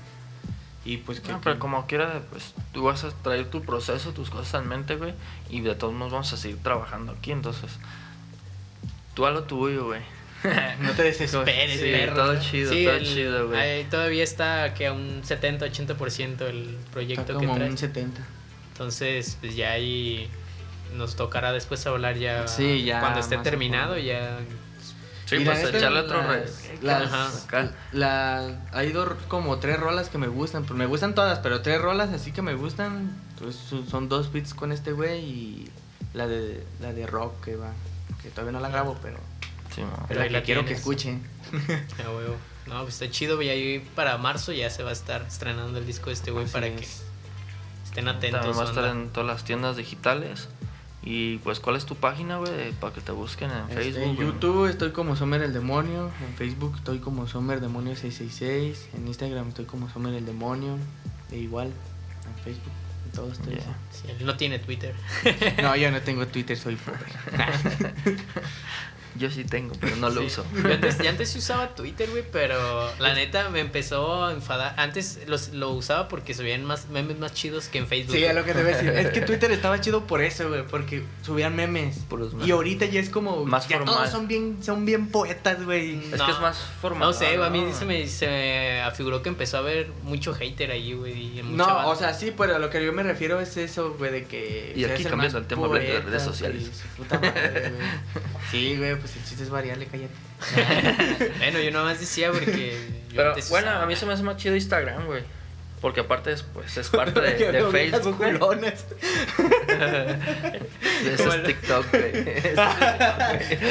[SPEAKER 1] y pues que...
[SPEAKER 3] No, pero
[SPEAKER 1] que-
[SPEAKER 3] como quiera, pues tú vas a traer tu proceso, tus cosas en mente, güey, y de todos modos vamos a seguir trabajando aquí, entonces. Tú a lo tuyo, güey.
[SPEAKER 1] No te desesperes,
[SPEAKER 2] Pérez,
[SPEAKER 3] Sí,
[SPEAKER 1] güey.
[SPEAKER 2] perro,
[SPEAKER 3] todo
[SPEAKER 2] ¿no?
[SPEAKER 3] chido, todo chido, güey.
[SPEAKER 2] ahí Todavía está que a un 70-80% el proyecto
[SPEAKER 1] Está
[SPEAKER 2] que
[SPEAKER 1] como
[SPEAKER 2] trae.
[SPEAKER 1] un 70.
[SPEAKER 2] Entonces, pues ya ahí nos tocará después hablar ya.
[SPEAKER 1] Sí, ya
[SPEAKER 2] Cuando esté
[SPEAKER 1] más a
[SPEAKER 2] terminado,
[SPEAKER 1] fondo.
[SPEAKER 2] ya.
[SPEAKER 3] Sí,
[SPEAKER 1] Y la
[SPEAKER 3] pues
[SPEAKER 1] neta,
[SPEAKER 3] echarle otro
[SPEAKER 1] las-
[SPEAKER 3] re.
[SPEAKER 1] las-
[SPEAKER 3] acá.
[SPEAKER 1] La, hay dos, como tres rolas que me gustan. Pues me gustan todas, pero tres rolas así que me gustan. pues, son- son dos beats con este güey y la de, la de rock que va. Que todavía no la grabo, pero,
[SPEAKER 3] Sí, mo.
[SPEAKER 2] Pero
[SPEAKER 1] pero la
[SPEAKER 2] ahí
[SPEAKER 1] que
[SPEAKER 2] la
[SPEAKER 1] quiero que
[SPEAKER 2] tienes.
[SPEAKER 1] escuchen.
[SPEAKER 2] a huevo. No, pues está chido, güey. Ahí para marzo ya se va a estar estrenando el disco de este güey
[SPEAKER 1] Así
[SPEAKER 2] para que
[SPEAKER 1] es.
[SPEAKER 2] estén atentos.
[SPEAKER 3] También va a estar
[SPEAKER 2] banda.
[SPEAKER 3] en todas las tiendas digitales. Y pues, ¿cuál es tu página, güey? Para que te busquen en
[SPEAKER 1] Este,
[SPEAKER 3] Facebook.
[SPEAKER 1] en
[SPEAKER 3] güey.
[SPEAKER 1] YouTube estoy como Sommer el Demonio. En Facebook estoy como Sommer Demonio 666. En Instagram estoy como Sommer el Demonio. E igual en Facebook. En todos estoy
[SPEAKER 3] Ya.
[SPEAKER 2] Sí, él no tiene Twitter.
[SPEAKER 1] así. No, yo no tengo Twitter, soy pobre.
[SPEAKER 3] Yo sí tengo, pero no lo
[SPEAKER 2] Sí.
[SPEAKER 3] uso.
[SPEAKER 2] Yo antes, yo antes sí usaba Twitter, güey, pero la neta me empezó a enfadar. Antes los- lo usaba porque subían más memes más chidos que en Facebook.
[SPEAKER 1] Sí,
[SPEAKER 2] güey.
[SPEAKER 1] es lo que te voy a decir. Es que Twitter estaba chido por eso, güey, porque subían memes.
[SPEAKER 3] Puros memes.
[SPEAKER 1] Y ahorita ya es como.
[SPEAKER 3] Pues Más
[SPEAKER 1] ya
[SPEAKER 3] formal.
[SPEAKER 1] todos son bien, son bien poetas, güey.
[SPEAKER 3] Es
[SPEAKER 2] No.
[SPEAKER 3] que es más formal.
[SPEAKER 2] No sé, güey, a mí se me, se me afiguró que empezó a haber mucho hater ahí, güey. y mucha
[SPEAKER 1] No,
[SPEAKER 2] banda.
[SPEAKER 1] o sea, sí, pero a lo que yo me refiero es eso, güey, de que.
[SPEAKER 3] Y
[SPEAKER 1] se
[SPEAKER 3] aquí
[SPEAKER 1] hacen
[SPEAKER 3] cambiando
[SPEAKER 1] más
[SPEAKER 3] el tema, hablando de
[SPEAKER 1] poetas
[SPEAKER 3] redes
[SPEAKER 1] y
[SPEAKER 3] sociales.
[SPEAKER 1] su puta madre, güey. Sí, güey, pues el chiste es variable, cállate.
[SPEAKER 2] Bueno, yo nomás decía porque. yo
[SPEAKER 3] Pero
[SPEAKER 2] antes
[SPEAKER 3] bueno,
[SPEAKER 2] usaba-
[SPEAKER 3] a mí se me hace más chido Instagram, güey. Porque aparte es, pues, es parte de, de
[SPEAKER 1] Veo viejas
[SPEAKER 3] Facebook, güey.
[SPEAKER 1] culonas.
[SPEAKER 3] Eso
[SPEAKER 2] Como el-
[SPEAKER 3] es TikTok, güey.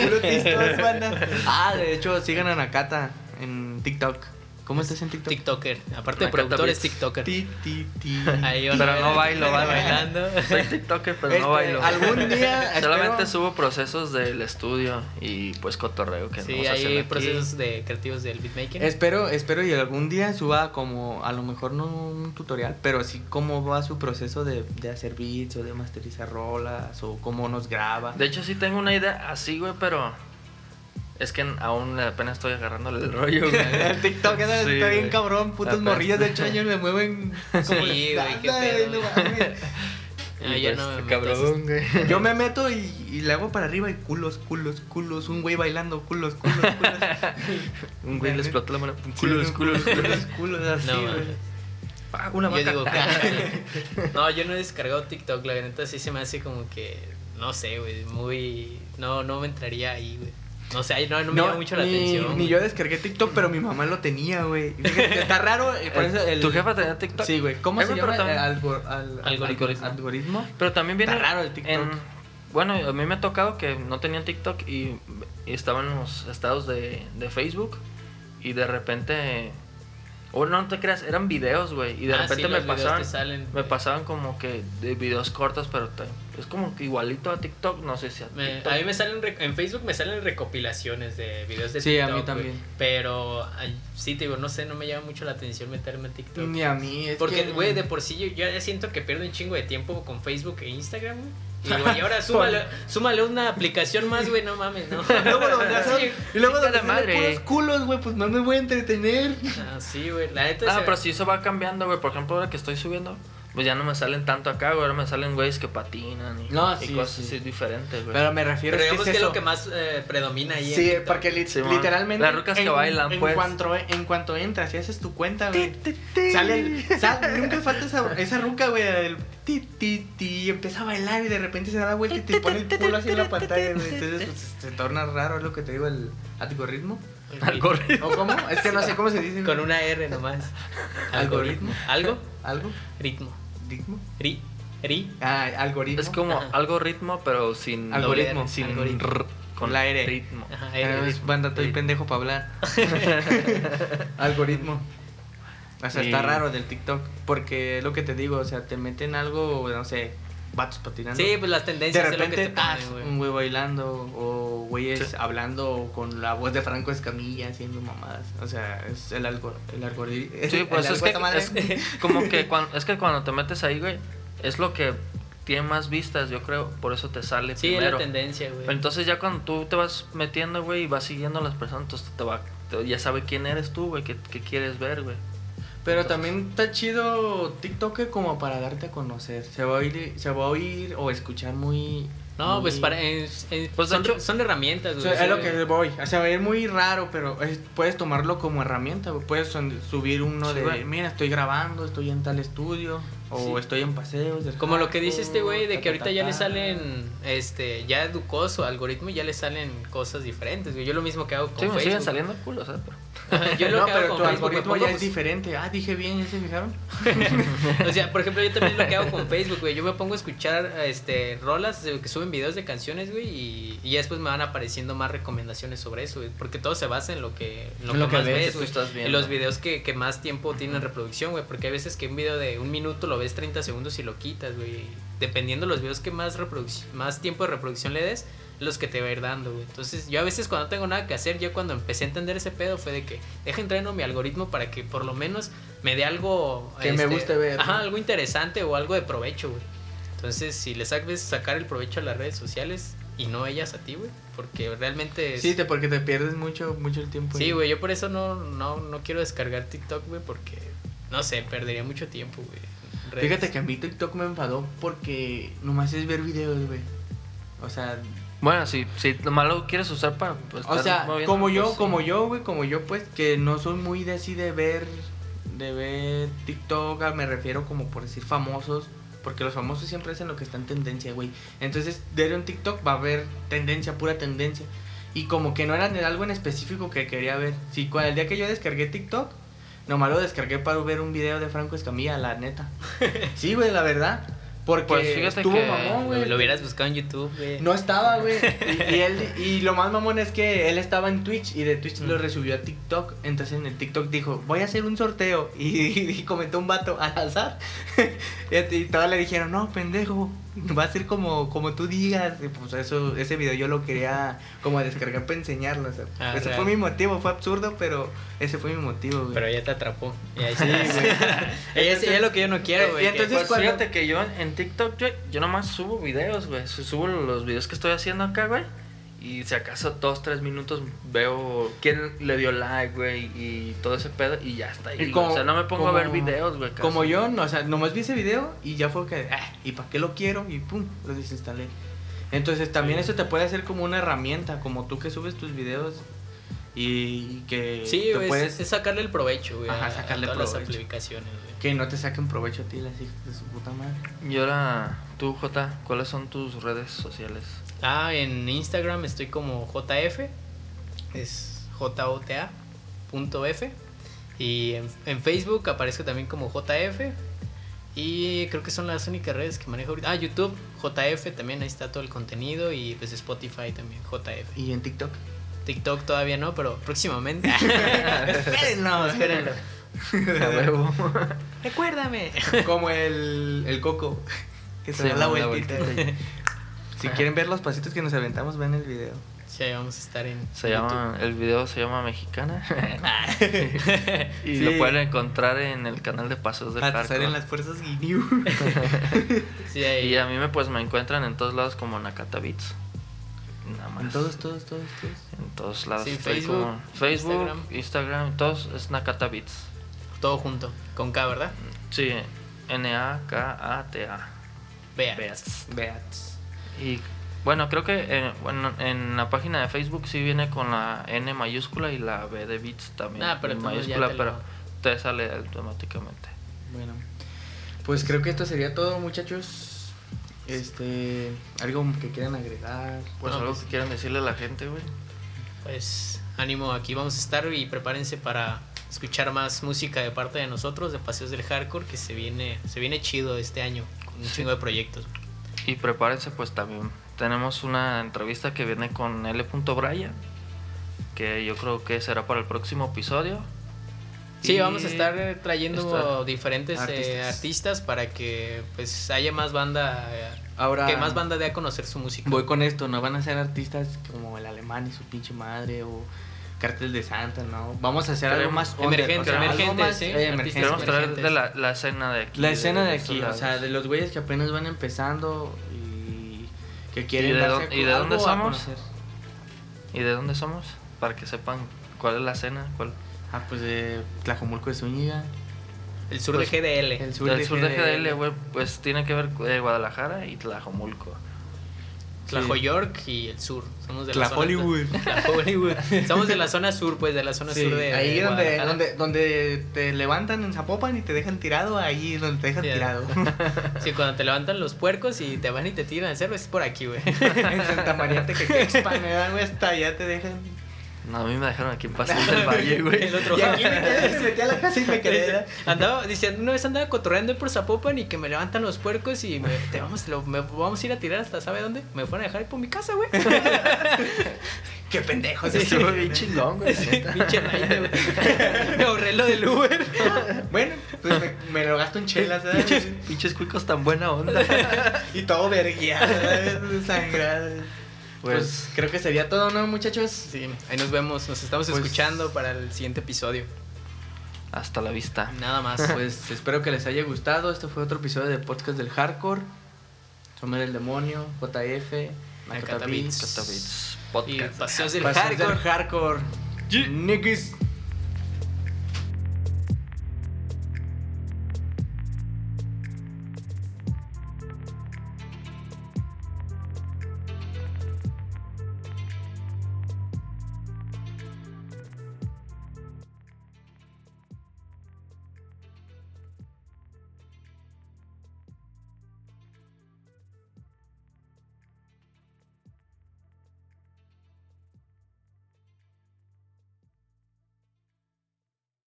[SPEAKER 1] Puro tistos, banda. Ah, de hecho, sigan a Nakata en TikTok. ¿Cómo estás en TikTok?
[SPEAKER 2] Tiktoker. Aparte de
[SPEAKER 3] Me encanta
[SPEAKER 2] productor, es
[SPEAKER 3] beats.
[SPEAKER 2] TikToker.
[SPEAKER 1] Ti, ti, ti.
[SPEAKER 2] Ahí
[SPEAKER 3] Pero
[SPEAKER 2] otra vez,
[SPEAKER 3] no bailo,
[SPEAKER 2] anda
[SPEAKER 3] bailo.
[SPEAKER 2] bailando.
[SPEAKER 3] Soy TikToker, pero
[SPEAKER 1] Este,
[SPEAKER 3] no bailo.
[SPEAKER 1] Algún día.
[SPEAKER 3] Solamente
[SPEAKER 1] espero-
[SPEAKER 3] subo procesos del estudio y pues cotorreo que
[SPEAKER 2] Sí,
[SPEAKER 3] andamos haciendo
[SPEAKER 2] hay
[SPEAKER 3] aquí.
[SPEAKER 2] procesos de creativos del beatmaking.
[SPEAKER 1] Espero, espero y algún día suba como, a lo mejor no un tutorial, pero sí cómo va su proceso de, de hacer beats o de masterizar rolas o cómo nos graba.
[SPEAKER 3] De hecho, sí tengo una idea así, güey, pero es que aún apenas estoy agarrando el rollo, güey.
[SPEAKER 2] Ah,
[SPEAKER 1] El TikTok ese
[SPEAKER 3] Sí,
[SPEAKER 1] está bien
[SPEAKER 3] güey.
[SPEAKER 1] cabrón, putos
[SPEAKER 3] Apenas.
[SPEAKER 1] morrillos de 8 años me mueven como
[SPEAKER 2] Sí,
[SPEAKER 1] la-
[SPEAKER 2] güey, qué
[SPEAKER 1] Ay, no
[SPEAKER 2] pedo.
[SPEAKER 1] mames.
[SPEAKER 2] Ah,
[SPEAKER 3] Y,
[SPEAKER 2] yo
[SPEAKER 3] pues,
[SPEAKER 2] no me meto a esos-
[SPEAKER 3] Cabrón, güey.
[SPEAKER 1] Yo me meto y, y le hago para arriba y culos, culos, culos, un güey bailando, culos, culos, culos.
[SPEAKER 3] Un güey le explotó la mano.
[SPEAKER 1] Sí, culos, culos, así,
[SPEAKER 2] No,
[SPEAKER 1] güey.
[SPEAKER 2] mames.
[SPEAKER 3] Ah, Una
[SPEAKER 2] yo digo,
[SPEAKER 3] maca.
[SPEAKER 2] "Caray". no, yo no he descargado TikTok, la neta sí se me hace como que no sé, güey, muy... No, no me entraría ahí, güey. No sé, no, no me llama mucho la
[SPEAKER 1] ni-
[SPEAKER 2] atención.
[SPEAKER 1] Ni
[SPEAKER 2] güey.
[SPEAKER 1] yo descargué TikTok, pero mi mamá lo tenía, güey. Fíjate, Está raro. eh, Por eso el-
[SPEAKER 3] ¿Tu jefa tenía TikTok?
[SPEAKER 1] Sí, güey. ¿Cómo
[SPEAKER 3] Eh,
[SPEAKER 1] se
[SPEAKER 3] güey,
[SPEAKER 1] llama?
[SPEAKER 3] pero
[SPEAKER 1] El
[SPEAKER 3] también-
[SPEAKER 1] algor- al-
[SPEAKER 3] Algoritmo.
[SPEAKER 1] algoritmo.
[SPEAKER 3] Pero también viene.
[SPEAKER 1] Está raro el TikTok.
[SPEAKER 3] bueno, a mí me ha tocado que no tenían TikTok y, y estaban en los estados de, de Facebook y de repente. O no te creas, eran videos, güey. Y de
[SPEAKER 2] Ah,
[SPEAKER 3] repente
[SPEAKER 2] sí,
[SPEAKER 3] me
[SPEAKER 2] los videos
[SPEAKER 3] pasaban.
[SPEAKER 2] te salen,
[SPEAKER 3] me
[SPEAKER 2] güey.
[SPEAKER 3] pasaban como que de videos cortos, pero te- es como que igualito a TikTok. No sé si a
[SPEAKER 2] Me-
[SPEAKER 3] TikTok.
[SPEAKER 2] a mí me salen rec- en Facebook me salen recopilaciones de videos de
[SPEAKER 1] Sí, a
[SPEAKER 2] TikTok.
[SPEAKER 1] mí
[SPEAKER 2] güey.
[SPEAKER 1] también.
[SPEAKER 2] pero ay, sí te digo, no sé, no me llama mucho la atención meterme en TikTok.
[SPEAKER 1] Ni a mí. Mm, es
[SPEAKER 2] Porque
[SPEAKER 1] que-
[SPEAKER 2] güey, de por sí yo yo ya siento que pierdo un chingo de tiempo con Facebook e Instagram. güey. Y, digo, y ahora súmale, súmale una aplicación más, güey, no mames, no.
[SPEAKER 1] Luego lo
[SPEAKER 2] Sí.
[SPEAKER 1] y luego
[SPEAKER 3] Chinga
[SPEAKER 1] donde
[SPEAKER 3] la
[SPEAKER 1] salen
[SPEAKER 3] madre.
[SPEAKER 1] puros culos, güey, pues no me voy a entretener.
[SPEAKER 2] Ah, sí, güey, la neta
[SPEAKER 3] Ah,
[SPEAKER 2] se-
[SPEAKER 3] pero si eso va cambiando, güey. Por ejemplo, ahora que estoy subiendo, pues ya no me salen tanto acá, güey. Ahora me salen güeyes que patinan y,
[SPEAKER 1] No,
[SPEAKER 3] y
[SPEAKER 1] sí,
[SPEAKER 3] cosas
[SPEAKER 1] sí.
[SPEAKER 3] así diferentes, güey.
[SPEAKER 1] Pero me refiero
[SPEAKER 2] pero
[SPEAKER 1] a
[SPEAKER 2] digamos
[SPEAKER 1] es
[SPEAKER 2] que es
[SPEAKER 1] eso.
[SPEAKER 2] lo que más eh, predomina ahí. en
[SPEAKER 1] Sí,
[SPEAKER 2] TikTok.
[SPEAKER 1] porque li-
[SPEAKER 3] Sí, man.
[SPEAKER 1] literalmente.
[SPEAKER 3] Las rucas que
[SPEAKER 1] en-
[SPEAKER 3] bailan,
[SPEAKER 1] en
[SPEAKER 3] pues.
[SPEAKER 1] Cuanto, en cuanto entras y haces tu cuenta, güey. Sale el- sal- nunca falta esa, esa ruca, güey, del ti, ti, ti, y empieza a bailar y de repente se da la vuelta y te pone el culo así en la pantalla, güey. Entonces pues, se torna raro, es lo que te digo, el algoritmo.
[SPEAKER 3] Algoritmo.
[SPEAKER 1] ¿O cómo? Es que no sé cómo se dice.
[SPEAKER 2] Con una R nomás.
[SPEAKER 1] Algoritmo.
[SPEAKER 2] Algo.
[SPEAKER 1] ¿Algo?
[SPEAKER 2] Ritmo.
[SPEAKER 1] ¿Ritmo?
[SPEAKER 2] Ri. Ri.
[SPEAKER 1] Ah, algoritmo.
[SPEAKER 3] Es como
[SPEAKER 2] Ajá.
[SPEAKER 3] algo ritmo, pero sin.
[SPEAKER 1] Algo- Algoritmo.
[SPEAKER 3] Sin
[SPEAKER 2] Algoritmo.
[SPEAKER 3] rrr, con
[SPEAKER 1] La R.
[SPEAKER 3] Ritmo.
[SPEAKER 2] Ajá,
[SPEAKER 1] Ah,
[SPEAKER 2] R,
[SPEAKER 1] es banda, estoy
[SPEAKER 3] ritmo.
[SPEAKER 1] pendejo para hablar. Algoritmo. O sea, está
[SPEAKER 3] Y-
[SPEAKER 1] raro del TikTok. Porque es lo que te digo, o sea, te meten algo, no sé, vatos patinando.
[SPEAKER 2] Sí, pues las
[SPEAKER 1] de
[SPEAKER 2] tendencias
[SPEAKER 1] repente,
[SPEAKER 2] es lo que te
[SPEAKER 1] ah,
[SPEAKER 2] ponen, güey.
[SPEAKER 1] un güey bailando o güeyes
[SPEAKER 3] Sí.
[SPEAKER 1] hablando con la voz de Franco Escamilla haciendo mamadas. O sea, es el algoritmo. El algori-
[SPEAKER 3] Sí,
[SPEAKER 1] el
[SPEAKER 3] pues es
[SPEAKER 1] algo
[SPEAKER 3] que,
[SPEAKER 1] esa madre.
[SPEAKER 3] es como que cuando, es que cuando te metes ahí, güey, es lo que tiene más vistas, yo creo. Por eso te sale
[SPEAKER 2] Sí, es la
[SPEAKER 3] primero.
[SPEAKER 2] tendencia, güey.
[SPEAKER 3] Pero entonces ya cuando tú te vas metiendo, güey, y vas siguiendo a las personas, entonces te va, te- ya sabe quién eres tú, güey, qué, qué quieres ver, güey.
[SPEAKER 1] Pero
[SPEAKER 3] Entonces-
[SPEAKER 1] también está chido TikTok como para darte a conocer. Se va a oír, se va a oír o escuchar muy.
[SPEAKER 2] No,
[SPEAKER 1] muy-
[SPEAKER 2] pues para. en- en-
[SPEAKER 3] Pues, de
[SPEAKER 2] son,
[SPEAKER 3] hecho-
[SPEAKER 2] son herramientas,
[SPEAKER 1] O
[SPEAKER 2] güey.
[SPEAKER 1] sea, es lo
[SPEAKER 2] güey.
[SPEAKER 1] que voy. O sea, va a ir muy raro, pero es- puedes tomarlo como herramienta. güey. Puedes son- subir uno
[SPEAKER 3] Sí,
[SPEAKER 1] de,
[SPEAKER 3] güey.
[SPEAKER 1] mira, estoy grabando, estoy en tal estudio, o
[SPEAKER 2] Sí.
[SPEAKER 1] estoy en paseos. del
[SPEAKER 2] Como lo que dice este güey de
[SPEAKER 1] Taco,
[SPEAKER 2] que ahorita
[SPEAKER 1] ta,
[SPEAKER 2] ya
[SPEAKER 1] ta,
[SPEAKER 2] le
[SPEAKER 1] ta.
[SPEAKER 2] salen, este, ya educó su algoritmo y ya le salen cosas diferentes, güey. Yo lo mismo que hago con
[SPEAKER 3] Sí, me
[SPEAKER 2] Facebook.
[SPEAKER 3] siguen saliendo culos, ¿sabes? Pero-
[SPEAKER 2] Ajá, Yo lo
[SPEAKER 1] no,
[SPEAKER 2] que hago
[SPEAKER 1] pero
[SPEAKER 2] con
[SPEAKER 1] tu
[SPEAKER 2] Facebook, me
[SPEAKER 1] algoritmo ya
[SPEAKER 2] pongo,
[SPEAKER 1] es diferente. Ah, dije bien, ¿ya se fijaron?
[SPEAKER 2] pues, O sea, por ejemplo, yo también lo que hago con Facebook, güey. Yo me pongo a escuchar, este, rolas eh, que suben videos de canciones, güey, y, y ya después me van apareciendo más recomendaciones sobre eso, güey. Porque todo se basa en lo que, en lo
[SPEAKER 1] En lo
[SPEAKER 2] que
[SPEAKER 1] que
[SPEAKER 2] más
[SPEAKER 1] ves,
[SPEAKER 2] ves,
[SPEAKER 3] tú
[SPEAKER 2] güey.
[SPEAKER 3] estás
[SPEAKER 2] Y
[SPEAKER 3] viendo.
[SPEAKER 2] los videos que, que más tiempo tienen reproducción, güey. Porque hay veces que un video de un minuto lo ves 30 segundos y lo quitas, güey. Dependiendo de los videos que más, reproduc- más tiempo de reproducción le des, los que te va a ir dando, güey. Entonces, yo a veces cuando no tengo nada que hacer, yo cuando empecé a entender ese pedo fue de que deja entreno mi algoritmo para que por lo menos me dé algo este,
[SPEAKER 1] Que me guste ver,
[SPEAKER 2] Ajá,
[SPEAKER 1] ¿no?
[SPEAKER 2] algo interesante o algo de provecho, güey. Entonces, si le sabes sacar el provecho a las redes sociales y no ellas a ti, güey, porque realmente es-
[SPEAKER 1] Sí, te- porque te pierdes mucho, mucho el tiempo.
[SPEAKER 2] Sí,
[SPEAKER 1] en-
[SPEAKER 2] güey, yo por eso no, no, no quiero descargar TikTok, güey, porque, no sé, perdería mucho tiempo, güey. en redes.
[SPEAKER 1] Fíjate que a mí TikTok me enfadó porque nomás es ver videos, güey. O sea,
[SPEAKER 3] Bueno, si, si nomás lo quieres usar para. pues,
[SPEAKER 1] o
[SPEAKER 3] estar
[SPEAKER 1] sea,
[SPEAKER 3] moviendo,
[SPEAKER 1] como yo,
[SPEAKER 3] pues, sí.
[SPEAKER 1] como yo, güey, como yo, pues, que no soy muy de así de ver, de ver TikTok, ah, me refiero como por decir famosos, porque los famosos siempre hacen lo que está en tendencia, güey. Entonces, de un TikTok va a haber tendencia, pura tendencia. Y como que no era de algo en específico que quería ver. Sí, cual, el día que yo descargué TikTok, nomás lo descargué para ver un video de Franco Escamilla, la neta. Sí, güey, la verdad. Porque
[SPEAKER 3] Pues fíjate
[SPEAKER 1] estuvo
[SPEAKER 3] que
[SPEAKER 1] mamón,
[SPEAKER 2] Lo,
[SPEAKER 1] güey.
[SPEAKER 2] lo hubieras buscado en YouTube, güey.
[SPEAKER 1] No estaba, güey. Y, y él, y lo más mamón es que él estaba en Twitch y de Twitch lo
[SPEAKER 2] Mm.
[SPEAKER 1] resubió a TikTok. Entonces en el TikTok dijo, voy a hacer un sorteo. Y, y comentó un vato al azar. y, y todos le dijeron, no, pendejo, va a ser como, como tú digas. Y pues eso, ese video yo lo quería como descargar para enseñarlo. o sea,
[SPEAKER 2] Ah,
[SPEAKER 1] ese
[SPEAKER 2] real.
[SPEAKER 1] fue mi motivo, fue absurdo, pero ese fue mi motivo, güey.
[SPEAKER 2] Pero ella te atrapó. Y ahí
[SPEAKER 1] Sí,
[SPEAKER 2] sí,
[SPEAKER 1] güey.
[SPEAKER 2] Ella es, ella es lo que yo no quiero, güey.
[SPEAKER 1] Y
[SPEAKER 2] que-
[SPEAKER 1] entonces
[SPEAKER 3] Pues
[SPEAKER 1] cuando-
[SPEAKER 3] fíjate que yo en, en TikTok, yo, yo nomás subo videos, güey. Su- Subo los videos que estoy haciendo acá, güey. Y si acaso dos, tres minutos veo quién le dio like, güey. Y todo ese pedo. Y ya está ahí.
[SPEAKER 1] Y
[SPEAKER 3] güey.
[SPEAKER 1] como-
[SPEAKER 3] o sea, no me pongo
[SPEAKER 1] como-
[SPEAKER 3] a ver videos, güey. casi.
[SPEAKER 1] Como yo, no, o sea, nomás vi ese video y ya fue que, ah, ¿y para qué lo quiero? Y pum, lo desinstalé. Entonces también eso te puede hacer como una herramienta, como tú que subes tus videos y que
[SPEAKER 2] pues, Sí,
[SPEAKER 1] te
[SPEAKER 2] güey, es-
[SPEAKER 1] puedes-
[SPEAKER 2] es sacarle el provecho, güey.
[SPEAKER 1] Ajá,
[SPEAKER 2] a- a
[SPEAKER 1] sacarle
[SPEAKER 2] todas
[SPEAKER 1] provecho.
[SPEAKER 2] las aplicaciones, güey.
[SPEAKER 1] que no te saquen provecho a ti las hijas de su puta madre.
[SPEAKER 3] Yo era. Tú, J, ¿cuáles son tus redes sociales?
[SPEAKER 2] Ah, en Instagram estoy como JF, es J-O-T-A punto F. Y en, en Facebook aparezco también como JF. Y creo que son las únicas redes que manejo ahorita. Ah, YouTube, JF también, ahí está todo el contenido. Y pues Spotify también, JF.
[SPEAKER 1] ¿Y en TikTok?
[SPEAKER 2] TikTok todavía no, pero próximamente.
[SPEAKER 1] Espérenlo,
[SPEAKER 2] Espérenlo.
[SPEAKER 3] A huevo.
[SPEAKER 2] Recuérdame.
[SPEAKER 1] Como el, el coco. Que se
[SPEAKER 3] Sí,
[SPEAKER 1] da la
[SPEAKER 3] la
[SPEAKER 1] vueltita.
[SPEAKER 3] vueltita.
[SPEAKER 1] si quieren ver los pasitos que nos aventamos, vean el video.
[SPEAKER 2] Sí, ahí vamos a estar en.
[SPEAKER 3] Se
[SPEAKER 2] YouTube.
[SPEAKER 3] llama, el video se llama Mexicana.
[SPEAKER 2] Ah.
[SPEAKER 3] y
[SPEAKER 1] Sí.
[SPEAKER 3] lo pueden encontrar en el canal de Paseos del
[SPEAKER 1] Para
[SPEAKER 3] Parque.
[SPEAKER 1] en las fuerzas Guinea.
[SPEAKER 2] Sí, ahí.
[SPEAKER 3] Y a mí me pues me encuentran en todos lados como Nakata Beats. Nada más.
[SPEAKER 1] En todos, todos, todos, todos.
[SPEAKER 3] En todos lados.
[SPEAKER 2] Sí,
[SPEAKER 3] estoy
[SPEAKER 2] Facebook,
[SPEAKER 3] como- Facebook,
[SPEAKER 2] Instagram.
[SPEAKER 3] Instagram, todos es Nakata Beats.
[SPEAKER 2] Todo junto. Con K, ¿verdad?
[SPEAKER 3] Sí, N A K A T A.
[SPEAKER 2] Vea.
[SPEAKER 3] Beats.
[SPEAKER 1] Beats.
[SPEAKER 3] Y bueno, creo que en, bueno, en la página de Facebook sí viene con la N mayúscula y la B de Beats también.
[SPEAKER 2] Ah, pero
[SPEAKER 3] en
[SPEAKER 2] tú ya
[SPEAKER 3] mayúscula,
[SPEAKER 2] te lo-
[SPEAKER 3] pero te sale automáticamente.
[SPEAKER 1] Bueno. Pues creo que esto sería todo, muchachos. Este. Algo que quieran agregar.
[SPEAKER 3] Pues
[SPEAKER 2] No,
[SPEAKER 3] algo
[SPEAKER 2] pues-
[SPEAKER 3] que quieran decirle a la gente, güey.
[SPEAKER 2] Pues ánimo, aquí vamos a estar y prepárense para escuchar más música de parte de nosotros, de Paseos del Hardcore, que se viene, se viene chido este año, con un
[SPEAKER 3] Sí.
[SPEAKER 2] chingo de proyectos.
[SPEAKER 3] Y prepárense pues también. Tenemos una entrevista que viene con L. Bryan, que yo creo que será para el próximo episodio.
[SPEAKER 2] Sí,
[SPEAKER 3] Y-
[SPEAKER 2] vamos a estar trayendo
[SPEAKER 3] estar
[SPEAKER 2] diferentes eh, artistas.
[SPEAKER 1] artistas.
[SPEAKER 2] para que pues haya más banda, eh,
[SPEAKER 1] Ahora.
[SPEAKER 2] que más banda dé a conocer su música.
[SPEAKER 1] Voy con esto, no van a ser artistas como el alemán y su pinche madre o Cartel de Santa, ¿no? Vamos a hacer algo
[SPEAKER 3] Queremos-
[SPEAKER 1] más
[SPEAKER 2] Emergente,
[SPEAKER 1] algo
[SPEAKER 2] emergente,
[SPEAKER 1] más,
[SPEAKER 2] sí,
[SPEAKER 1] eh,
[SPEAKER 2] artistas
[SPEAKER 1] emergente.
[SPEAKER 3] Queremos traer
[SPEAKER 2] emergentes.
[SPEAKER 3] de la, la escena de aquí.
[SPEAKER 1] La escena de aquí,
[SPEAKER 3] estos
[SPEAKER 1] o sea,
[SPEAKER 3] lados.
[SPEAKER 1] de los güeyes que apenas van empezando y que quieren
[SPEAKER 3] ¿Y de
[SPEAKER 1] darse
[SPEAKER 3] dó- y de
[SPEAKER 1] algo
[SPEAKER 3] dónde
[SPEAKER 1] a
[SPEAKER 3] somos?
[SPEAKER 1] conocer.
[SPEAKER 3] ¿Y de dónde somos? Para que sepan cuál es la escena, cuál.
[SPEAKER 1] Ah, pues de Tlajomulco de Zúñiga,
[SPEAKER 2] El sur
[SPEAKER 3] Pues,
[SPEAKER 2] de GDL.
[SPEAKER 1] el sur,
[SPEAKER 3] Del
[SPEAKER 1] de,
[SPEAKER 3] sur de
[SPEAKER 1] GDL,
[SPEAKER 3] GDL, güey, pues tiene que ver eh, Guadalajara y Tlajomulco.
[SPEAKER 2] Tlajoyork y el sur. Somos de
[SPEAKER 1] Tla
[SPEAKER 2] la zona-
[SPEAKER 1] Hollywood.
[SPEAKER 2] Tla Hollywood. Somos de la zona sur, pues, de la zona
[SPEAKER 1] Sí,
[SPEAKER 2] sur de.
[SPEAKER 1] ahí
[SPEAKER 2] de
[SPEAKER 1] donde,
[SPEAKER 2] Guadalajara.
[SPEAKER 1] donde, donde te levantan en Zapopan y te dejan tirado, ahí es donde te dejan
[SPEAKER 2] Ya.
[SPEAKER 1] tirado.
[SPEAKER 2] Sí, cuando te levantan los puercos y te van y te tiran el cerro, es por aquí, güey.
[SPEAKER 1] en Santa María te que me dan hasta allá te dejan
[SPEAKER 3] No, a mí me dejaron aquí en Paseo del Valle,
[SPEAKER 2] El
[SPEAKER 3] güey.
[SPEAKER 2] otro
[SPEAKER 1] Y aquí me quedé, me metí a la casa y me quedé. ¿verdad?
[SPEAKER 2] Andaba, dice, una vez andaba cotorreando por Zapopan y que me levantan los puercos y me, te vamos, lo- me- vamos a ir a tirar hasta, ¿sabe dónde? Me fueron a dejar por mi casa, güey.
[SPEAKER 1] Qué pendejo.
[SPEAKER 2] Sí.
[SPEAKER 1] estuvo
[SPEAKER 3] Estuvo
[SPEAKER 1] bien
[SPEAKER 3] bien
[SPEAKER 1] chido.
[SPEAKER 3] chingón, güey. la neta.
[SPEAKER 2] Pinche raite, güey. Me ahorré lo del Uber.
[SPEAKER 1] Bueno, pues me, me lo gasto en chelas, ¿verdad?
[SPEAKER 3] Pinches, pinches cuicos tan buena onda.
[SPEAKER 1] Y todo vergueado, ¿verdad? sangrado. Pues,
[SPEAKER 3] Pues-
[SPEAKER 1] creo que sería todo, ¿no, muchachos?
[SPEAKER 2] Sí, ahí nos vemos, nos estamos
[SPEAKER 1] Pues-
[SPEAKER 2] escuchando para el siguiente episodio.
[SPEAKER 3] Hasta la vista.
[SPEAKER 2] Nada más.
[SPEAKER 1] Pues espero que les haya gustado. Este fue otro episodio de Podcast del Hardcore. Somos el demonio, JF, Nakata
[SPEAKER 2] Nakata
[SPEAKER 1] Beats,
[SPEAKER 2] Beats.
[SPEAKER 3] Catabeats
[SPEAKER 2] y
[SPEAKER 3] Podcast.
[SPEAKER 2] paseos del
[SPEAKER 1] Pasos del
[SPEAKER 2] hardcore.
[SPEAKER 1] Hardcore. Niggas.